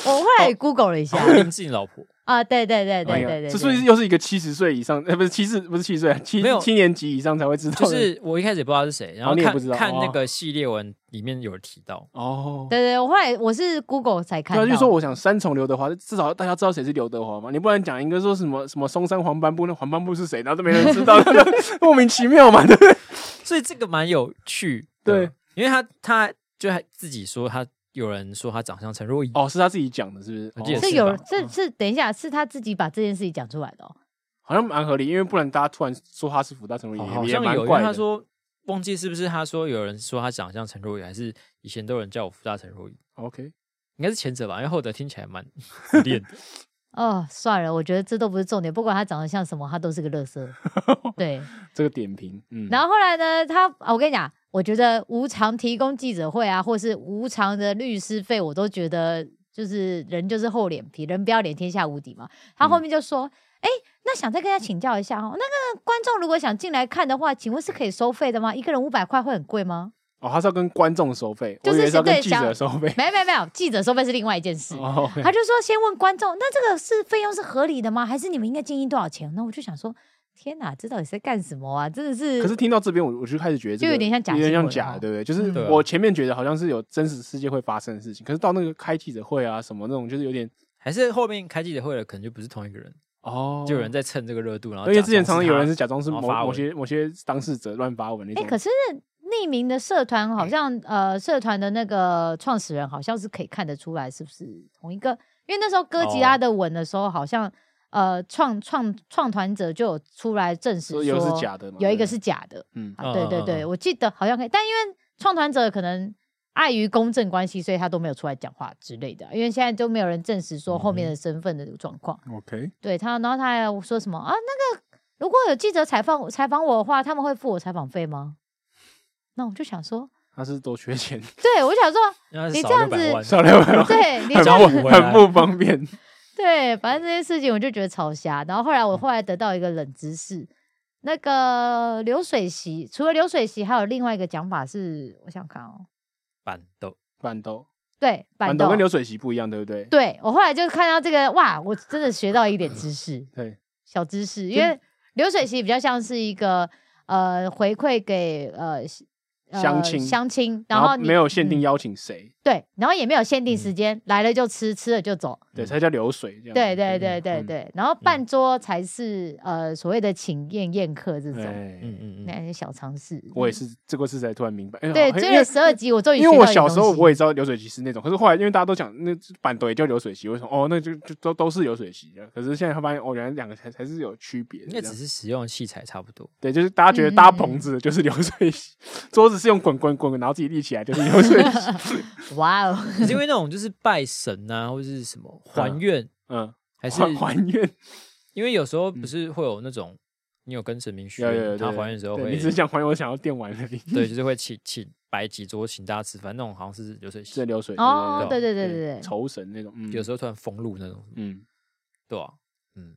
Speaker 3: 我后来也 Google 了一下
Speaker 1: 哦林志颖 老婆，
Speaker 3: 啊，对对对对
Speaker 2: 哎呀
Speaker 3: 对对，
Speaker 2: 这是不
Speaker 3: 对
Speaker 2: 是又是一个七十岁以上？呃，不是七十，不是七十岁啊，七
Speaker 1: 没有
Speaker 2: 七年级以上才会知道的。
Speaker 1: 就是我一开始也不知道是谁，然后
Speaker 2: 哦你也
Speaker 1: 看
Speaker 2: 不知道
Speaker 1: 看那
Speaker 2: 哦
Speaker 1: 个系列文里面有提到，
Speaker 2: 哦，
Speaker 3: 对对，我后来我是 Google 才看
Speaker 2: 对啊，
Speaker 3: 到。
Speaker 2: 就是说我想三重刘德华，至少大家知道谁是刘德华嘛。你不然讲一个说什么什么松山黄斑部，那黄斑部是谁，然后都没人 知道，那就莫名其妙嘛，对不对？
Speaker 1: 所以这个蛮有趣的，
Speaker 2: 对，
Speaker 1: 因为他他就还自己说他有人说他长相陈若仪，
Speaker 2: 哦，是他自己讲的，是不是？
Speaker 1: 我记得
Speaker 2: 哦
Speaker 1: 是
Speaker 3: 是嗯有
Speaker 1: 吧
Speaker 3: 人这是等一下是他自己把这件事情讲出来的哦。
Speaker 2: 好像蛮合理，因为不然大家突然说他是福大陈若仪，
Speaker 1: 好
Speaker 2: 也也
Speaker 1: 像
Speaker 2: 蛮
Speaker 1: 有，因为
Speaker 2: 怪的。
Speaker 1: 他说忘记是不是他说有人说他长相陈若仪，还是以前都有人叫我福大陈若仪，
Speaker 2: OK，
Speaker 1: 应该是前者吧，因为后者听起来 蛮 自恋的。
Speaker 3: 哦，算了，我觉得这都不是重点，不管他长得像什么，他都是个乐色。 对，
Speaker 2: 这个点评，嗯，
Speaker 3: 然后后来呢，他啊我跟你讲，我觉得无偿提供记者会啊，或是无偿的律师费，我都觉得就是人就是厚脸皮，人不要脸，天下无敌嘛。他后面
Speaker 2: 嗯
Speaker 3: 就说，哎、那想再跟他请教一下哦，那个观众如果想进来看的话，请问是可以收费的吗？一个人五百块会很贵吗？
Speaker 2: 哦，他是要跟观众收费，
Speaker 3: 就是
Speaker 2: 我以为是要跟
Speaker 3: 对
Speaker 2: 记
Speaker 3: 讲
Speaker 2: 者收 费。
Speaker 3: 没有没有没有，记者收费是另外一件事。
Speaker 2: 哦，OK，
Speaker 3: 他就说先问观众，那这个是费用是合理的吗？还是你们应该建议多少钱？那我就想说，天哪，这到底是在干什么啊？真的是，
Speaker 2: 可是听到这边，我我就开始觉得这
Speaker 3: 就
Speaker 2: 个
Speaker 3: 有点像假
Speaker 2: 有点
Speaker 3: 新闻
Speaker 2: 像假
Speaker 3: 哦
Speaker 2: 的，对不对？
Speaker 3: 嗯
Speaker 2: 就是
Speaker 1: 对啊
Speaker 2: 我前面觉得好像是有真实世界会发生的事情，可是到那个开记者会啊什么那种，就是有点
Speaker 1: 还是后面开记者会了，可能就不是同一个人。
Speaker 2: 哦，
Speaker 1: 就有人在蹭这个热度，然后
Speaker 2: 而且
Speaker 1: 哦假
Speaker 2: 之前常
Speaker 1: 装
Speaker 2: 常
Speaker 1: 是
Speaker 2: 有
Speaker 1: 他
Speaker 2: 人是假装是
Speaker 1: 然
Speaker 2: 某
Speaker 1: 后发
Speaker 2: 某
Speaker 1: 文
Speaker 2: 些某些当事者乱发文那
Speaker 3: 哎、
Speaker 2: 种。
Speaker 3: 可是匿名的社团好像呃，社团的那个创始人好像是可以看得出来是不是同一个，因为那时候哥吉拉
Speaker 1: 哦
Speaker 3: 的吻的时候，好像、呃创创创团者就有出来证实
Speaker 2: 说
Speaker 3: 说
Speaker 2: 有是假的嘛
Speaker 3: 有一个
Speaker 2: 对
Speaker 3: 是假的。
Speaker 2: 嗯，
Speaker 3: 啊，对对
Speaker 1: 嗯嗯
Speaker 3: 对，
Speaker 1: 嗯
Speaker 3: 我记得好像可以，但因为创团者可能碍于公正关系，所以他都没有出来讲话之类的，啊因为现在都没有人证实说后
Speaker 2: 嗯
Speaker 3: 面的身份的状况。
Speaker 2: OK，
Speaker 3: 对他，然后他还说什么啊？那个如果有记者采访采访我的话，他们会付我采访费吗？那我就想说，
Speaker 2: 他是多缺钱，
Speaker 3: 对我想说，
Speaker 1: 那是
Speaker 3: 你
Speaker 1: 少
Speaker 3: 这样
Speaker 1: 600
Speaker 3: 子
Speaker 1: 万
Speaker 2: 少两百万，
Speaker 3: 对你
Speaker 2: 很
Speaker 3: 这样
Speaker 1: 找
Speaker 2: 不
Speaker 1: 我
Speaker 3: 子，
Speaker 1: 回
Speaker 2: 很
Speaker 1: 来
Speaker 2: 不方便。
Speaker 3: 对，反正这些事情我就觉得超瞎。然后后来我后来得到一个冷知识，那个流水席，除了流水席，还有另外一个讲法是，我想看哦，
Speaker 1: 板豆，
Speaker 2: 板豆，
Speaker 3: 对，
Speaker 2: 板
Speaker 3: 板
Speaker 2: 豆
Speaker 3: 豆
Speaker 2: 跟。流水席不一样，对不对？
Speaker 3: 对我后来就看到这个，哇，我真的学到一点知识。
Speaker 2: 对，
Speaker 3: 小知识，因为流水席比较像是一个呃回馈给呃西呃
Speaker 2: 相亲
Speaker 3: 相亲，
Speaker 2: 然
Speaker 3: 后你
Speaker 2: 没有限定
Speaker 3: 嗯
Speaker 2: 嗯邀请谁，
Speaker 3: 对，然后也没有限定时间，来了就吃，吃了就走，
Speaker 1: 嗯
Speaker 2: 对，才叫流水这样。
Speaker 3: 对对对对
Speaker 2: 嗯，
Speaker 3: 对，然后办桌才是呃所谓的请宴宴客这种
Speaker 2: 哎
Speaker 1: 嗯，嗯
Speaker 3: 那
Speaker 1: 嗯，
Speaker 3: 些小常识，
Speaker 2: 我也是这个是才突然明白，哎
Speaker 3: 对
Speaker 2: 好因
Speaker 3: 追
Speaker 2: 为
Speaker 3: 了十二集，我终于
Speaker 2: 因为
Speaker 3: 学
Speaker 2: 我
Speaker 3: 到一个
Speaker 2: 小时候
Speaker 3: 东西
Speaker 2: 我也知道流水席是那种，可是后来因为大家都讲那板豆也叫流水席，为什么？哦，那就就都都是流水席的。可是现在发现，哦，原来两个才才是有区别
Speaker 1: 应该
Speaker 2: 的。
Speaker 1: 只是使用的器材差不多。
Speaker 2: 对，就是大家觉得
Speaker 3: 嗯
Speaker 2: 搭棚子就是流水席，桌子是用滚滚滚，然后自己立起来就是流水 席。
Speaker 3: 哇 哦，
Speaker 1: 可是因为那种就是拜神啊，或者是什么还愿，
Speaker 2: 嗯，
Speaker 1: 还是
Speaker 2: 还还 愿，
Speaker 1: 因为有时
Speaker 3: 嗯
Speaker 1: 候不是会有那种，你有跟神明许
Speaker 2: 有有有
Speaker 1: 愿，
Speaker 2: 对
Speaker 1: 他还愿的时候
Speaker 2: 对
Speaker 1: 会
Speaker 2: 你只是想还愿，我想要电玩而已。
Speaker 1: 对，就是会请请摆几桌请大家吃饭，那种好像是流水
Speaker 2: 是
Speaker 1: 席，
Speaker 2: 流水
Speaker 3: 哦，对
Speaker 2: 对
Speaker 3: 对对对对，
Speaker 2: 酬神那种，嗯
Speaker 1: 有时候突然封路那种，
Speaker 2: 嗯，
Speaker 1: 对啊，嗯，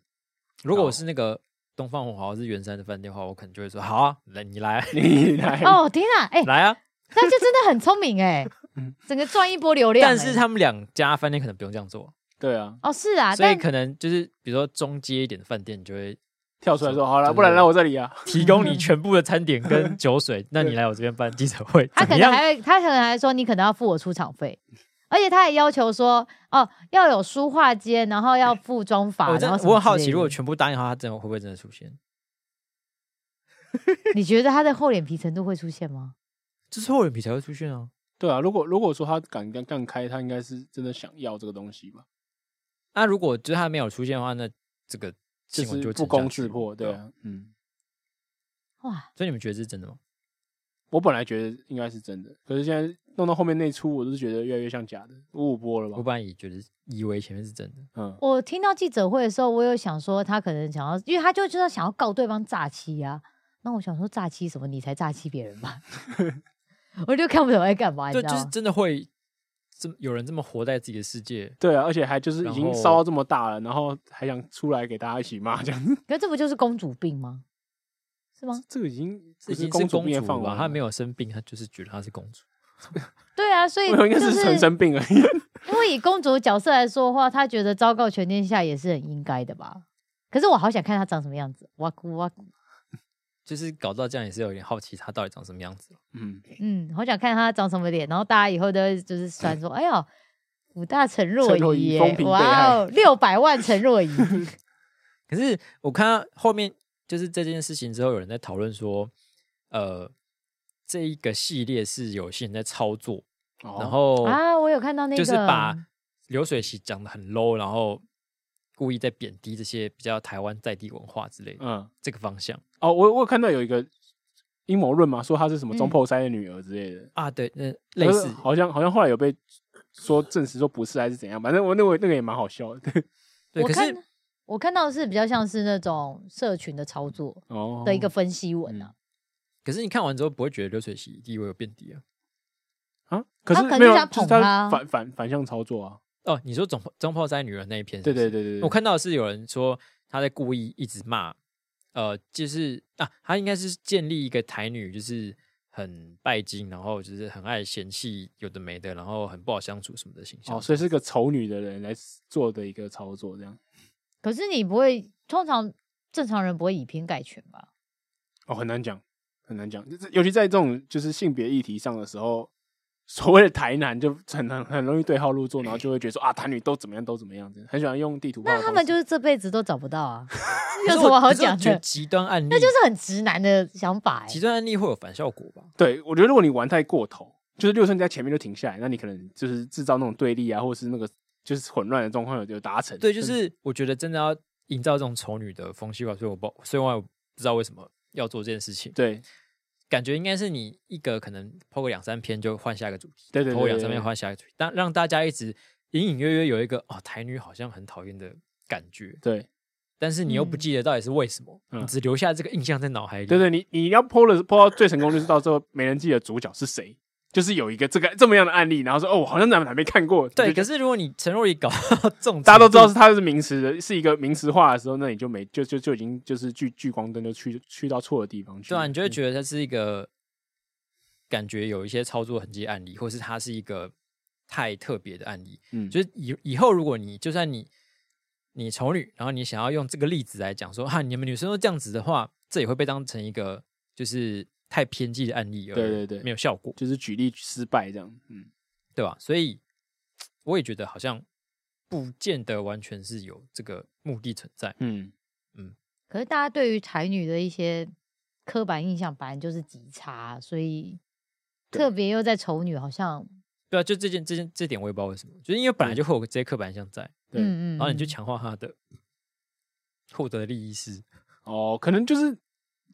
Speaker 1: 如果
Speaker 2: 哦
Speaker 1: 我是那个东方红豪是圆山的饭店的话，我可能就会说好啊，来你来
Speaker 2: 你来
Speaker 3: 哦天 啊，哎，
Speaker 1: 来 啊，
Speaker 3: 那就真的很聪明哎
Speaker 2: 嗯，
Speaker 3: 整个赚一波流量哎，
Speaker 1: 但是他们两家饭店可能不用这样做，
Speaker 2: 对啊，
Speaker 3: 哦是啊，
Speaker 1: 所以
Speaker 3: 但
Speaker 1: 可能就是比如说中阶一点的饭店，你 就会
Speaker 2: 跳出来说好了，
Speaker 1: 就是
Speaker 2: 不然来我这里啊。
Speaker 1: 提供你全部的餐点跟 酒水，那你来我这边办记者会，
Speaker 3: 他
Speaker 1: 怎
Speaker 3: 可能
Speaker 1: 么样？
Speaker 3: 还会，他可能还说你可能要付我出场费，而且他还要求说哦要有书画间，然后要付妆发，
Speaker 1: 我真
Speaker 3: 然后什么
Speaker 1: 我很好
Speaker 3: 之
Speaker 1: 奇，
Speaker 3: 类
Speaker 1: 如果
Speaker 3: 的
Speaker 1: 全部答应的话，他真的会不会真的出现？
Speaker 3: 你觉得他的厚脸皮程度会出现吗？
Speaker 1: 就是厚脸皮才会出现啊！
Speaker 2: 对啊，如果如果说他敢干干开，他应该是真的想要这个东西吧，
Speaker 1: 那如果就是他没有出现的话，那这个
Speaker 2: 就
Speaker 1: 新闻就
Speaker 2: 是不攻自破，对
Speaker 1: 对啊。
Speaker 2: 啊，嗯。
Speaker 3: 哇，
Speaker 1: 所以你们觉得这是真的吗？
Speaker 2: 我本来觉得应该是真的，可是现在弄到后面那出，我就觉得越来越像假的，五五波了
Speaker 1: 我
Speaker 2: 吧？
Speaker 1: 本来也觉得以为前面是真的，
Speaker 2: 嗯，
Speaker 3: 我听到记者会的时候，我有想说他可能想要，因为他就知道想要告对方诈欺啊。那我想说诈欺什么？你才诈欺别人 吧？我就看不懂在干嘛，你
Speaker 1: 对，
Speaker 3: 知
Speaker 1: 就
Speaker 3: 道
Speaker 1: 是
Speaker 3: 吗？
Speaker 1: 真的会这么有人这么活在自己的世界，
Speaker 2: 对啊，而且还就是已
Speaker 1: 然
Speaker 2: 经
Speaker 1: 后
Speaker 2: 烧到这么大了，然后还想出来给大家一起骂这样子，
Speaker 3: 可这不就是公主病吗？是吗？
Speaker 2: 这个已经
Speaker 1: 这已经
Speaker 2: 公
Speaker 1: 是公主
Speaker 2: 病的
Speaker 1: 了
Speaker 2: 范围
Speaker 1: 吧？她没
Speaker 2: 有，
Speaker 1: 有生病，她就是觉得她是公主。
Speaker 3: 对啊，所以
Speaker 2: 我应该
Speaker 3: 就是是
Speaker 2: 陈生病而已。
Speaker 3: 因为以公主的角色来说的话，她觉得昭告全天下也是很应该的吧。可是我好想看她长什么样子，哇哭哇哭，
Speaker 1: 就是搞到这样也是有点好奇她到底长什么样子了。
Speaker 2: 嗯，
Speaker 3: 嗯，好想看她长什么脸。然后大家以后都会就是传 说，哎呦，武大陈若
Speaker 2: 陈若
Speaker 3: 仪
Speaker 2: 仪
Speaker 3: 耶
Speaker 2: 风评被
Speaker 3: 哇哦，六百万陈若仪，
Speaker 1: 可是我看到后面就是这件事情之后，有人在讨论说，呃，这一个系列是有些人在操作，然
Speaker 2: 然
Speaker 1: 后
Speaker 3: 啊我有看到那
Speaker 1: 就是
Speaker 3: 个
Speaker 1: 把流水席讲的很 low，然后故意在贬低这些比较台湾在地文化之类的、
Speaker 2: 嗯，
Speaker 1: 这个方向
Speaker 2: 哦，我我有看到有一个阴谋论嘛，说她是什么中
Speaker 3: 嗯
Speaker 2: 破塞的女儿之类的，
Speaker 1: 啊，对，那类
Speaker 2: 可
Speaker 1: 似
Speaker 2: 是好像好像后来有被说证实说不是还是怎样，反正我那我那个也蛮好笑的。
Speaker 1: 对，
Speaker 3: 我
Speaker 1: 可
Speaker 3: 看
Speaker 1: 是
Speaker 3: 我看到的是比较像是那种社群的操作
Speaker 2: 哦
Speaker 3: 的一个分析文
Speaker 1: 嗯
Speaker 3: 啊，
Speaker 1: 可是你看完之后不会觉得流水席地位有变低啊？
Speaker 2: 啊，可
Speaker 3: 他
Speaker 2: 是
Speaker 3: 可能
Speaker 2: 没有，
Speaker 3: 是想
Speaker 2: 就是
Speaker 3: 捧
Speaker 2: 他
Speaker 3: 她
Speaker 2: 反反反向操作啊。
Speaker 1: 哦，你说中中炮灾女人那一篇是
Speaker 2: 对
Speaker 1: 不是
Speaker 2: 对对对，对
Speaker 1: 我看到的是有人说他在故意一直骂，呃，就是啊，他应该是建立一个台女，就是很拜金，然后就是很爱嫌弃有的没的，然后很不好相处什么的形象。
Speaker 2: 哦，所以是个丑女的人来做的一个操作，这样
Speaker 3: 可是你不会，通常正常人不会以偏概全吧？
Speaker 2: 哦很难讲，很难讲，就是尤其在这种就是性别议题上的时候，所谓的台南就很很很容易对号入座，然后就会觉得说啊，台女都怎么样都怎么样，很喜欢用地图炮的
Speaker 3: 那
Speaker 2: 方式。
Speaker 3: 他们就是这辈子都找不到 啊，有
Speaker 1: 可
Speaker 3: 什
Speaker 1: 是
Speaker 3: 么
Speaker 1: 我
Speaker 3: 好
Speaker 1: 可是我
Speaker 3: 讲
Speaker 1: 觉得
Speaker 3: 的？
Speaker 1: 极端案例，
Speaker 3: 那就是很直男的想法、
Speaker 1: 极
Speaker 3: 欸。
Speaker 1: 端案例会有反效果吧？
Speaker 2: 对我觉得，如果你玩太过头，就是六顺在前面就停下来，那你可能就是制造那种对立啊，或者是那个就是混乱的状况有有达成。
Speaker 1: 对，就是我觉得真的要营造这种丑女的风气吧，所以我不，所以我也不知道为什么要做这件事情。
Speaker 2: 对
Speaker 1: 感觉应该是你一个可能抛个两三篇就换下一个主题，
Speaker 2: 对对对
Speaker 1: 抛个两三
Speaker 2: 对
Speaker 1: 篇
Speaker 2: 对
Speaker 1: 换下一个主题，但让大家一直隐隐约约有一个哦，台女好像很讨厌的感觉，
Speaker 2: 对
Speaker 1: 但是你又不
Speaker 3: 嗯
Speaker 1: 记得到底是为什么，
Speaker 2: 嗯
Speaker 1: 你只留下这个印象在脑海里。
Speaker 2: 对对，你你要剖了剖到最成功，就是到最后没人记得主角是谁，就是有一个这个这么样的案例，然后说哦，我好像哪哪没看过。
Speaker 1: 对，
Speaker 2: 就
Speaker 1: 可是如果你陈若仪搞到 这种，
Speaker 2: 大家都知道是，他是名词的，是一个名词化的时候，那你就没就就就已经就是聚聚光灯就去去到错的地方去
Speaker 1: 对
Speaker 2: 了。
Speaker 1: 啊，你就会
Speaker 2: 嗯
Speaker 1: 觉得它是一个感觉有一些操作痕迹的案例，或是它是一个太特别的案例。
Speaker 2: 嗯
Speaker 1: 就是以以后，如果你就算你你丑女，然后你想要用这个例子来讲说哈，你们女生都这样子的话，这也会被当成一个就是太偏激的案例而
Speaker 2: 对对对
Speaker 1: 没有效果，
Speaker 2: 就是举例失败这样，嗯，
Speaker 1: 对吧？所以我也觉得好像不见得完全是有这个目的存在。
Speaker 2: 嗯，
Speaker 3: 可是大家对于台女的一些刻板印象本来就是极差，所以
Speaker 2: 对
Speaker 3: 特别又在丑女，好像
Speaker 1: 对啊，就这件这件这点我也不知道为什么，就是因为本来就会有这些刻板印象在，
Speaker 2: 对，
Speaker 3: 嗯嗯，
Speaker 1: 然后你就
Speaker 3: 嗯
Speaker 1: 强化他的获得的利益是，
Speaker 2: 哦，可能就是，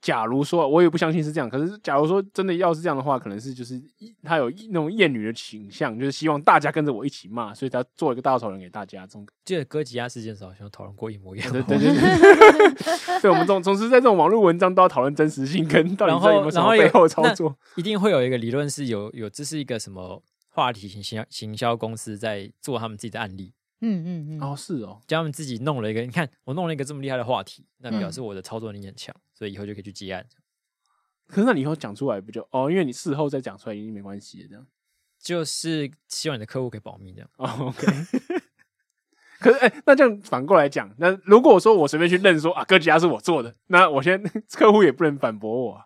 Speaker 2: 假如说，我也不相信是这样。可是，假如说真的要是这样的话，可能是就是一他有一那种厌女的倾向，就是希望大家跟着我一起骂，所以他做一个大草人给大家。这种，
Speaker 1: 记得哥吉拉事件的时候好像讨论过一模一样
Speaker 2: 对
Speaker 1: 的
Speaker 2: 对
Speaker 1: 话
Speaker 2: 对对，对我们总总是在这种网络文章都要讨论真实性跟到底
Speaker 1: 然
Speaker 2: 在有没
Speaker 1: 后
Speaker 2: 有什
Speaker 1: 然
Speaker 2: 么
Speaker 1: 后
Speaker 2: 背
Speaker 1: 有
Speaker 2: 后操
Speaker 1: 那
Speaker 2: 作。
Speaker 1: 一定会有一个理论是有有这是一个什么话题行销行销公司在做他们自己的案例，
Speaker 3: 嗯嗯嗯，
Speaker 2: 哦，是哦，
Speaker 1: 叫他们自己弄了一个，你看我弄了一个这么厉害的话题，那
Speaker 3: 嗯
Speaker 1: 表示我的操作能力很强，所以以后就可以去接案，
Speaker 2: 可是那你以后讲出来不就哦？因为你事后再讲出来已经没关系了，这样。
Speaker 1: 就是希望你的客户可以保密这样。
Speaker 2: 哦，OK。可是，哎、那这样反过来讲，那如果说我随便去认说啊，哥吉拉是我做的，那我现在 客户也不能反驳我啊。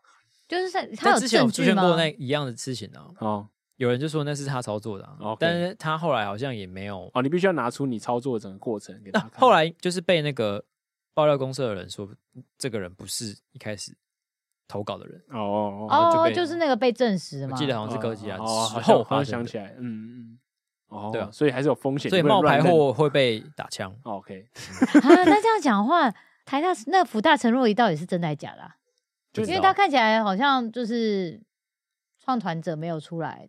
Speaker 3: 就是在他
Speaker 1: 但
Speaker 3: 有
Speaker 1: 之前有
Speaker 3: 证
Speaker 1: 出
Speaker 3: 据
Speaker 1: 现
Speaker 3: 吗？
Speaker 1: 过那一样的事情啊，
Speaker 2: 哦
Speaker 1: 有人就说那是他操作的、啊
Speaker 2: OK，
Speaker 1: 但是他后来好像也没有
Speaker 2: 哦，你必须要拿出你操作的整个过程给他
Speaker 1: 那
Speaker 2: 看。
Speaker 1: 啊后来就是被那个爆料公社的人说，这个人不是一开始投稿的人，
Speaker 2: 哦哦哦，
Speaker 1: 就
Speaker 3: 哦，
Speaker 1: 被
Speaker 3: 就是那个被证实
Speaker 1: 我
Speaker 3: 嘛，啊
Speaker 1: 记得好像是哥吉拉
Speaker 2: 哦哦
Speaker 1: 之
Speaker 2: 好
Speaker 1: 后
Speaker 2: 像
Speaker 1: 发
Speaker 2: 好像
Speaker 1: 生
Speaker 2: 想
Speaker 1: 的，
Speaker 2: 起来，嗯嗯嗯，哦，
Speaker 1: 对啊
Speaker 2: 所以还是有风险，
Speaker 1: 所以
Speaker 2: 你不能
Speaker 1: 冒牌
Speaker 2: 乱认。
Speaker 1: 货会被打枪。
Speaker 2: 哦 OK，
Speaker 3: 啊，那这样讲话，台大那福大陈若仪到底是真的还是假的啊、
Speaker 1: 不
Speaker 3: 因
Speaker 1: 知
Speaker 3: 为
Speaker 1: 道
Speaker 3: 她看起来好像就是创团者没有出来，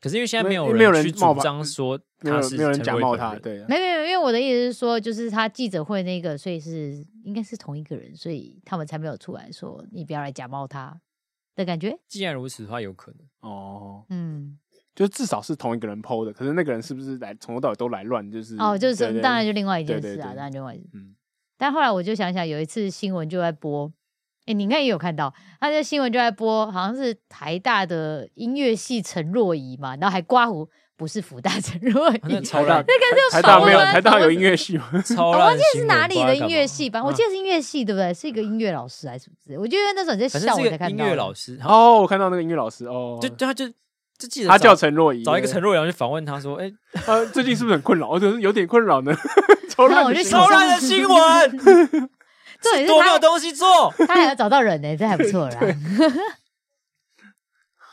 Speaker 1: 可是因为现在没
Speaker 2: 没有
Speaker 1: 有
Speaker 2: 没有人
Speaker 1: 去
Speaker 2: 冒
Speaker 1: 主
Speaker 2: 牌
Speaker 1: 张说
Speaker 2: 没
Speaker 1: 他
Speaker 2: 有
Speaker 1: 是
Speaker 2: 没有人
Speaker 1: 陈
Speaker 2: 假
Speaker 1: 瑞
Speaker 2: 冒
Speaker 1: 本
Speaker 2: 他，
Speaker 1: 人，
Speaker 2: 对啊，
Speaker 3: 没有没有，因为我的意思是说，就是他记者会那个，所以是应该是同一个人，所以他们才没有出来说你不要来假冒他的感觉。
Speaker 1: 既然如此的话，有可能。
Speaker 2: 哦，
Speaker 3: 嗯，
Speaker 2: 就至少是同一个人 PO 的，可是那个人是不是来从头到尾都来乱，就是
Speaker 3: 哦，就
Speaker 2: 对
Speaker 3: 是
Speaker 2: 对
Speaker 3: 当然就另外一件
Speaker 2: 对对
Speaker 3: 事啊，
Speaker 2: 对
Speaker 3: 当然就另外一件事。
Speaker 2: 嗯
Speaker 3: 但后来我就想想，有一次新闻就在播，哎，你应该也有看到，他的新闻就在播，好像是台大的音乐系陈若仪嘛，然后还刮胡，不是福大陈 若
Speaker 1: 啊那
Speaker 3: 仪，
Speaker 1: 超烂，
Speaker 2: 台大
Speaker 3: 访
Speaker 2: 没有
Speaker 3: 问
Speaker 2: 台大
Speaker 3: 访
Speaker 2: 有
Speaker 3: 问
Speaker 2: 音乐系吗？
Speaker 1: 超
Speaker 3: 我
Speaker 1: 烂
Speaker 3: 忘
Speaker 1: 的
Speaker 3: 记
Speaker 1: 新
Speaker 3: 是
Speaker 1: 闻。
Speaker 3: 哪里
Speaker 1: 不知道
Speaker 3: 的
Speaker 1: 在
Speaker 3: 音
Speaker 1: 干
Speaker 3: 乐
Speaker 1: 嘛，嗯
Speaker 3: 系吧，我记得是音乐系对不对？是一个音乐老师还是什么之类的？我就因为那时候你在
Speaker 1: 反
Speaker 3: 笑，
Speaker 1: 正
Speaker 3: 我
Speaker 1: 是一
Speaker 3: 才
Speaker 1: 个
Speaker 3: 看
Speaker 1: 音
Speaker 3: 到
Speaker 1: 乐
Speaker 3: 的。
Speaker 1: 老师，然后
Speaker 2: 哦，我看到那个音乐老师哦，
Speaker 1: 就就他就就记得
Speaker 2: 他
Speaker 1: 找
Speaker 2: 叫陈若仪，
Speaker 1: 找一个
Speaker 2: 对
Speaker 1: 陈若阳去访问他 说，哎，
Speaker 2: 呃，最近是不是很困扰？我就是有点困扰呢， 超
Speaker 3: 然
Speaker 2: 烂
Speaker 3: 后我
Speaker 2: 的
Speaker 3: 就
Speaker 2: 新
Speaker 3: 想
Speaker 2: 闻，
Speaker 1: 超
Speaker 3: 说
Speaker 1: 烂的新闻，
Speaker 3: 重点是
Speaker 1: 多没有
Speaker 3: 他
Speaker 1: 东西做。
Speaker 3: 他还有找到人呢、 这还不错啦。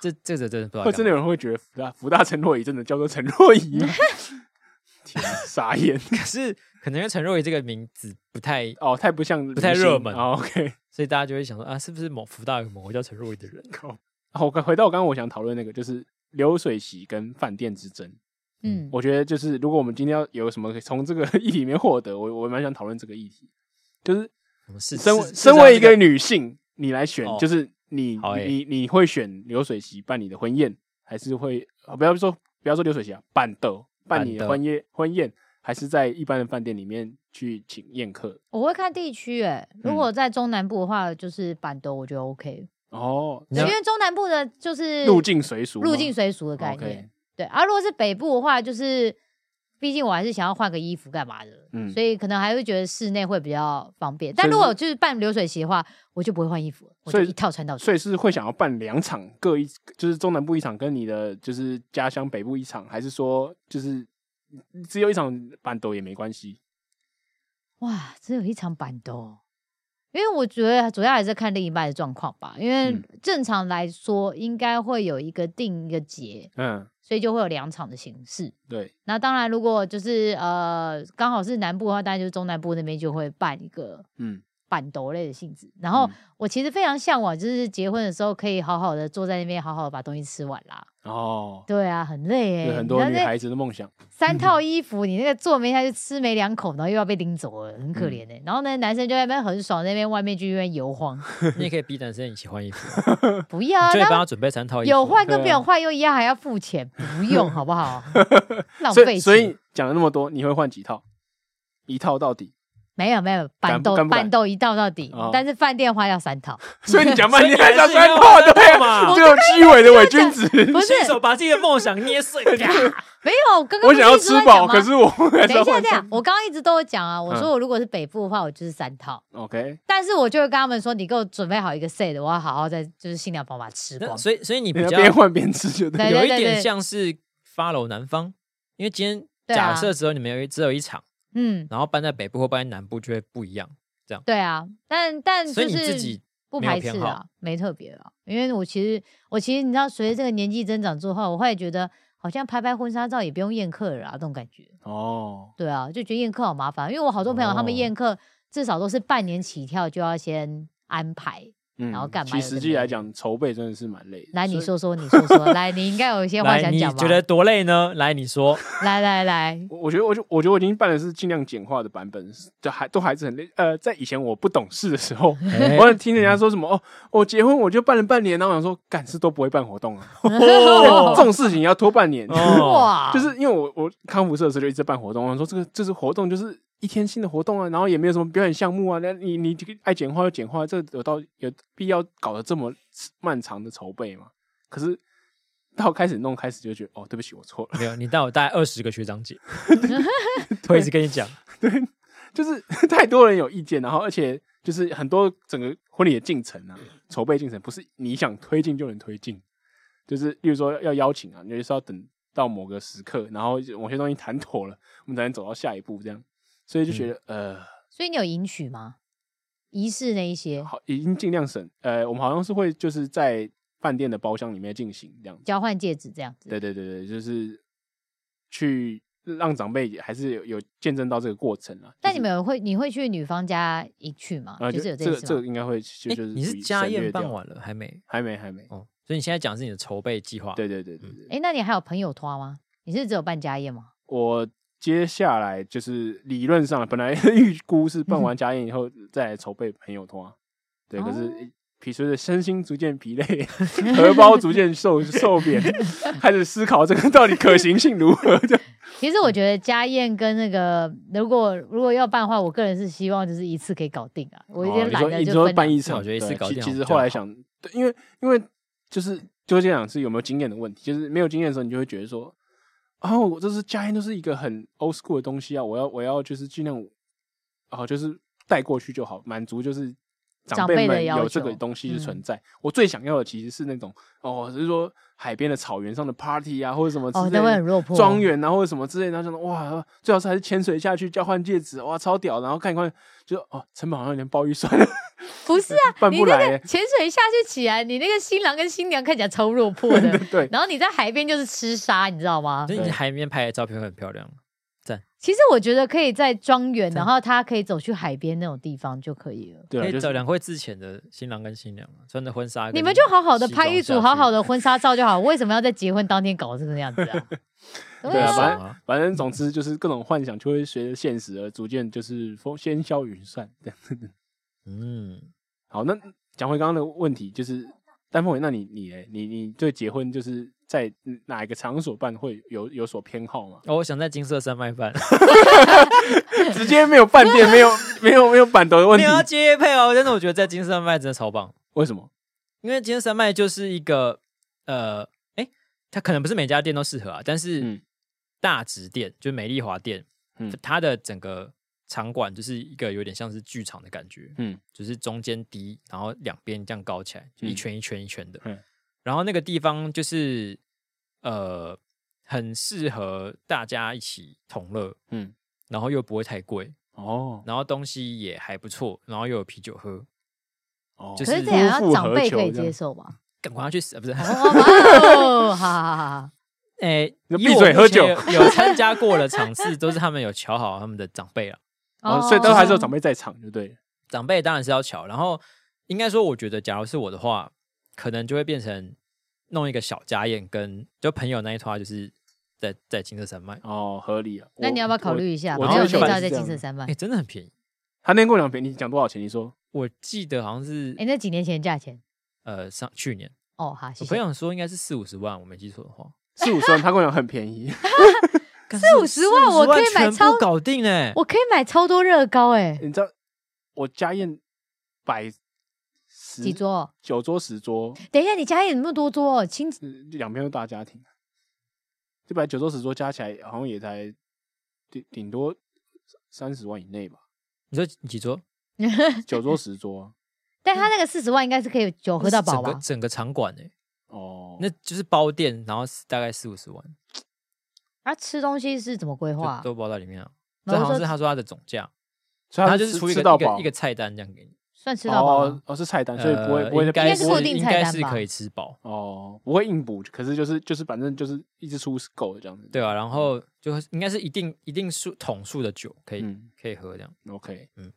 Speaker 1: 这这个真的不知道
Speaker 2: 会
Speaker 1: 在干
Speaker 2: 真
Speaker 1: 嘛。
Speaker 2: 的有人会觉得福大福大陈若仪真的叫做陈若仪吗？ 天啊，傻眼
Speaker 1: 可是可能因为陈若仪这个名字不太
Speaker 2: 哦，太不像
Speaker 1: 不太热门
Speaker 2: 哦。OK，
Speaker 1: 所以大家就会想说啊，是不是某福大有某个叫陈若仪的人？
Speaker 2: 好，我回到我刚刚我想讨论那个，就是流水席跟饭店之争。
Speaker 3: 嗯，
Speaker 2: 我觉得就是如果我们今天要有什么从这个议题里面获得，我我蛮想讨论这个议题，就是
Speaker 1: 什么事？
Speaker 2: 身
Speaker 1: 是啊
Speaker 2: 身为一，
Speaker 1: 是
Speaker 2: 个
Speaker 1: 这样
Speaker 2: 女性，你来选，
Speaker 1: 哦
Speaker 2: 就是你
Speaker 1: 好欸
Speaker 2: 你你会选流水席办你的婚宴，还是会呃不要说不要说流水席啊，办斗办你的
Speaker 1: 办斗
Speaker 2: 婚宴婚宴，还是在一般的饭店里面去请宴客？
Speaker 3: 我会看地区诶、
Speaker 1: 嗯
Speaker 3: 如果在中南部的话，就是板豆，我觉得 OK，、
Speaker 2: 哦，
Speaker 1: 你
Speaker 3: 因
Speaker 1: 要
Speaker 3: 为中南部的就是
Speaker 2: 入境随俗吗，
Speaker 3: 入境随俗的概
Speaker 2: OK
Speaker 3: 念。对啊，如果是北部的话，就是毕竟我还是想要换个衣服干嘛的，
Speaker 2: 嗯
Speaker 3: 所以可能还会觉得室内会比较方便。但
Speaker 2: 所以
Speaker 3: 如
Speaker 2: 是
Speaker 3: 果就是办流水席的话，我就不会换衣服了，我就
Speaker 2: 所以
Speaker 3: 一套穿到底。
Speaker 2: 所以是会想要办两场，各一就是中南部一场，跟你的就是家乡北部一场，还是说就是只有一场办斗也没关系？
Speaker 3: 哇，只有一场板的哦，因为我觉得主要还是看另一半的状况吧。因为
Speaker 2: 嗯
Speaker 3: 正常来说，应该会有一个定一个节，
Speaker 2: 嗯，
Speaker 3: 所以就会有两场的形式。
Speaker 2: 对，
Speaker 3: 那当然，如果就是呃刚好是南部的话，当然就是中南部那边就会办一个
Speaker 2: 嗯，
Speaker 3: 板斗类的性质。然后
Speaker 2: 嗯
Speaker 3: 我其实非常向往，就是结婚的时候可以好好的坐在那边，好好的把东西吃完啦。
Speaker 2: 哦，
Speaker 3: 对啊，很累哎、
Speaker 2: 对，很
Speaker 3: 你
Speaker 2: 多
Speaker 3: 知道
Speaker 2: 女
Speaker 3: 那
Speaker 2: 孩子的梦想，
Speaker 3: 三套衣服，你那个坐没下去，吃没两口，然后又要被拎走了，很
Speaker 2: 嗯
Speaker 3: 可怜哎、然后呢，男生就在那边很爽，在那边外面就那边游 晃，
Speaker 1: 你也可以逼男生一起换衣服啊，
Speaker 3: 不要啊，
Speaker 1: 你就得帮
Speaker 3: 那
Speaker 1: 他准备三套衣服啊。
Speaker 3: 有换跟没
Speaker 2: 对啊
Speaker 3: 有换又一样，还要付钱，不用好不 好？浪
Speaker 2: 所以
Speaker 3: 费
Speaker 2: 所
Speaker 3: 钱
Speaker 2: 以。讲了那么多，你会换几套？一套到底，
Speaker 3: 没有没有，
Speaker 2: 敢
Speaker 3: 板
Speaker 2: 不
Speaker 3: 豆
Speaker 2: 敢不敢
Speaker 3: 板豆一套到底
Speaker 2: 哦，
Speaker 3: 但是饭店花要三 套，
Speaker 2: 所以你讲半天
Speaker 1: 所以
Speaker 2: 还
Speaker 1: 你还
Speaker 2: 要
Speaker 1: 是
Speaker 2: 三
Speaker 1: 要
Speaker 2: 套，
Speaker 1: 换
Speaker 2: 对
Speaker 1: 套嘛
Speaker 2: 啊，这种虚伪的伪君子。
Speaker 3: 不是
Speaker 1: 亲手把自己的梦想捏碎。啪
Speaker 3: 没有。我刚刚 不
Speaker 2: 我
Speaker 3: 是
Speaker 2: 想要
Speaker 3: 一直
Speaker 2: 吃
Speaker 3: 在讲
Speaker 2: 饱，
Speaker 3: 吗
Speaker 2: 可是 我还 是
Speaker 3: 等
Speaker 2: 要
Speaker 3: 一下，
Speaker 2: 换
Speaker 3: 这
Speaker 2: 套。
Speaker 3: 样，我刚刚一直都有讲啊，我
Speaker 2: 嗯
Speaker 3: 说我如果是北部的话，我就是三套，
Speaker 2: OK，
Speaker 3: 但是我就会跟他们说，你给我准备好一个 set，我要好好在就是新娘房把它吃
Speaker 1: 那
Speaker 3: 光。
Speaker 1: 所以所以你比
Speaker 2: 你要
Speaker 1: 较
Speaker 2: 边换边吃就对。
Speaker 3: 对
Speaker 1: 有一
Speaker 3: 对
Speaker 1: 点
Speaker 3: 对
Speaker 1: 像是 follow 南方，因为今
Speaker 3: 对
Speaker 1: 天
Speaker 3: 啊
Speaker 1: 假设只有你们有一只有一场，
Speaker 3: 嗯，
Speaker 1: 然后搬在北部或搬在南部就会不一样，
Speaker 3: 对啊，但但
Speaker 1: 所以
Speaker 3: 就
Speaker 1: 你自
Speaker 3: 是
Speaker 1: 己
Speaker 3: 不
Speaker 1: 没有
Speaker 3: 排
Speaker 1: 偏
Speaker 3: 斥
Speaker 1: 好
Speaker 3: 啊，没特别啊，因为我其实我其实你知道，随着这个年纪增长之后，我会觉得好像拍拍婚纱照也不用宴客了啊，这种感觉。
Speaker 2: 哦，
Speaker 3: 对啊，就觉得宴客好麻烦，因为我好多朋友他们
Speaker 1: 哦
Speaker 3: 宴客至少都是半年起跳就要先安排。
Speaker 2: 嗯
Speaker 3: 然后干嘛
Speaker 2: 其
Speaker 3: 有的
Speaker 2: 实实际
Speaker 3: 没
Speaker 2: 来
Speaker 3: 的
Speaker 2: 讲，筹备真的是蛮累的。
Speaker 3: 来，你
Speaker 2: 所以
Speaker 3: 说说，你说说，来，你应该有一些话
Speaker 1: 来，
Speaker 3: 想
Speaker 1: 你
Speaker 3: 讲 吧
Speaker 1: 觉？得多累呢？来，你说，
Speaker 3: 来来来，
Speaker 2: 我我觉得，我就我觉得我已经办的是尽量简化的版本，就还都还是很累。呃，在以前我不懂事的时 候，
Speaker 1: 哎
Speaker 2: 我很听人家说什么哦，我结婚我就办了半年，然后我想说，干是都不会办活动啊，
Speaker 1: 哦
Speaker 2: 这种事情要拖半年。
Speaker 1: 哦，
Speaker 3: 哇，
Speaker 2: 就是因为我我康复社的时候就一直在办活动，我想说这个这是活动就是一天新的活动啊，然后也没有什么表演项目啊，那你你这个爱简化就简化，这有到有必要搞得这么漫长的筹备吗？可是到开始弄开始就觉得哦，对不起，我错了。
Speaker 1: 没有，你带我带二十个学长 姐，我一直跟你讲，
Speaker 2: 就是 太多人有意见，然后而且就是很多整个婚礼的进程
Speaker 3: 嗯
Speaker 2: 啊，筹备进程不是你想推进就能推进，就是例如说要邀请啊，你就是要等到某个时刻，然后某些东西谈妥了，我们才能走到下一步这样，所以就觉得、
Speaker 3: 嗯所以你有迎娶吗？仪式那一些
Speaker 2: 呃，好已经尽量省，呃，我们好像是会就是在饭店的包厢里面进行这样子，
Speaker 3: 交换戒指这样子，
Speaker 2: 对对对对，就是去让长辈也还是有有见证到这个过程啊。
Speaker 3: 但
Speaker 2: 就
Speaker 3: 你
Speaker 2: 是
Speaker 3: 们有会你会去女方家一去吗？
Speaker 2: 啊，
Speaker 3: 就是有
Speaker 2: 这
Speaker 3: 件
Speaker 2: 个
Speaker 3: 事
Speaker 2: 这
Speaker 3: 吗
Speaker 2: 个应该会就
Speaker 1: 哎
Speaker 2: 就是
Speaker 1: 你
Speaker 2: 属
Speaker 1: 是
Speaker 2: 于
Speaker 1: 家
Speaker 2: 省略
Speaker 1: 宴办
Speaker 2: 掉
Speaker 1: 完了还没？
Speaker 2: 还没，还没。
Speaker 1: 哦，所以你现在讲的是你的筹备计划。
Speaker 2: 对对对对对，
Speaker 3: 哎，那你还有朋友拖吗？你是只有办家宴吗？
Speaker 2: 我接下来就是理论上本来 预估是办完家宴以后再来筹备朋友通啊，对，可
Speaker 3: 哦
Speaker 2: 是。疲随着身心逐渐疲累，荷包逐渐瘦瘦 扁，开始思考这个到底可行性如何。这样
Speaker 3: 其实我觉得家宴跟那个，如果如果要办的话，我个人是希望就是一次可以搞定啊。我有点
Speaker 2: 哦
Speaker 3: 懒
Speaker 2: 你说
Speaker 3: 得
Speaker 2: 你
Speaker 3: 就
Speaker 2: 说
Speaker 3: 分两
Speaker 2: 办一
Speaker 1: 次
Speaker 2: 场，
Speaker 1: 我觉得一次
Speaker 2: 对
Speaker 1: 搞
Speaker 2: 其
Speaker 1: 定
Speaker 2: 其
Speaker 1: 好
Speaker 2: 实
Speaker 1: 像
Speaker 2: 后来
Speaker 1: 好
Speaker 2: 想，对，因为因为就是究竟讲是有没有经验的问题，就是没有经验的时候，你就会觉得说，哦，我这是家宴，都是一个很 old school 的东西啊，我要我要就是尽量，哦，就是带过去就好，满足就是长
Speaker 3: 长辈的
Speaker 2: 们
Speaker 3: 要
Speaker 2: 有这个
Speaker 3: 求
Speaker 2: 东西
Speaker 3: 嗯
Speaker 2: 的存在。我最想要的其实是那种哦，就是说海边的草原上的 party 啊，或者什么之
Speaker 3: 哦，
Speaker 2: 类
Speaker 3: 那会
Speaker 2: 的
Speaker 3: 很。落魄。
Speaker 2: 庄园啊，或者什么之类的，然后想到哇，最好是还是潜水下去交换戒指，哇，超屌！然后看一看，就哦，成本好像有点爆预算了，
Speaker 3: 不是啊，
Speaker 2: 办
Speaker 3: 你
Speaker 2: 不
Speaker 3: 那
Speaker 2: 来
Speaker 3: 个
Speaker 2: 耶。，
Speaker 3: 潜水下去起来，你那个新郎跟新娘看起来超落魄的
Speaker 2: 对，
Speaker 3: 然后你在海边就是吃沙，你知道吗
Speaker 1: 所？以你
Speaker 2: 对
Speaker 1: 海面拍的照片会很漂亮。
Speaker 3: 其实我觉得可以在庄园，
Speaker 1: 对
Speaker 3: 然后他可以走去海边那种地方就可以了。
Speaker 2: 对
Speaker 1: 可
Speaker 2: 啊，
Speaker 1: 以
Speaker 2: 就
Speaker 1: 找
Speaker 2: 是
Speaker 1: 两会之前的新郎跟新娘嘛穿着婚纱跟西装下去，
Speaker 3: 你们就好好的拍一组好好 的婚纱照就好，为什么要在结婚当天搞成这个样子啊？
Speaker 2: 对啊，
Speaker 1: 爽
Speaker 2: 反正
Speaker 1: 啊
Speaker 2: 反正总之就是各种幻想就会随着现实而逐渐就是风烟消云散。对，
Speaker 1: 嗯，？
Speaker 2: 好，那讲回刚刚的问题，就是丹凤眼，那你你嘞你你对结婚就是在哪一个场所办会有有所偏好吗
Speaker 1: 哦，我想在金色山脉办，
Speaker 2: 直接没有饭店，没有没有没有板头的问
Speaker 1: 你
Speaker 2: 题，
Speaker 3: 啊
Speaker 1: 要接配哦，真的，我觉得在金色山脉真的超棒，
Speaker 2: 为什么？
Speaker 1: 因为金色山脉就是一个呃，哎，它可能不是每家店都适合啊，但是
Speaker 2: 嗯
Speaker 1: 大直店，就是美丽华店，
Speaker 2: 嗯
Speaker 1: 它的整个场馆就是一个有点像是剧场的感觉，
Speaker 2: 嗯，
Speaker 1: 就是中间低，然后两边这样高起来，就一
Speaker 2: 嗯
Speaker 1: 圈一圈一圈的。
Speaker 2: 嗯
Speaker 1: 然后那个地方就是呃，很适合大家一起同乐，
Speaker 2: 嗯，
Speaker 1: 然后又不会太贵，
Speaker 2: 哦，
Speaker 1: 然后东西也还不错，然后又有啤酒喝，
Speaker 2: 哦
Speaker 1: 就
Speaker 3: 可是
Speaker 1: 是
Speaker 3: 这也要
Speaker 2: 夫妇
Speaker 3: 长
Speaker 2: 合
Speaker 3: 辈
Speaker 2: 球
Speaker 3: 可以
Speaker 2: 这样
Speaker 3: 接受 吧？
Speaker 1: 赶快去死啊！不是，
Speaker 3: 哦，哇哦好好好好，
Speaker 1: 哎，
Speaker 2: 就
Speaker 1: 以
Speaker 2: 闭
Speaker 1: 我
Speaker 2: 嘴
Speaker 1: 目
Speaker 2: 喝
Speaker 1: 前
Speaker 2: 酒
Speaker 1: 有有参加过的场 次，都是他们有瞧好他们的长辈了。
Speaker 2: 哦，所以都还是有长
Speaker 3: 辈。
Speaker 2: 辈在场，就对了。
Speaker 1: 长辈当然是要巧，然后应该说，我觉得假如是我的话，可能就会变成弄一个小家宴跟，就朋友那一团，就是在在金色山脉，
Speaker 2: 哦，合理啊。
Speaker 3: 那
Speaker 2: 我
Speaker 3: 你要不要考？虑一下？
Speaker 2: 我
Speaker 3: 朋友
Speaker 1: 我
Speaker 3: 睡
Speaker 1: 追求
Speaker 3: 觉
Speaker 2: 还
Speaker 3: 在
Speaker 2: 是这
Speaker 3: 金
Speaker 2: 样
Speaker 3: 色山脉
Speaker 1: 哎、，真的很便宜。
Speaker 2: 我他那天跟我讲，你讲多少钱？你说
Speaker 1: 我记得好像是
Speaker 3: 哎，那几年前的价钱
Speaker 1: 呃上去年，
Speaker 3: 哦，好，谢谢
Speaker 1: 我朋。友说应该是四五十万，我没记错的话，
Speaker 2: 四五十万，他跟我讲很便宜。
Speaker 1: 干
Speaker 3: 四五十万
Speaker 1: 四五
Speaker 3: 我可以买
Speaker 1: 全部
Speaker 3: 超
Speaker 1: 搞定哎、
Speaker 3: 我可以买超多乐高哎，
Speaker 2: 你知道我家宴摆十
Speaker 3: 几桌？哦
Speaker 2: 九桌十桌，
Speaker 3: 等一下，你家里有那么多桌哦，亲
Speaker 2: 呃两边都大家庭，啊就摆九桌十桌加起来好像也才顶顶多三十万以内 吧。
Speaker 1: 你说几桌？
Speaker 2: 九桌十桌啊，
Speaker 3: 但他那个四十万应该是可以酒喝到饱
Speaker 1: 那是整
Speaker 3: 吧
Speaker 1: 个？整个场馆哎、
Speaker 2: 哦，
Speaker 1: 那就是包店，然后大概四五十万，
Speaker 3: 而啊吃东西是怎么规划
Speaker 1: 就？都包在里面啊。
Speaker 3: 然
Speaker 1: 这
Speaker 3: 后
Speaker 1: 好像
Speaker 3: 说
Speaker 1: 是他说他的总价，
Speaker 2: 所以
Speaker 1: 他就
Speaker 2: 吃
Speaker 1: 是出一
Speaker 2: 吃
Speaker 1: 个
Speaker 2: 到
Speaker 1: 一个
Speaker 2: 饱
Speaker 1: 一个菜单这样给你。
Speaker 3: 算吃到饱
Speaker 2: 哦
Speaker 3: 吗？
Speaker 2: 哦是菜 单，所以不会
Speaker 1: 呃
Speaker 2: 不
Speaker 1: 应
Speaker 2: 会再
Speaker 1: 该
Speaker 3: 应该
Speaker 1: 是
Speaker 3: 是固定
Speaker 1: 应
Speaker 3: 菜
Speaker 1: 该
Speaker 3: 单
Speaker 1: 是
Speaker 3: 吧
Speaker 1: 可以吃饱，
Speaker 2: 哦不会硬补，可是就是就是反正就是一直出够的这样子。
Speaker 1: 对啊，然后就应该是一定一定数桶数的酒可以、
Speaker 2: 嗯
Speaker 1: 可以喝这样，
Speaker 2: ，OK，
Speaker 1: 嗯
Speaker 2: 嗯，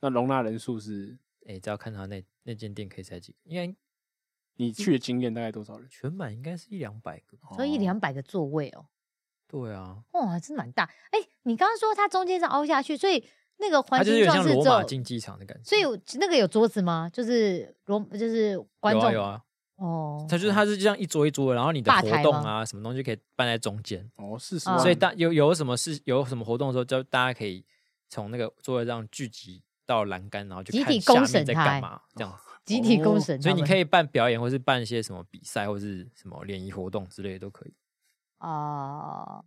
Speaker 2: 那容纳人数是
Speaker 1: 哎、只要看他那那间店可以塞几个，应该
Speaker 2: 你去的经验大概多少人？
Speaker 1: 全满应该是一两百个，
Speaker 3: 所以一两百个座位哦，
Speaker 1: 对啊，
Speaker 3: 哇，还真蛮大。哎，你刚刚说它中间是凹下去，所以那个
Speaker 1: 它
Speaker 3: 环
Speaker 1: 就是
Speaker 3: 形
Speaker 1: 有点
Speaker 3: 状
Speaker 1: 像
Speaker 3: 是
Speaker 1: 罗马
Speaker 3: 走，
Speaker 1: 竞技场的感觉，啊
Speaker 3: 所以有那个有桌子吗？就是罗就是观
Speaker 1: 有啊
Speaker 3: 众
Speaker 1: 有啊，
Speaker 3: 哦，
Speaker 1: 它就是它是这样一桌一桌的，然后你的
Speaker 3: 吧
Speaker 1: 活
Speaker 3: 台
Speaker 1: 动
Speaker 3: 吗
Speaker 1: 啊什么东西可以办在中间，
Speaker 2: 哦四十
Speaker 3: 嗯
Speaker 2: 万，
Speaker 1: 所以大有有什么事有什么活动的时候，就大家可以从那个座位上聚集到栏杆，然后就
Speaker 3: 集
Speaker 1: 看
Speaker 3: 体
Speaker 1: 下
Speaker 3: 公
Speaker 1: 面
Speaker 3: 审
Speaker 1: 在
Speaker 3: 它
Speaker 1: 干
Speaker 3: 欸
Speaker 1: 嘛这样子。
Speaker 3: 集体
Speaker 2: 哦
Speaker 3: 公审他
Speaker 1: 哦所以
Speaker 3: 们，
Speaker 1: 你可以办表演，或是办一些什么比赛，或是什么联谊活动之类的都可以。
Speaker 3: 啊，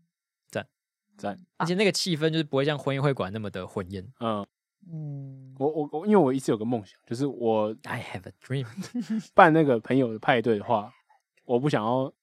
Speaker 2: 赞，
Speaker 1: 而且那个气氛就是不会像婚宴会馆那么的婚宴。
Speaker 2: 嗯。
Speaker 3: 嗯，
Speaker 2: 我我我，因为我一直有个梦想，就是我
Speaker 1: I have a dream，
Speaker 2: 办那个朋友的派对的话，我不想要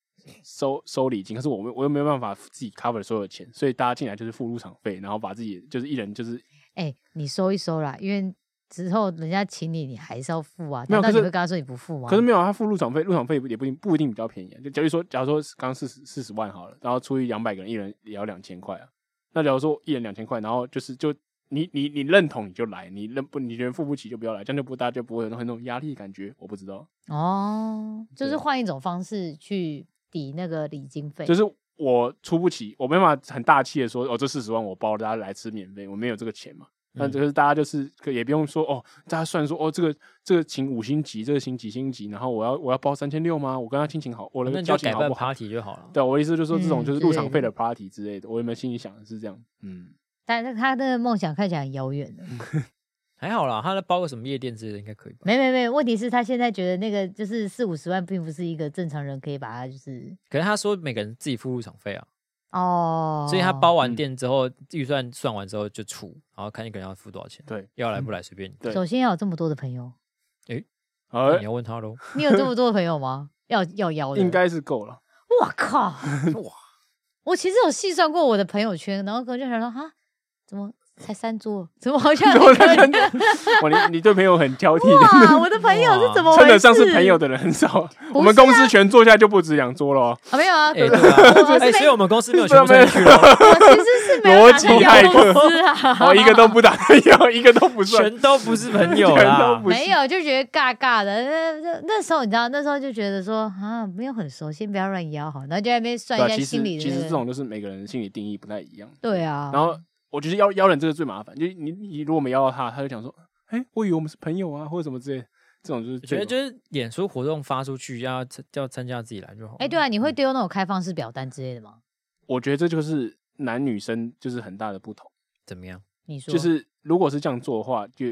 Speaker 2: 收收礼金，可是我们我又没有办法自己 cover 所有钱，所以大家进来就是付入场费，然后把自己就是一人就是
Speaker 3: 哎，你收一收啦，因为之后人家请你，你还是要付啊。
Speaker 2: 没有
Speaker 3: 难道
Speaker 2: 可
Speaker 3: 你
Speaker 2: 是
Speaker 3: 会跟他说你不付吗？
Speaker 2: 可是没有啊，他付入场费，入场费也不一定不一定比较便宜、啊。就假如说，假如说刚四十四十万好了，然后除以两百个人，一人也要两千块啊。那假如说一人两千块，然后就是就你你你认同你就来，你认不你觉得付不起就不要来，这样就不大家就不会有那种压力感觉。我不知道，
Speaker 3: 哦，就是
Speaker 1: 对
Speaker 3: 换一种方式去抵那个礼金费，
Speaker 2: 就是我出不起，我没办法很大气的说哦，这四十万我包，大家来吃免费，我没有这个钱嘛。那
Speaker 1: 嗯
Speaker 2: 就是大家就是可也不用说哦，大家算说哦，这个这个请五星级，这个请几星级，然后我要我要包三千六吗？我跟他亲情好， 我
Speaker 1: 哦那
Speaker 2: 的
Speaker 1: 你
Speaker 2: 交
Speaker 1: 就
Speaker 2: 情
Speaker 1: 改
Speaker 2: 好
Speaker 1: 办
Speaker 2: 不好？
Speaker 1: party 就好了。
Speaker 2: 对，啊我的意思就是说，这种
Speaker 3: 嗯
Speaker 2: 就是
Speaker 3: 之
Speaker 2: 入
Speaker 3: 类
Speaker 2: 场费
Speaker 3: 的
Speaker 2: 的 party 之类的，我有没有心里想的是这样？嗯，
Speaker 3: 但是他的梦想看起来很遥远的。
Speaker 1: 还好啦，他包括什么夜店之类的，应该可以吧？
Speaker 3: 没没没，问题是他现在觉得那个就是四五十万，并不是一个正常人可以把它就是
Speaker 1: 可是他说每个人自己付入场费啊，
Speaker 3: 哦，
Speaker 1: 所以他包完
Speaker 2: 嗯
Speaker 1: 店之后，预算算完之后就出，然后看一个人要付多少钱，
Speaker 2: 对，
Speaker 1: 要来不来随便你。
Speaker 2: 对
Speaker 3: 首先要有这么多的朋友，
Speaker 1: 那
Speaker 2: 呃
Speaker 1: 你，要问他喽。
Speaker 3: 你有这么多的朋友吗？要要邀的，
Speaker 2: 应。该是够了。
Speaker 3: 我靠，哇！我其实有细算过我的朋友圈，然后可能就想说，哈，怎么才三桌？怎么好像
Speaker 2: 我在想哇，你你对朋友很挑剔的，
Speaker 3: 哇，我的朋友是怎么
Speaker 2: 称得
Speaker 3: 回
Speaker 2: 上是
Speaker 3: 事
Speaker 2: 朋友的人很少。
Speaker 3: 不
Speaker 2: 我们
Speaker 3: 是
Speaker 2: 公司全坐下就不止两桌了哦，
Speaker 3: 啊？没有啊，
Speaker 1: 哎，
Speaker 3: 可
Speaker 1: 对
Speaker 3: 我
Speaker 1: 啊，
Speaker 3: 是被
Speaker 1: 哎，所以我们公司没有
Speaker 2: 这
Speaker 1: 全部
Speaker 2: 没
Speaker 1: 进去了，
Speaker 3: 我其实是没有打算邀公司啊，
Speaker 2: 我哦一个都不打算要，一个都不算。
Speaker 1: 全都不是朋友
Speaker 2: 全都
Speaker 1: 啦
Speaker 2: 不。
Speaker 3: 没有，就觉得尬尬的。那那那时候你知道，那时候就觉得说啊，没有很熟，先不要乱邀好，然后就在那边算
Speaker 2: 对啊，
Speaker 3: 一下
Speaker 2: 其实
Speaker 3: 心里的
Speaker 2: 其
Speaker 3: 那
Speaker 2: 实
Speaker 3: 个、
Speaker 2: 这种就是每个人心理定义不太一样。
Speaker 3: 对啊，
Speaker 2: 然后我觉得邀邀人这个最麻烦，就是你你如果没邀到他，他就想说，哎，我以为我们是朋友啊，或者什么之类的，这种就是
Speaker 1: 我觉得
Speaker 2: 最
Speaker 1: 就是演出活动发出去，要要参加自己来就好。
Speaker 3: 哎、对啊，你会丢那种开放式表单之类的吗？
Speaker 2: 我觉得这就是男女生就是很大的不同。
Speaker 1: 怎么样？
Speaker 3: 你说
Speaker 2: 就是如果是这样做的话，就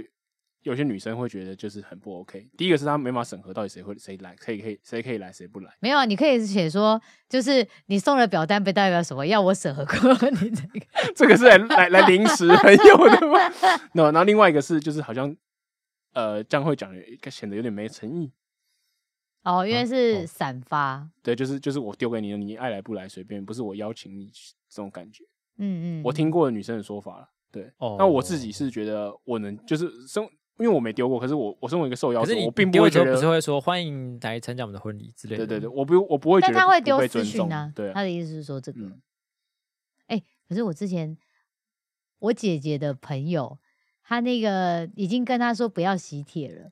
Speaker 2: 有些女生会觉得就是很不 OK。第一个是她没法审核到底谁会谁来，可以可以谁可以来谁不来。
Speaker 3: 没有，啊，你可以写说，就是你送的表单不代表什么，要我审核过 你这个。
Speaker 2: 这个是来来来临时朋友的吗？ 那、然后另外一个是就是好像呃这样会讲显得有点没诚意。
Speaker 3: 哦，因为
Speaker 1: 嗯
Speaker 3: 是
Speaker 1: 哦
Speaker 3: 散发，
Speaker 2: 对，就是就是我丢给你的，你爱来不来随便，不是我邀请你去这种感觉。
Speaker 3: 嗯嗯，
Speaker 2: 我听过女生的说法了。对，
Speaker 1: 哦
Speaker 2: 那我自己是觉得我能就是身，因为我没丢过，可是我我身为一个受邀
Speaker 1: 可
Speaker 2: 者
Speaker 1: 是，你
Speaker 2: 我并
Speaker 1: 丢
Speaker 2: 不会
Speaker 1: 的时候
Speaker 2: 觉得
Speaker 1: 不是会说欢迎来参加我们的婚礼之类的
Speaker 2: 对
Speaker 1: 吗。
Speaker 2: 对对，我不我不会觉
Speaker 3: 但
Speaker 2: 得
Speaker 3: 他会
Speaker 2: 不
Speaker 3: 丢
Speaker 2: 被
Speaker 3: 私
Speaker 2: 尊
Speaker 3: 讯
Speaker 2: 重
Speaker 3: 啊。
Speaker 2: 对
Speaker 3: 他的意思是说这个
Speaker 2: 嗯。
Speaker 3: 哎、可是我之前我姐姐的朋友，她那个已经跟她说不要喜帖了，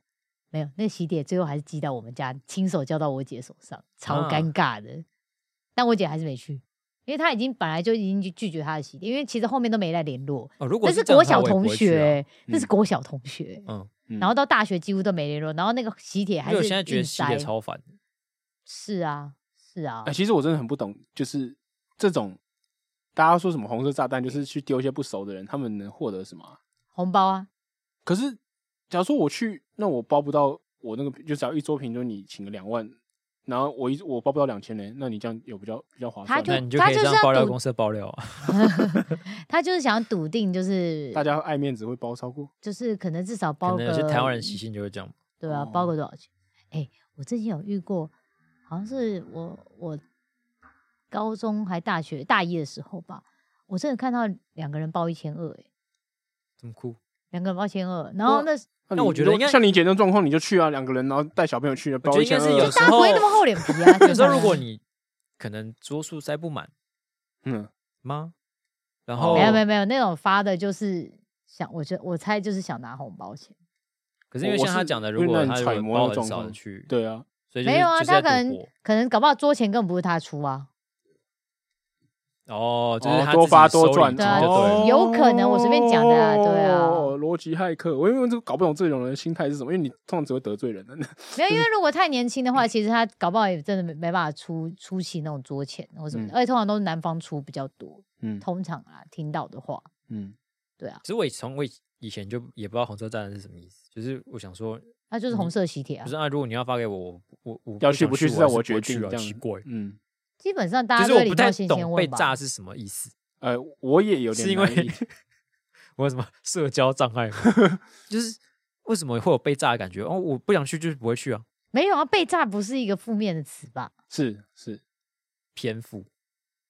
Speaker 3: 没有，那个喜帖最后还是寄到我们家，亲手交到我姐手上，超
Speaker 1: 啊
Speaker 3: 尴尬的。但我姐还是没去，因为她已经本来就已经拒绝她的喜帖，因为其实后面都没再联络。
Speaker 1: 哦，如果
Speaker 3: 那
Speaker 1: 是
Speaker 3: 是
Speaker 1: 这样
Speaker 3: 国
Speaker 1: 的话
Speaker 3: 小
Speaker 1: 我也不
Speaker 3: 同
Speaker 1: 会去啊
Speaker 3: 学，那是
Speaker 2: 嗯
Speaker 3: 国小同学，
Speaker 1: 嗯，
Speaker 2: 嗯
Speaker 3: 然后到大学几乎都没联络，然后那个喜帖还
Speaker 1: 因为
Speaker 3: 是
Speaker 1: 我现在觉得
Speaker 3: 硬
Speaker 1: 系列
Speaker 3: 塞
Speaker 1: 超烦。
Speaker 3: 是啊是啊
Speaker 2: 哎、，其实我真的很不懂，就是这种大家说什么红色炸弹，就是去丢一些不熟的人，他们能获得什么啊、
Speaker 3: 红包啊，
Speaker 2: 可是假如说我去，那我包不到我那个，就只要一周平均你请个两万，然后我一我包不到两千呢，那你这样有比较比较划
Speaker 3: 他
Speaker 2: 算吗。
Speaker 1: 那
Speaker 3: 就
Speaker 1: 你就
Speaker 3: 他
Speaker 1: 可以
Speaker 3: 就是
Speaker 1: 让
Speaker 3: 要
Speaker 1: 爆料
Speaker 3: 赌
Speaker 1: 公司爆料啊，
Speaker 3: 他就是想笃定，就是
Speaker 2: 大家爱面子会包超过，
Speaker 3: 就是可能至少包
Speaker 1: 可能
Speaker 3: 个
Speaker 1: 有些台湾人习性就会这样。
Speaker 3: 对啊，
Speaker 2: 哦
Speaker 3: 包个多少钱？哎、我最近有遇过，好像是我我高中还大学大一的时候吧，我真的看到两个人包一千二，哎，
Speaker 1: 这么酷？
Speaker 3: 两个人包一千二，然后那
Speaker 1: 那
Speaker 2: 你
Speaker 1: 我觉得
Speaker 2: 你就
Speaker 1: 应该
Speaker 2: 像你姐那种状况，你就去啊，两个人然后带小朋友去，包
Speaker 1: 觉得
Speaker 2: 一
Speaker 1: 应
Speaker 2: 千
Speaker 1: 该是有
Speaker 2: 二
Speaker 1: 时，
Speaker 3: 大家不会那么
Speaker 1: 候
Speaker 3: 厚脸皮啊。
Speaker 1: 有
Speaker 3: 正
Speaker 1: 时候
Speaker 3: 常
Speaker 1: 如果
Speaker 3: 啊
Speaker 1: 你可能桌数塞不满
Speaker 2: 嗯，
Speaker 1: 吗？然
Speaker 2: 哦
Speaker 1: 后
Speaker 3: 没有没有没有那种发的，就是想，我觉得我猜就是想拿红包钱，
Speaker 1: 可是因为
Speaker 2: 我
Speaker 1: 像他
Speaker 2: 是
Speaker 1: 讲的，
Speaker 2: 因
Speaker 1: 如
Speaker 2: 为
Speaker 1: 果
Speaker 2: 那你
Speaker 1: 他如
Speaker 2: 揣
Speaker 1: 果
Speaker 2: 摩那
Speaker 1: 包
Speaker 2: 个
Speaker 1: 很
Speaker 2: 状
Speaker 1: 少的
Speaker 2: 况
Speaker 1: 去，
Speaker 2: 对啊，
Speaker 1: 所以就是
Speaker 3: 没有啊，
Speaker 1: 就是
Speaker 3: 他可
Speaker 1: 在赌
Speaker 3: 能
Speaker 1: 博
Speaker 3: 可能搞不好桌钱根本不是他出啊，
Speaker 1: 哦，就是
Speaker 2: 哦
Speaker 1: 他
Speaker 2: 多
Speaker 1: 自己
Speaker 2: 发多
Speaker 1: 收
Speaker 2: 赚，
Speaker 1: 礼金就对了
Speaker 3: 哦有可能我随便讲的啊对啊
Speaker 2: 哦逻辑骇客，我因为这搞不懂这种人的心态是什么，因为你通常只会得罪人的。
Speaker 3: 没有，因为如果太年轻的话，其实他搞不好也真的没没办法出出席那种桌钱或什么的，
Speaker 2: 嗯
Speaker 3: 而且通常都是男方出比较多，
Speaker 2: 嗯
Speaker 3: 通常啊听到的话，
Speaker 2: 嗯，
Speaker 3: 对啊，
Speaker 1: 其实我以从我以以前就也不知道红色炸弹是什么意思，就是我想说，
Speaker 3: 那就是红色喜帖啊
Speaker 1: 不是，啊，如果你要发给我，我我我
Speaker 2: 要
Speaker 1: 去
Speaker 2: 去不去
Speaker 1: 去我
Speaker 2: 是
Speaker 1: 还
Speaker 2: 在
Speaker 1: 是
Speaker 2: 我
Speaker 1: 不
Speaker 2: 决
Speaker 1: 会去
Speaker 2: 定，
Speaker 1: 啊
Speaker 2: 这样
Speaker 1: 奇怪，
Speaker 2: 嗯，
Speaker 3: 基本上大家
Speaker 1: 就
Speaker 3: 都
Speaker 1: 是
Speaker 3: 会
Speaker 1: 我
Speaker 3: 礼
Speaker 1: 不太
Speaker 3: 貌性先
Speaker 1: 懂被
Speaker 3: 问吧
Speaker 1: 炸。是什么意思，
Speaker 2: 呃，我也有点
Speaker 1: 是因
Speaker 2: 难
Speaker 1: 为
Speaker 2: 以
Speaker 1: 我有什么社交障碍吗？ 就是为什么会有被炸的感觉？哦，我不想去，就是不会去啊，
Speaker 3: 没有啊，被炸不是一个负面的词吧？
Speaker 2: 是是，
Speaker 1: 偏负。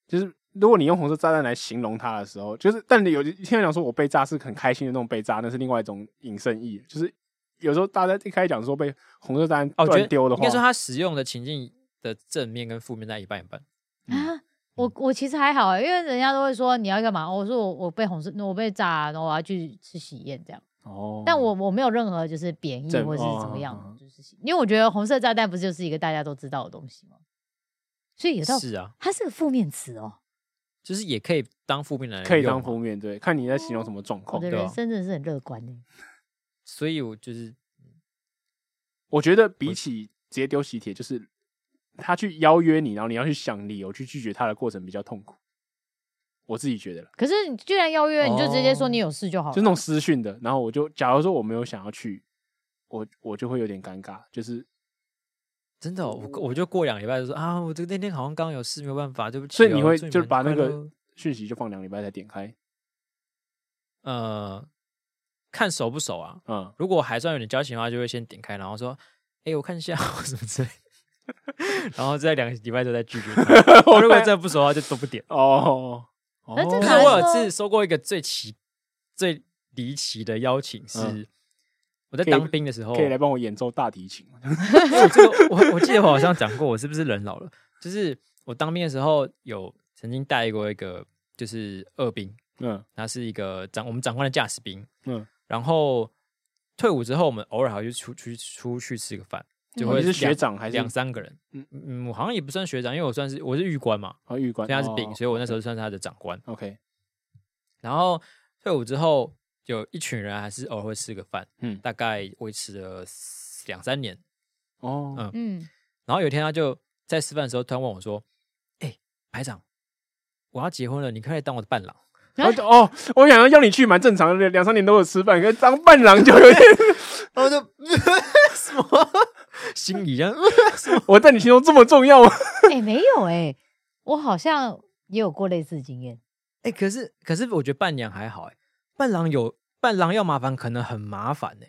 Speaker 2: 就是如果你用红色炸弹来形容他的时候，就是但你有听人讲说我被炸是很开心的那种被炸，那是另外一种引申意，就是有时候大家一开始讲说被红色炸弹
Speaker 1: 哦，我觉
Speaker 2: 乱
Speaker 1: 得
Speaker 2: 丢的
Speaker 1: 应
Speaker 2: 话
Speaker 1: 该，说它使用的情境的正面跟负面在一半一半。
Speaker 3: 啊，我我其实还好、欸，因为人家都会说你要干嘛，哦我说我我被红色，我被炸啊，然后我要去吃喜宴这样。
Speaker 2: 哦
Speaker 3: 但我我没有任何就是贬义
Speaker 2: 正
Speaker 3: 或是
Speaker 2: 哦
Speaker 3: 怎么样的
Speaker 2: 哦哦
Speaker 3: 就是因为我觉得红色炸弹不就是一个大家都知道的东西吗？所以有时候
Speaker 1: 是啊，
Speaker 3: 它是个负面词哦。
Speaker 1: 就是也可以当负面来
Speaker 2: 可以
Speaker 1: 用啊
Speaker 2: 当
Speaker 1: 嘛
Speaker 2: 负面对，看你在形容什么状
Speaker 3: 我
Speaker 2: 况
Speaker 3: 的。
Speaker 1: 对
Speaker 3: 人
Speaker 1: 啊
Speaker 3: 生真的是很乐观的，
Speaker 1: 所以我就是
Speaker 2: 我觉得比起直接丢喜帖，就是他去邀约你，然后你要去想理由去拒绝他的过程比较痛苦。我自己觉得啦，
Speaker 3: 可是你居然邀约，你就直接说你有事
Speaker 1: 哦
Speaker 3: 就好
Speaker 2: 哦就
Speaker 3: 了。
Speaker 2: 那种私讯的，然后我就假如说我没有想要去，我我就会有点尴尬，就是
Speaker 1: 真的哦、我过我就过两个礼拜就说啊，我这个那天好像刚刚有事，没有办法，对不起哦。
Speaker 2: 所以你会
Speaker 1: 祝
Speaker 2: 就是
Speaker 1: 们
Speaker 2: 把那
Speaker 1: 快
Speaker 2: 个
Speaker 1: 乐
Speaker 2: 讯息就放两礼拜才点开，
Speaker 1: 呃，看熟不熟啊？
Speaker 2: 嗯，
Speaker 1: 如果还算有点交情的话，就会先点开，然后说，哎、我看一下或什么之类的， 然后在两个礼拜之后再拒 绝他。
Speaker 2: 我
Speaker 1: 如果真的不熟的话，就都不点。
Speaker 2: 哦，
Speaker 3: 那
Speaker 2: 哦，
Speaker 3: 这
Speaker 1: 可是
Speaker 3: 哪
Speaker 1: 我有
Speaker 3: 说
Speaker 1: 次收过一个最奇、最离奇的邀请是，
Speaker 2: 嗯
Speaker 1: 我在
Speaker 2: 可以
Speaker 1: 当兵的时候，
Speaker 2: 可以来帮我演奏大提琴吗？
Speaker 1: 我这个我我记得我好像讲过，我是不是人老了？就是我当兵的时候有曾经带过一个就是二兵，
Speaker 2: 嗯
Speaker 1: 他是一个长我们长官的驾驶兵，
Speaker 2: 嗯，
Speaker 1: 然后退伍之后，我们偶尔还会出出去出去吃个饭，就
Speaker 3: 嗯
Speaker 1: 会
Speaker 2: 哦你是
Speaker 1: 两
Speaker 2: 学长还是
Speaker 1: 两三个人，
Speaker 2: 嗯
Speaker 1: 嗯嗯，我好像也不算学长，因为我算是我是狱官嘛，
Speaker 2: 啊玉官，
Speaker 1: 所以他是兵，
Speaker 2: 哦
Speaker 1: 所以我那时候算是他的长官。
Speaker 2: OK，
Speaker 1: 然后退伍之后，有一群人还是偶尔会吃个饭，
Speaker 2: 嗯
Speaker 1: 大概维持了两三年，
Speaker 2: 哦
Speaker 1: 嗯
Speaker 3: 嗯，
Speaker 1: 然后有一天他就在吃饭的时候突然问我说：“哎、排长，我要结婚了，你可不可以当我的伴郎。”
Speaker 2: 然后哦，我想要要你去，蛮正常的，两三年都有吃饭，可是当伴郎就有点，
Speaker 1: 然 后就什么心里啊，
Speaker 2: 我在你心中这么重要吗？
Speaker 3: 哎、没有哎、我好像也有过类似的经验。
Speaker 1: 哎、可是可是我觉得伴娘还好哎、伴郎有伴郎要麻烦，可能很麻烦哎、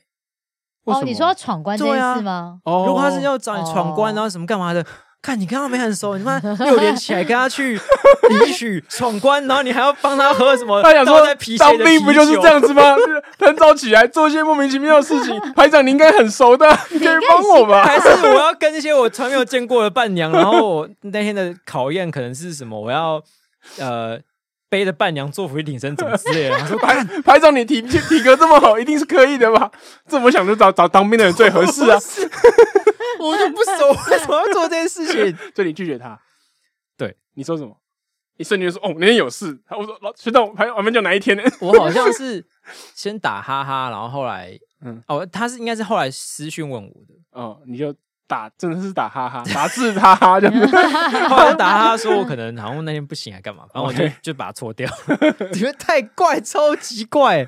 Speaker 2: 为什
Speaker 3: 哦，
Speaker 2: 么
Speaker 3: 你说要闯关这
Speaker 1: 对
Speaker 3: 件
Speaker 1: 啊
Speaker 3: 事吗？
Speaker 2: 哦，
Speaker 1: 如果他是要找你闯
Speaker 3: 哦
Speaker 1: 关，然后什么干嘛的，看你跟他没很熟，你 妈六点起来跟他去迎娶闯关，然后你还要帮他喝什么？
Speaker 2: 他想说
Speaker 1: 倒在皮，鞋
Speaker 2: 当
Speaker 1: 的
Speaker 2: 兵
Speaker 1: 啤
Speaker 2: 不就是
Speaker 1: 酒
Speaker 2: 这？样子吗？ 就是很早起来做一些莫名其妙的事情。排长，你应该很熟的，啊你可以帮我 吧？
Speaker 1: 还是我要跟那些我从来没有见过的伴娘，然后我那天的考验可能是什么？我要呃背着伴娘做俯卧撑什么之类的。他 说
Speaker 2: 排排长，你体体格这么好，一定是可以的吧？ 这么想就找找当兵的人最合 适啊！
Speaker 1: 我就不熟，为什么要做这件事情？
Speaker 2: 所以你拒绝他，
Speaker 1: 对，
Speaker 2: 你说什么？一瞬间就说哦，我那天有事。我说老学长，排我们就哪一天呢？
Speaker 1: 我好像是先打哈哈，然后后来，
Speaker 2: 嗯
Speaker 1: 嗯，哦，他是应该是后来私讯问 我的，
Speaker 2: 哦，你就打，真的是打哈哈，打字哈哈这样子。
Speaker 1: 后来打哈哈说我可能好像那天不行还干嘛，然后我就
Speaker 2: OK
Speaker 1: 就把它搓 掉，觉得太怪，超级怪，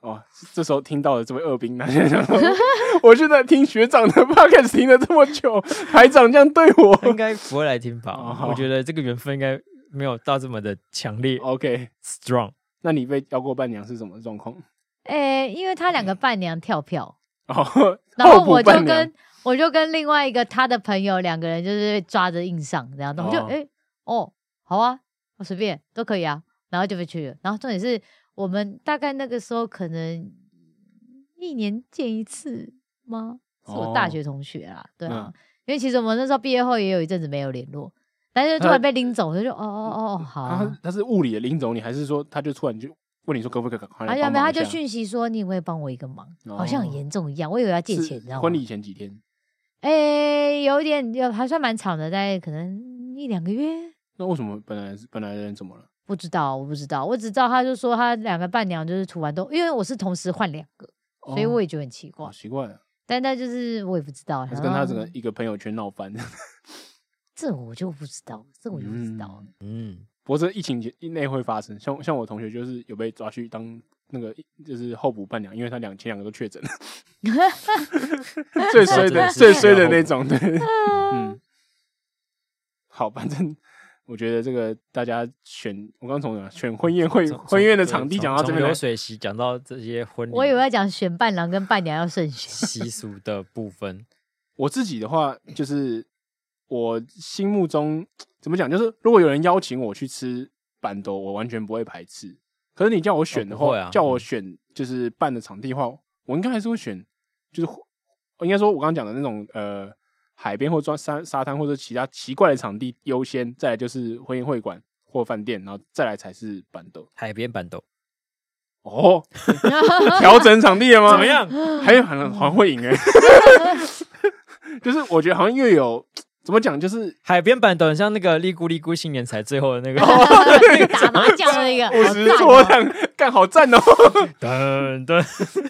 Speaker 2: 哦，这时候听到了这位二兵，他现在想说，我现在听学长的 podcast 听了这么久，排长这样对我
Speaker 1: 他应该不会来听吧？
Speaker 2: 哦
Speaker 1: 我觉得这个缘分应该没有到这么的强烈
Speaker 2: ，OK。
Speaker 1: strong。
Speaker 2: 那你被邀过伴娘是什么状况？
Speaker 3: 哎、因为他两个伴娘跳票，
Speaker 2: 哦，
Speaker 3: 然后
Speaker 2: 候补
Speaker 3: 我就
Speaker 2: 伴娘
Speaker 3: 跟我就跟另外一个他的朋友两个人就是抓着硬上这样，然后我就
Speaker 2: 哦
Speaker 3: 哎、哦好啊，我随便都可以啊，然后就被去了。然后重点是我们大概那个时候可能一年见一次吗？是我大
Speaker 2: 哦
Speaker 3: 学同学啊，对啊，
Speaker 2: 嗯
Speaker 3: 因为其实我们那时候毕业后也有一阵子没有联络，但是突
Speaker 2: 他嗯
Speaker 3: 然被拎走，我就说哦哦哦好、啊。
Speaker 2: 他他是物理的领走你，还是说他就突然就问你说可不可以赶快来
Speaker 3: 而且啊
Speaker 2: 帮
Speaker 3: 哎没有，
Speaker 2: 忙
Speaker 3: 他
Speaker 2: 一下？
Speaker 3: 就讯息说：“你会帮我一个忙，好像
Speaker 2: 哦
Speaker 3: 很严重一样。”我以为要借钱，你知
Speaker 2: 是
Speaker 3: 道吗？
Speaker 2: 婚礼前几天，
Speaker 3: 哎、有一点有还算蛮长的，大概可能一两个月，
Speaker 2: 那为什么本来是本来的人怎么了？
Speaker 3: 不知道，我不知道，我只知道他就说他两个伴娘就是涂完都，因为我是同时换两个，所以
Speaker 2: 哦
Speaker 3: 我也觉得很奇怪。啊
Speaker 2: 好奇怪啊，
Speaker 3: 但那就是我也不知道，
Speaker 2: 还是跟他
Speaker 3: 这
Speaker 2: 整个一个朋友圈闹翻。
Speaker 3: 这我就不知道，这我就不知道了。
Speaker 1: 嗯，
Speaker 2: 不过这疫情前以内会发生，像像我同学就是有被抓去当那个就是候补伴娘，因为他两前两个都确诊， 最衰
Speaker 1: 真的
Speaker 2: 的
Speaker 1: 是
Speaker 2: 最
Speaker 1: 需
Speaker 2: 衰的
Speaker 1: 要
Speaker 2: 那种，对，嗯，好，反正我觉得这个大家选，我刚从哪选婚宴会
Speaker 1: 从
Speaker 2: 婚宴的
Speaker 1: 从
Speaker 2: 场地
Speaker 1: 从
Speaker 2: 讲到这
Speaker 1: 从
Speaker 2: 边来
Speaker 1: 流，水席讲到这些婚礼，
Speaker 3: 我以为要讲选伴郎跟伴娘要慎选，
Speaker 1: 习俗的部分，
Speaker 2: 我自己的话就是我心目中怎么讲，就是如果有人邀请我去吃板豆，我完全不会排斥。可是你叫我选的
Speaker 1: 哦不
Speaker 2: 话，
Speaker 1: 会啊
Speaker 2: 叫我选就是办的场地的话，我应该还是会选，就是应该说我刚刚讲的那种呃海边或抓沙沙滩或者其他奇怪的场地优先，再来就是婚宴会馆或饭店，然后再来才是板豆。
Speaker 1: 海边板豆
Speaker 2: 哦，调整场地了吗？
Speaker 1: 怎么样？
Speaker 2: 还有很很会赢哎、 就是我觉得好像越有怎么讲，就是
Speaker 1: 海边板豆很像那个利咕利咕新年才最后的那个
Speaker 3: 打麻将的那个，
Speaker 2: 五
Speaker 3: 好
Speaker 2: 十
Speaker 3: 赞
Speaker 2: 桌
Speaker 3: 哦
Speaker 2: 这样，干好赞 哦、
Speaker 1: 噔噔，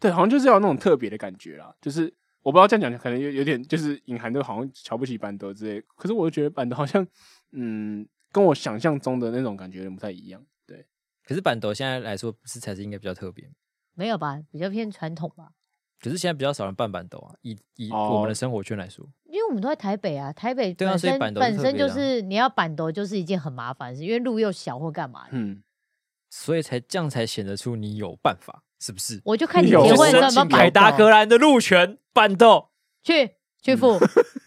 Speaker 2: 对，好像就是要有那种特别的感觉啦。就是我不知道这样讲，可能有有点就是隐含的，好像瞧不起板德之类。可是我就觉得板德好像，嗯，跟我想象中的那种感觉有点不太一样。对，
Speaker 1: 可是板豆现在来说，不是才是应该比较特别吗？
Speaker 3: 没有吧？比较偏传统吧，
Speaker 1: 可是现在比较少人办板豆啊，以以
Speaker 2: 哦
Speaker 1: 我们的生活圈来说，
Speaker 3: 因为我们都在台北啊，台北
Speaker 1: 对啊
Speaker 3: 本
Speaker 1: 所以
Speaker 3: 身、
Speaker 1: 板斗是
Speaker 3: 本
Speaker 1: 特
Speaker 3: 身
Speaker 1: 别
Speaker 3: 就
Speaker 1: 的啊
Speaker 3: 是你要板斗就是一件很麻烦的事，因为路又小或干嘛的。
Speaker 2: 嗯，
Speaker 1: 所以才这样才显得出你有办法，是不是？
Speaker 3: 我就看你结
Speaker 2: 有
Speaker 3: 婚
Speaker 1: 就
Speaker 3: 的时候有
Speaker 1: 申
Speaker 3: 没有
Speaker 1: 请
Speaker 3: 摆
Speaker 1: 凯达格兰的路权板豆，
Speaker 3: 去去付，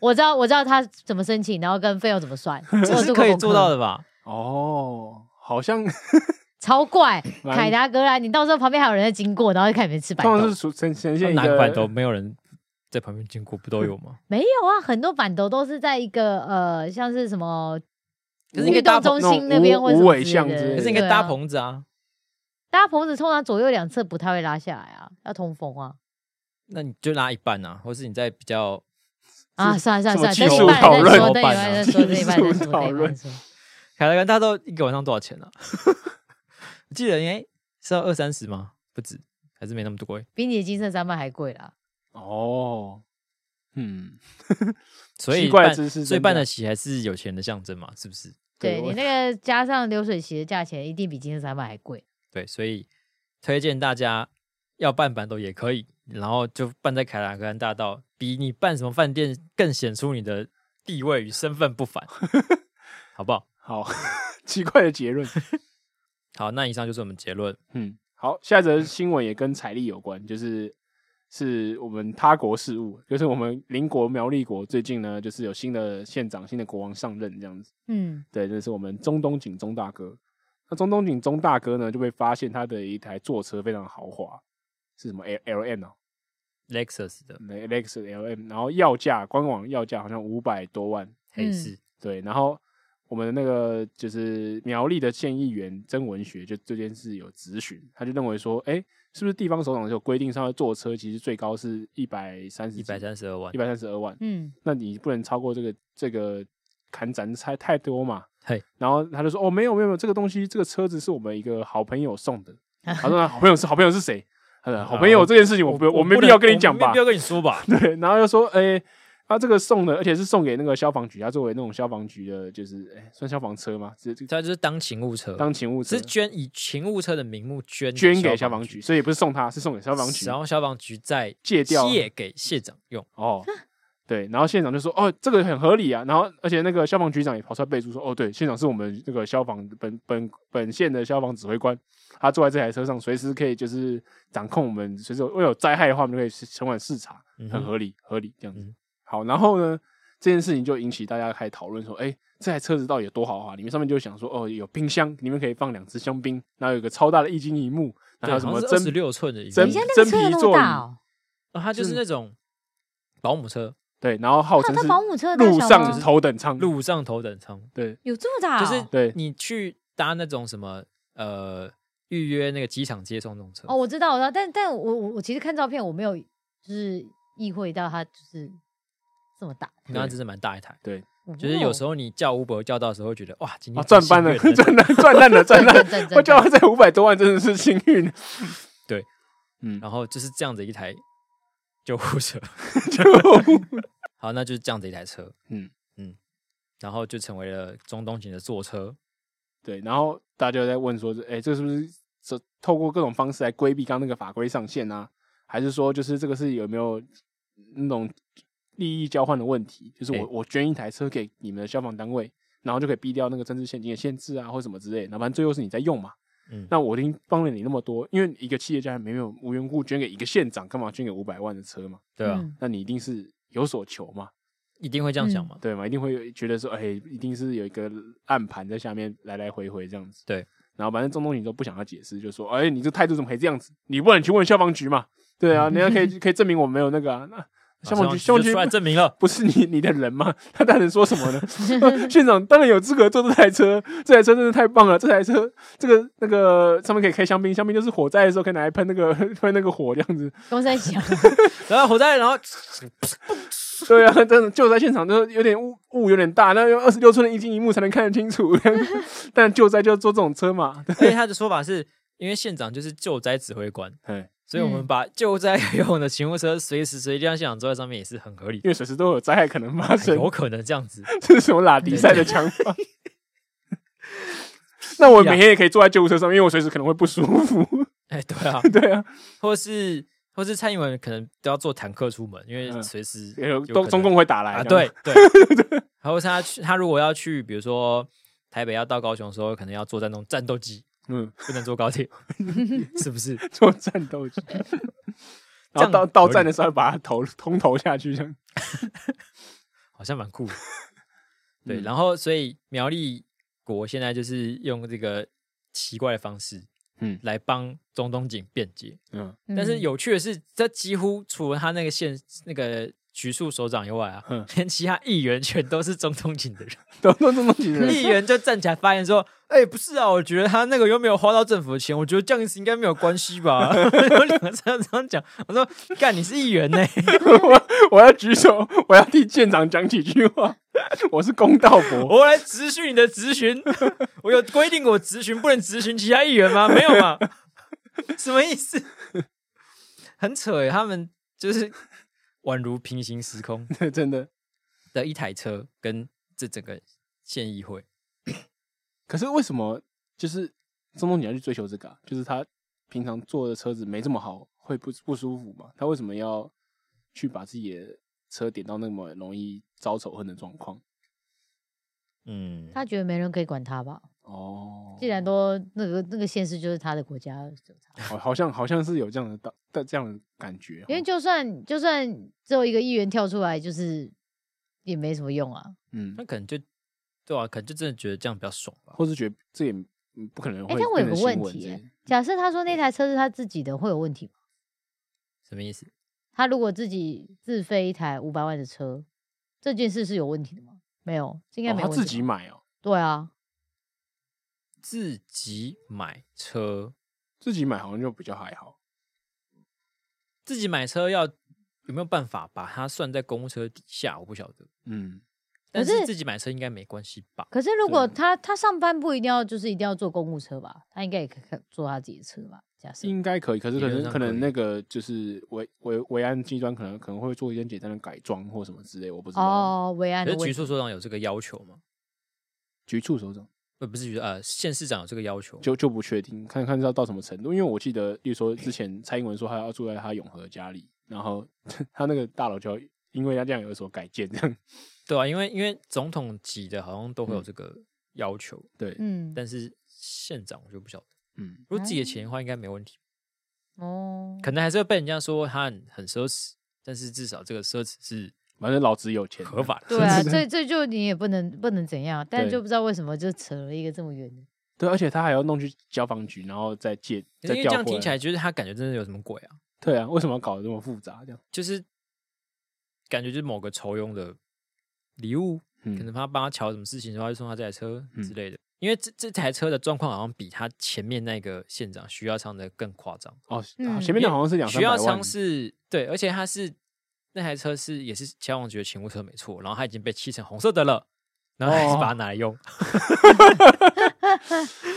Speaker 3: 我知道我知道他怎么申请，然后跟费用怎么算，我
Speaker 1: 这
Speaker 3: 有
Speaker 1: 是
Speaker 3: 做过
Speaker 1: 可以
Speaker 3: 功
Speaker 1: 做
Speaker 3: 课
Speaker 1: 到，的吧？
Speaker 2: 哦，好像
Speaker 3: 超怪。
Speaker 2: 蛮
Speaker 3: 凯达格兰，你到时候旁边还有人在经过，然后就看你们吃板
Speaker 2: 通常
Speaker 3: 豆
Speaker 2: 是，属呈呈现一
Speaker 1: 南板豆
Speaker 2: 个
Speaker 1: 没有人在旁边经过，不都有吗？
Speaker 3: 没有啊，很多板豆都是在一个呃，像是什么
Speaker 1: 就是一个
Speaker 3: 运
Speaker 1: 大
Speaker 3: 动
Speaker 1: 棚
Speaker 3: 中
Speaker 2: 那种
Speaker 3: 心那边
Speaker 2: 无
Speaker 3: 或者
Speaker 2: 无尾
Speaker 3: 什
Speaker 2: 巷
Speaker 3: 么
Speaker 2: 之类
Speaker 3: 之
Speaker 2: 的
Speaker 3: 类
Speaker 1: 可
Speaker 3: 的，
Speaker 1: 是你可以
Speaker 3: 对
Speaker 1: 搭
Speaker 3: 啊，
Speaker 1: 棚子啊，
Speaker 3: 搭棚子通常左右两侧不太会拉下来啊，要通风啊。
Speaker 1: 那你就拉一半啊，或是你在比较
Speaker 3: 啊，算了算
Speaker 2: 什么
Speaker 3: 了算了，
Speaker 1: 技
Speaker 3: 等
Speaker 1: 术
Speaker 3: 一半
Speaker 1: 讨
Speaker 3: 再
Speaker 1: 论
Speaker 3: 说，
Speaker 1: 怎
Speaker 3: 等
Speaker 1: 么
Speaker 3: 一
Speaker 1: 办啊
Speaker 3: 半再说，等一半再
Speaker 2: 技术
Speaker 3: 说，
Speaker 2: 讨
Speaker 3: 等一半
Speaker 2: 论
Speaker 3: 再说。
Speaker 1: 凯达格兰，大家都一个晚上多少钱啊？ 我记得应该是要二三十吗？不止，还是没那么多欸、
Speaker 3: 比你的金色山脉还贵啦。
Speaker 2: 哦，嗯，
Speaker 1: 所
Speaker 2: 奇
Speaker 1: 以
Speaker 2: 怪的
Speaker 1: 办
Speaker 2: 知识
Speaker 1: 所以
Speaker 2: 增
Speaker 1: 办
Speaker 2: 加
Speaker 1: 得起还是有钱的象征嘛，是不是？
Speaker 3: 对
Speaker 2: 我
Speaker 3: 你那个加上流水席的价钱，一定比今天三百还贵。
Speaker 1: 对，所以推荐大家要办板斗也可以，然后就办在凯兰格兰大道，比你办什么饭店更显出你的地位与身份不凡，好不好？
Speaker 2: 好奇怪的结论。
Speaker 1: 好，那以上就是我们结论。
Speaker 2: 嗯，好，下一则新闻也跟财力有关，就是是我们他国事务，就是我们邻国苗栗国最近呢，就是有新的县长、新的国王上任这样子。
Speaker 3: 嗯，
Speaker 2: 对，这是我们中东锦中大哥。那中东锦中大哥呢，就被发现他的一台坐车非常豪华，是什么 L L M 啊
Speaker 1: Lexus 的
Speaker 2: ，Lex L M，然后要价官网要价好像五百多万，
Speaker 1: 黑市，
Speaker 2: 对，然后我们那个就是苗栗的县议员曾文学就这件事有咨询，他就认为说，哎，是不是地方首长有规定上要坐车，其实最高是一百三十
Speaker 1: 一百三十二万
Speaker 2: 一，百三十二万，
Speaker 3: 嗯，
Speaker 2: 那你不能超过这个这个砍斩差太多嘛？
Speaker 1: 嘿，
Speaker 2: 然后他就说，哦，没有没有，没有这个东西这个车子是我们一个好朋友 送的。他说，好朋友是好朋友是谁？他说，好朋友这件事情 我不我没
Speaker 1: 不
Speaker 2: 必
Speaker 1: 能
Speaker 2: 要跟你
Speaker 1: 嗯我
Speaker 2: 讲吧。
Speaker 1: 没必，要跟你说 吧
Speaker 2: 对，然后又说，哎、他这个送的，而且是送给那个消防局，他作为那种消防局的，就是哎、算消防车吗？这这
Speaker 1: 它就是当勤务车，
Speaker 2: 当勤务车
Speaker 1: 是捐以勤务车的名目捐
Speaker 2: 捐给消
Speaker 1: 消
Speaker 2: 防局，，所以也不是送他，是送给消防局
Speaker 1: 然后消防局再
Speaker 2: 借掉
Speaker 1: 借给县长用。
Speaker 2: 哦。对，然后县长就说：“哦，这个很合理啊。”然后，而且那个消防局长也跑出来备注说：“哦，对，县长是我们那个消防本本本县的消防指挥官，他坐在这台车上，随时可以就是掌控我们，随时会有灾害的话，我们就可以前往视察。
Speaker 1: 嗯
Speaker 2: 很
Speaker 1: 哼，
Speaker 2: 合理，合理这样子。
Speaker 1: 嗯
Speaker 2: 好，然后呢，这件事情就引起大家开始讨论说，哎、这台车子到底有多豪华？里面上面就想说，哦，有冰箱，里面可以放两只香槟，然后有个超大的液晶荧幕，
Speaker 1: 对，
Speaker 2: 然后
Speaker 1: 好
Speaker 2: 有什
Speaker 1: 像
Speaker 2: 么
Speaker 1: 是二
Speaker 2: 真
Speaker 1: 十六寸的一个，
Speaker 2: 真
Speaker 3: 你现在那个车
Speaker 2: 真皮
Speaker 3: 那
Speaker 2: 座
Speaker 3: 么
Speaker 2: 椅
Speaker 3: 大哦，
Speaker 1: 啊它就是
Speaker 2: 是
Speaker 1: 那种保姆车，
Speaker 2: 对，然后号
Speaker 3: 它
Speaker 2: 称
Speaker 3: 它
Speaker 2: 是
Speaker 3: 保姆车的
Speaker 2: 路
Speaker 3: 大小
Speaker 2: 上
Speaker 3: 吗？
Speaker 2: 头等舱，
Speaker 1: 路上头等舱，
Speaker 2: 对
Speaker 3: 有这么大
Speaker 1: 就
Speaker 3: 哦？
Speaker 1: 是
Speaker 2: 嗯对
Speaker 1: 你去搭那种什么呃预约那个机场接送那种车
Speaker 3: 哦，，我知道，我知道，但但我我我其实看照片，我没有就是意会到它就是这么大，
Speaker 1: 那它真是蛮大一台。就是
Speaker 3: 哦
Speaker 1: 有时候你叫 Uber 叫到的时候，觉得哇，今
Speaker 2: 啊，
Speaker 1: 天
Speaker 2: 赚翻了，
Speaker 1: 真幸运
Speaker 2: 赚烂，赚烂了，赚烂了。
Speaker 3: 真
Speaker 2: 我叫他这五百多万真的是幸运。
Speaker 1: 对，
Speaker 2: 嗯，
Speaker 1: 然后就是这样的一台救护车， 好，那就是这样的一台车，
Speaker 2: 嗯
Speaker 1: 嗯，然后就成为了中东型的坐车，
Speaker 2: 对，然后大家就在问说，哎、这是不是这透过各种方式来规避刚那个法规上限啊？还是说，就是这个是有没有那种利益交换的问题？就是我、
Speaker 1: 诶
Speaker 2: 我捐一台车给你们的消防单位，然后就可以避掉那个政治现金的限制啊，或什么之类的。那反正最后是你在用嘛。
Speaker 1: 嗯
Speaker 2: 那我已经帮了你那么多，因为一个企业家没有无缘无故捐给一个县长，干嘛捐给五百万的车嘛？
Speaker 1: 对
Speaker 3: 嗯
Speaker 1: 啊，
Speaker 2: 那你一定是有所求嘛，
Speaker 1: 一定会这样想嘛，
Speaker 2: 对嘛？一定会有觉得说，哎、一定是有一个暗盘在下面来来回回这样子。
Speaker 1: 对，
Speaker 2: 然后反正中东你都不想要解释，就说，哎、你这态度怎么可以这样子？你不能去问消防局嘛？对啊，人家可以可以证明我没有那个啊。那
Speaker 1: 马
Speaker 2: 消防
Speaker 1: 上
Speaker 2: 局，消防
Speaker 1: 就
Speaker 2: 局
Speaker 1: 出来证明了，
Speaker 2: 不是你你的人吗？他当然说什么呢？ 县长当然有资格坐这台车，这台车真的太棒了！这台车，这个那个上面可以开香槟，香槟就是火灾的时候可以拿来喷那个 喷那个火这样子。
Speaker 3: 公 山小，
Speaker 1: 然后火灾，然后
Speaker 2: 对啊，但是救灾现场就是有点雾雾有点大，那用二十六寸的液晶屏幕才能看得清楚。 但救灾就要坐这种车嘛，对，
Speaker 1: 而且他的说法是因为县长就是救灾指挥官，
Speaker 2: 哎
Speaker 1: 所以我们把救灾用的勤务车随时随地让县长坐在上面也是很合理
Speaker 2: 因，为随时都有灾害可能发生，
Speaker 1: 有可能这样子，
Speaker 2: 这是什么拉迪赛的想 法？那我每天也可以坐在救护车上，因为我随时可能会不舒服。
Speaker 1: 哎，对啊，
Speaker 2: 对啊，
Speaker 1: 或是或是蔡英文可能都要坐坦克出门，因为随时有
Speaker 2: 嗯有
Speaker 1: 可
Speaker 2: 中
Speaker 1: 能
Speaker 2: 中共会打来
Speaker 1: 啊，
Speaker 2: 这样
Speaker 1: 对对， 然后他去他如果要去，比如说台北要到高雄的时候，可能要坐在那种战斗机，
Speaker 2: 嗯，
Speaker 1: 不能坐高铁，是不是？
Speaker 2: 做战斗 机，然后
Speaker 1: 这
Speaker 2: 到
Speaker 1: 样
Speaker 2: 到
Speaker 1: 合理
Speaker 2: 站的时候把它头通投下去，这样。
Speaker 1: 好像蛮酷的。对，
Speaker 2: 嗯
Speaker 1: 然后所以苗栗国现在就是用这个奇怪的方式，
Speaker 2: 嗯
Speaker 1: 来帮中东锦辩解。
Speaker 2: 嗯
Speaker 1: 但是有趣的是，这几乎除了他那个县那个局处首长以外啊
Speaker 2: 嗯，
Speaker 1: 连其他议员全都是中东锦的人。
Speaker 2: 都都中东几 人，
Speaker 1: 议员就站起来发言说：“哎、不是啊，我觉得他那个又没有花到政府的钱，我觉得这样子应该没有关系吧。” 我两个这样这样讲，我说：“干，你是议员呢、
Speaker 2: 我我要举手，我要替舰长讲几句话， 我是公道伯。
Speaker 1: 我来咨询你的咨询， 我有规定我咨询不能咨询其他议员吗？没有嘛？ 什么意思？很扯哎、他们就是宛如平行时空
Speaker 2: 真的，
Speaker 1: 的一台车跟这整个县议会，
Speaker 2: 可是为什么就是中东你要去追求这个、啊？就是他平常坐的车子没这么好，会不不舒服嘛？他为什么要去把自己的车点到那么容易招仇恨的状况？
Speaker 1: 嗯，
Speaker 3: 他觉得没人可以管他吧？
Speaker 2: 哦，
Speaker 3: 既然都那个那个县市就是他的国家，就他
Speaker 1: 啊
Speaker 2: 好，好像好像是有这样的道的这样的感觉哦，
Speaker 3: 因为就算就算只有一个议员跳出来，就是也没什么用啊。
Speaker 2: 嗯
Speaker 1: 那，可能就对啊，可能就真的觉得这样比较爽吧。
Speaker 2: 或是觉得这也嗯不可能
Speaker 3: 哎、
Speaker 2: 会变
Speaker 3: 但我有
Speaker 2: 成
Speaker 3: 个
Speaker 2: 新
Speaker 3: 问
Speaker 2: 闻
Speaker 3: 题
Speaker 2: 之
Speaker 3: 欸、
Speaker 2: 类的。
Speaker 3: 假设他说
Speaker 2: 嗯
Speaker 3: 那台车是他自己的，会有问题吗？
Speaker 1: 什么意思？
Speaker 3: 他如果自己自费一台五百万的车，这件事是有问题的吗？没有，这应该
Speaker 2: 哦
Speaker 3: 没有
Speaker 2: 他
Speaker 3: 问题吧、
Speaker 2: 自己买哦，
Speaker 3: 对啊，
Speaker 1: 自己买车，
Speaker 2: 自己买好像就比较还好。
Speaker 1: 自己买车要有没有办法把它算在公车底下？我不晓得，
Speaker 2: 嗯，
Speaker 1: 但
Speaker 3: 可是
Speaker 1: 是自己买车应该没关系吧？
Speaker 3: 可是如果
Speaker 2: 对
Speaker 3: 他他上班不一定要就是一定要坐公务车吧，他应该也可以坐他自己的车吧？假设
Speaker 2: 应该可以，可是
Speaker 1: 理
Speaker 2: 可
Speaker 1: 论
Speaker 2: 能
Speaker 1: 上
Speaker 2: 可
Speaker 1: 可
Speaker 2: 能
Speaker 1: 以
Speaker 2: 那个就是维维维安机关可能可能会做一些简单的改装或什么之类，我不知道。，
Speaker 3: 哦，维安
Speaker 1: 可
Speaker 3: 的
Speaker 1: 是
Speaker 3: 问
Speaker 1: 局
Speaker 3: 题
Speaker 1: 处首长有这个要求吗？
Speaker 2: 局处首长
Speaker 1: 呃，不是局处呃，县市长有这个要求，
Speaker 2: 就就不确定，看看到到什么程度。因为我记得，例如说之前蔡英文说他要住在他永和的家里，然后 他那个大楼就要因为他这样有所改建，这样
Speaker 1: 对啊，因为因为总统级的好像都会有
Speaker 2: 嗯
Speaker 1: 这个要求，
Speaker 2: 对，
Speaker 3: 嗯，
Speaker 1: 但是县长我就不晓得。
Speaker 2: 嗯，
Speaker 3: 啊
Speaker 1: 如果自己的钱的话，应该没问题，
Speaker 3: 哦，
Speaker 1: 可能还是会被人家说他很很奢侈，但是至少这个奢侈是
Speaker 2: 反正老子有钱，
Speaker 1: 合法的。
Speaker 3: 对 啊，这这就你也不能不能怎样，但
Speaker 2: 对
Speaker 3: 就不知道为什么就扯了一个这么远的。
Speaker 2: 对，而且他还要弄去消防局，然后再借
Speaker 1: 因
Speaker 2: 再
Speaker 1: 为
Speaker 2: 调
Speaker 1: 这样
Speaker 2: 过
Speaker 1: 听起来，就是他感觉真的有什么鬼啊？
Speaker 2: 对啊，为什么要搞得这么复杂？这样，
Speaker 1: 就是感觉就是某个酬庸的礼物，可
Speaker 2: 嗯
Speaker 1: 能他帮他瞧什么事情的话，就送他这台车之
Speaker 2: 嗯
Speaker 1: 类的。因为这这台车的状况好像比他前面那个县长徐耀昌的更夸张。
Speaker 2: 哦，
Speaker 3: 嗯
Speaker 2: 啊前面的好像是两
Speaker 1: 徐
Speaker 2: 三
Speaker 1: 耀
Speaker 2: 百万
Speaker 1: 昌，是对，而且他是那台车是也是消防局的勤务车没错，然后他已经被漆成红色的了，然后还是
Speaker 2: 哦
Speaker 1: 把它拿来用，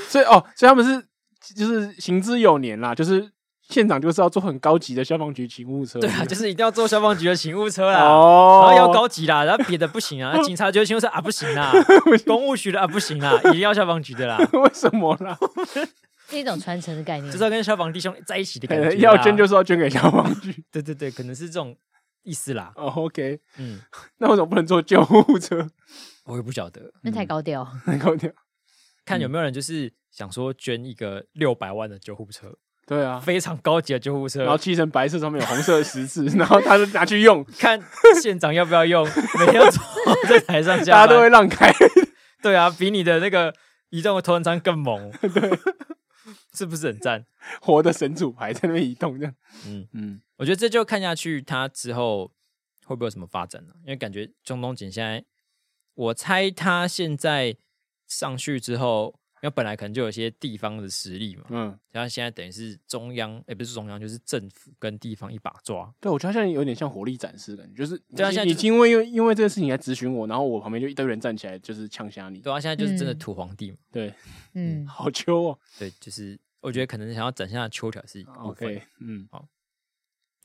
Speaker 2: 所以哦，所以他们是就是行之有年啦，就是县长就是要做很高级的消防局勤务车，
Speaker 1: 对啊，就是一定要坐消防局的勤务车啦。然
Speaker 2: 哦，
Speaker 1: 后要高级啦，然后别的不行啊，警察局的勤务车啊不行 啦，公务局的啊不行啦，一定要消防局的啦，
Speaker 2: 为什么啦？
Speaker 3: 是一种传承的 概念，
Speaker 1: 就是要跟消防弟兄在一起的感觉啦。啊
Speaker 2: 要捐就是要捐给消防局。
Speaker 1: 对对对，可能是这种意思啦。
Speaker 2: 哦，OK，
Speaker 1: 嗯，
Speaker 2: 那为什么不能坐救护车？
Speaker 1: 我也不晓得，
Speaker 3: 那太高调。
Speaker 2: 很搞笑。
Speaker 1: 看有没有人就是想说捐一个六百万的救护车，
Speaker 2: 对啊，
Speaker 1: 非常高级的救护车，
Speaker 2: 然后漆成白色，上面有红色的十字， 然后他就拿 去用，
Speaker 1: 看县长要不要用，每天要坐在台上
Speaker 2: 大
Speaker 1: 下
Speaker 2: 家都会
Speaker 1: 班。
Speaker 2: 让开。
Speaker 1: 对啊，比你的那个移动的头等舱更 猛。对， 是不是很赞？
Speaker 2: 活的神主牌在那边移动，这样。
Speaker 1: 嗯，
Speaker 2: 嗯，
Speaker 1: 我觉得这就看下去，他之后会不会有什么发展呢、因为感觉中东锦现在，我猜他现在上去之后，因为本来可能就有一些地方的实力嘛，
Speaker 2: 嗯，
Speaker 1: 然后现在等于是中央，也、不是中央，就是政府跟地方一把抓。
Speaker 2: 对，我觉得他现在有点像活力展示感觉，就是
Speaker 1: 对啊
Speaker 2: 你
Speaker 1: 现在
Speaker 2: 你
Speaker 1: 就是
Speaker 2: 因为因为因为这个事情来咨询我，然后我旁边就一堆人站起来就是呛瞎你，
Speaker 1: 对啊，现在就是真的
Speaker 3: 嗯
Speaker 1: 土皇帝嘛，
Speaker 2: 对，
Speaker 3: 嗯，
Speaker 2: 好秋哦。
Speaker 1: 对，就是我觉得可能想要展现他的秋条是一
Speaker 3: 哦
Speaker 1: 部分。
Speaker 2: OK，嗯，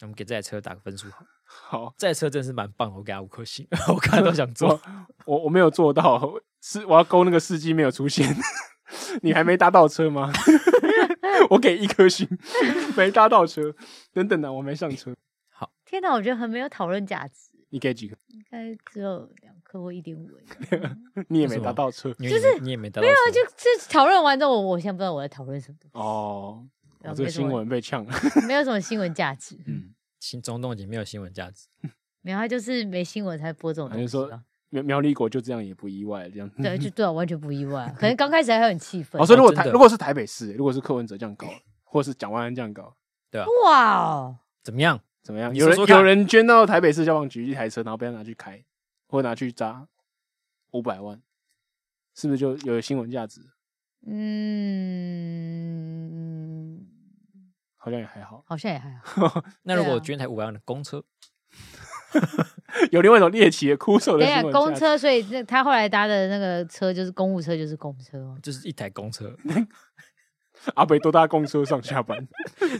Speaker 1: 我们给这台车打个分数好了，
Speaker 2: 好，
Speaker 1: 这台车真的是蛮棒的，我给他五颗星， 我看都想
Speaker 3: 哦
Speaker 1: 坐。
Speaker 2: 我我没有做到，是我要勾那个司机没有出现， 你还没搭到车吗？ 我给一颗星，没搭到车。等等啊，我没上车，
Speaker 3: 天哪，我觉得很没有讨论价值，
Speaker 2: 你给几颗？
Speaker 3: 应该只有两颗或一点五而已。
Speaker 2: 你也没搭到车
Speaker 1: 因为你没你也没得到车，
Speaker 3: 啊就这讨论完之后，我我现在不知道我在讨论什么东
Speaker 2: 哦。
Speaker 3: 然后
Speaker 2: 我这个
Speaker 3: 没什么
Speaker 2: 新闻被呛了，
Speaker 3: 西，没有什么新闻价值。
Speaker 2: 嗯，
Speaker 1: 新中东已经没有新闻价值。
Speaker 3: 然后他就是没新闻才播这种
Speaker 2: 反正
Speaker 3: 东西
Speaker 2: 啊说
Speaker 3: 吧。
Speaker 2: 苗苗栗国就这样也不意外，这样。
Speaker 3: 对，就对我完全不意 外。啊可能刚开始还很气愤
Speaker 2: 哦，。所以如果
Speaker 1: 真
Speaker 2: 台
Speaker 1: 的
Speaker 2: 如果是台北市，如果是柯文哲这样搞，或是蒋万安这样搞，
Speaker 3: 哇哦，
Speaker 1: 怎么样？
Speaker 2: 怎么样？
Speaker 1: 你
Speaker 2: 有
Speaker 1: 说
Speaker 2: 人
Speaker 1: 说
Speaker 2: 有
Speaker 1: 看
Speaker 2: 人捐到台北市消防局一台车，然后被他拿去开，或拿去砸五百万，是不是就有新闻价值？
Speaker 3: 嗯，
Speaker 2: 好像也还好，
Speaker 3: 好像也还好。
Speaker 1: 那如
Speaker 3: 对啊
Speaker 1: 果捐台五百万的公车，
Speaker 2: 有另外一种猎奇的枯手
Speaker 3: 等
Speaker 2: 的
Speaker 3: 一
Speaker 2: 新
Speaker 3: 下，
Speaker 2: 闻
Speaker 3: 公
Speaker 2: 价值。
Speaker 3: 车，所以那他后来搭的那个车就是公务车，就是公车哦吗？
Speaker 1: 就是一台 公车，
Speaker 2: 阿北多搭公车上下班，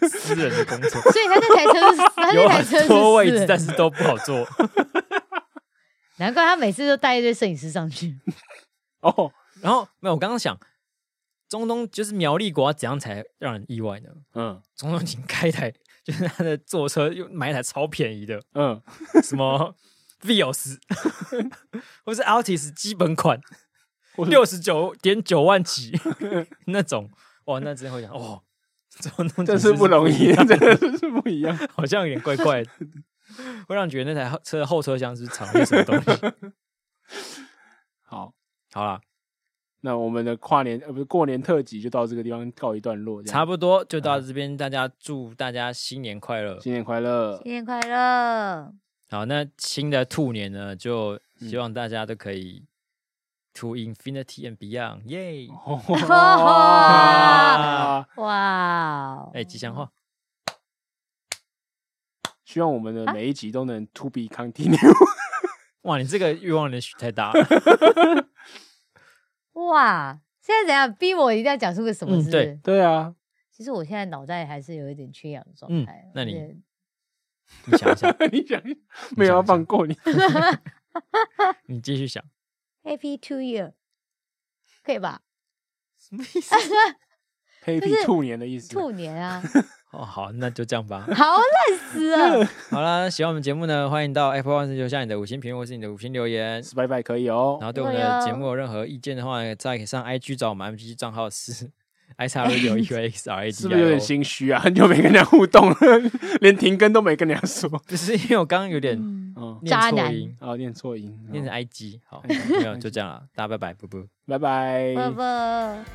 Speaker 1: 私人的公车，
Speaker 3: 所以他那台车 是，他
Speaker 1: 有
Speaker 3: 那台车
Speaker 1: 很
Speaker 3: 是
Speaker 1: 多位
Speaker 3: 私
Speaker 1: 置，
Speaker 3: 人
Speaker 1: 但是都不好坐。
Speaker 3: 难怪他每次都带一堆摄影师上去。
Speaker 2: 哦，
Speaker 1: 然后没有，我刚刚想，中东就是苗栗国要怎样才让人意外呢？
Speaker 2: 嗯
Speaker 1: 中东请开一台， 就是他的坐车又买一台超便宜的，
Speaker 2: 嗯，
Speaker 1: 什 么 Vios 或是 Altis 基本款，
Speaker 2: 或是
Speaker 1: 六十九点九 万起那种，哇，那真的会想，哦，中东
Speaker 2: 真
Speaker 1: 请
Speaker 2: 是不容易，
Speaker 1: 样
Speaker 2: 真的是不一样。
Speaker 1: 好像有点怪怪的，会让你觉得那台后车的后车厢是藏了什么东西。
Speaker 2: 好，
Speaker 1: 好啦，
Speaker 2: 那我们的跨年呃不是过年特辑就到这个地方告一段落，这样
Speaker 1: 差不多就到这边，大家祝大家新年快乐。
Speaker 2: 新年 快乐
Speaker 3: 新，年快乐！
Speaker 1: 好，那新的兔年呢，就
Speaker 2: 嗯
Speaker 1: 希望大家都可以 to infinity and beyond，耶！
Speaker 2: 哦哇
Speaker 3: 哇哦，
Speaker 1: 哎，吉祥话，
Speaker 2: 希望我们的每一集都能 to be continue。
Speaker 1: 哇，你这个欲望有点太 大了。
Speaker 3: 哇！现在怎样逼我一定要讲出个什么
Speaker 1: 嗯
Speaker 3: 字？
Speaker 1: 对
Speaker 2: 对啊，
Speaker 3: 其实我现在脑袋还是有一点缺氧的状
Speaker 1: 嗯
Speaker 3: 态。
Speaker 1: 那
Speaker 3: 而
Speaker 1: 你
Speaker 3: 且
Speaker 1: 你想一想，
Speaker 2: 你想没有要放过 你？
Speaker 1: 你继续想，
Speaker 3: Happy Two Year 可以吧？
Speaker 1: 什么意思？
Speaker 3: 就
Speaker 2: Happy
Speaker 3: 是
Speaker 2: 兔年的意思。
Speaker 3: 兔年啊，
Speaker 1: 哦，好，那就这样吧。
Speaker 3: 好烂死 了！
Speaker 1: 好啦，喜欢我们节目呢，欢迎到 Apple One 留下你的五星评论或是你的五星留言。
Speaker 2: s p y 可以哦
Speaker 1: 然，后对我们的节目有任何意见的话，再可以上 IG 找我们 IG 账号是 i x radio u x r a d i o。
Speaker 2: 是不是有点心虚啊？很久没跟人家互动了， 连停更都没跟人家说。
Speaker 1: 不是因为我刚刚有点
Speaker 3: 嗯
Speaker 2: 嗯，
Speaker 1: 念
Speaker 3: 渣
Speaker 1: 错
Speaker 3: 男
Speaker 1: 音，
Speaker 2: 啊，念错音，
Speaker 1: 念成
Speaker 2: 好
Speaker 1: IG。好，
Speaker 2: IG
Speaker 1: 没有就这样了，大家拜拜，不不。
Speaker 2: 拜拜，
Speaker 3: 拜拜。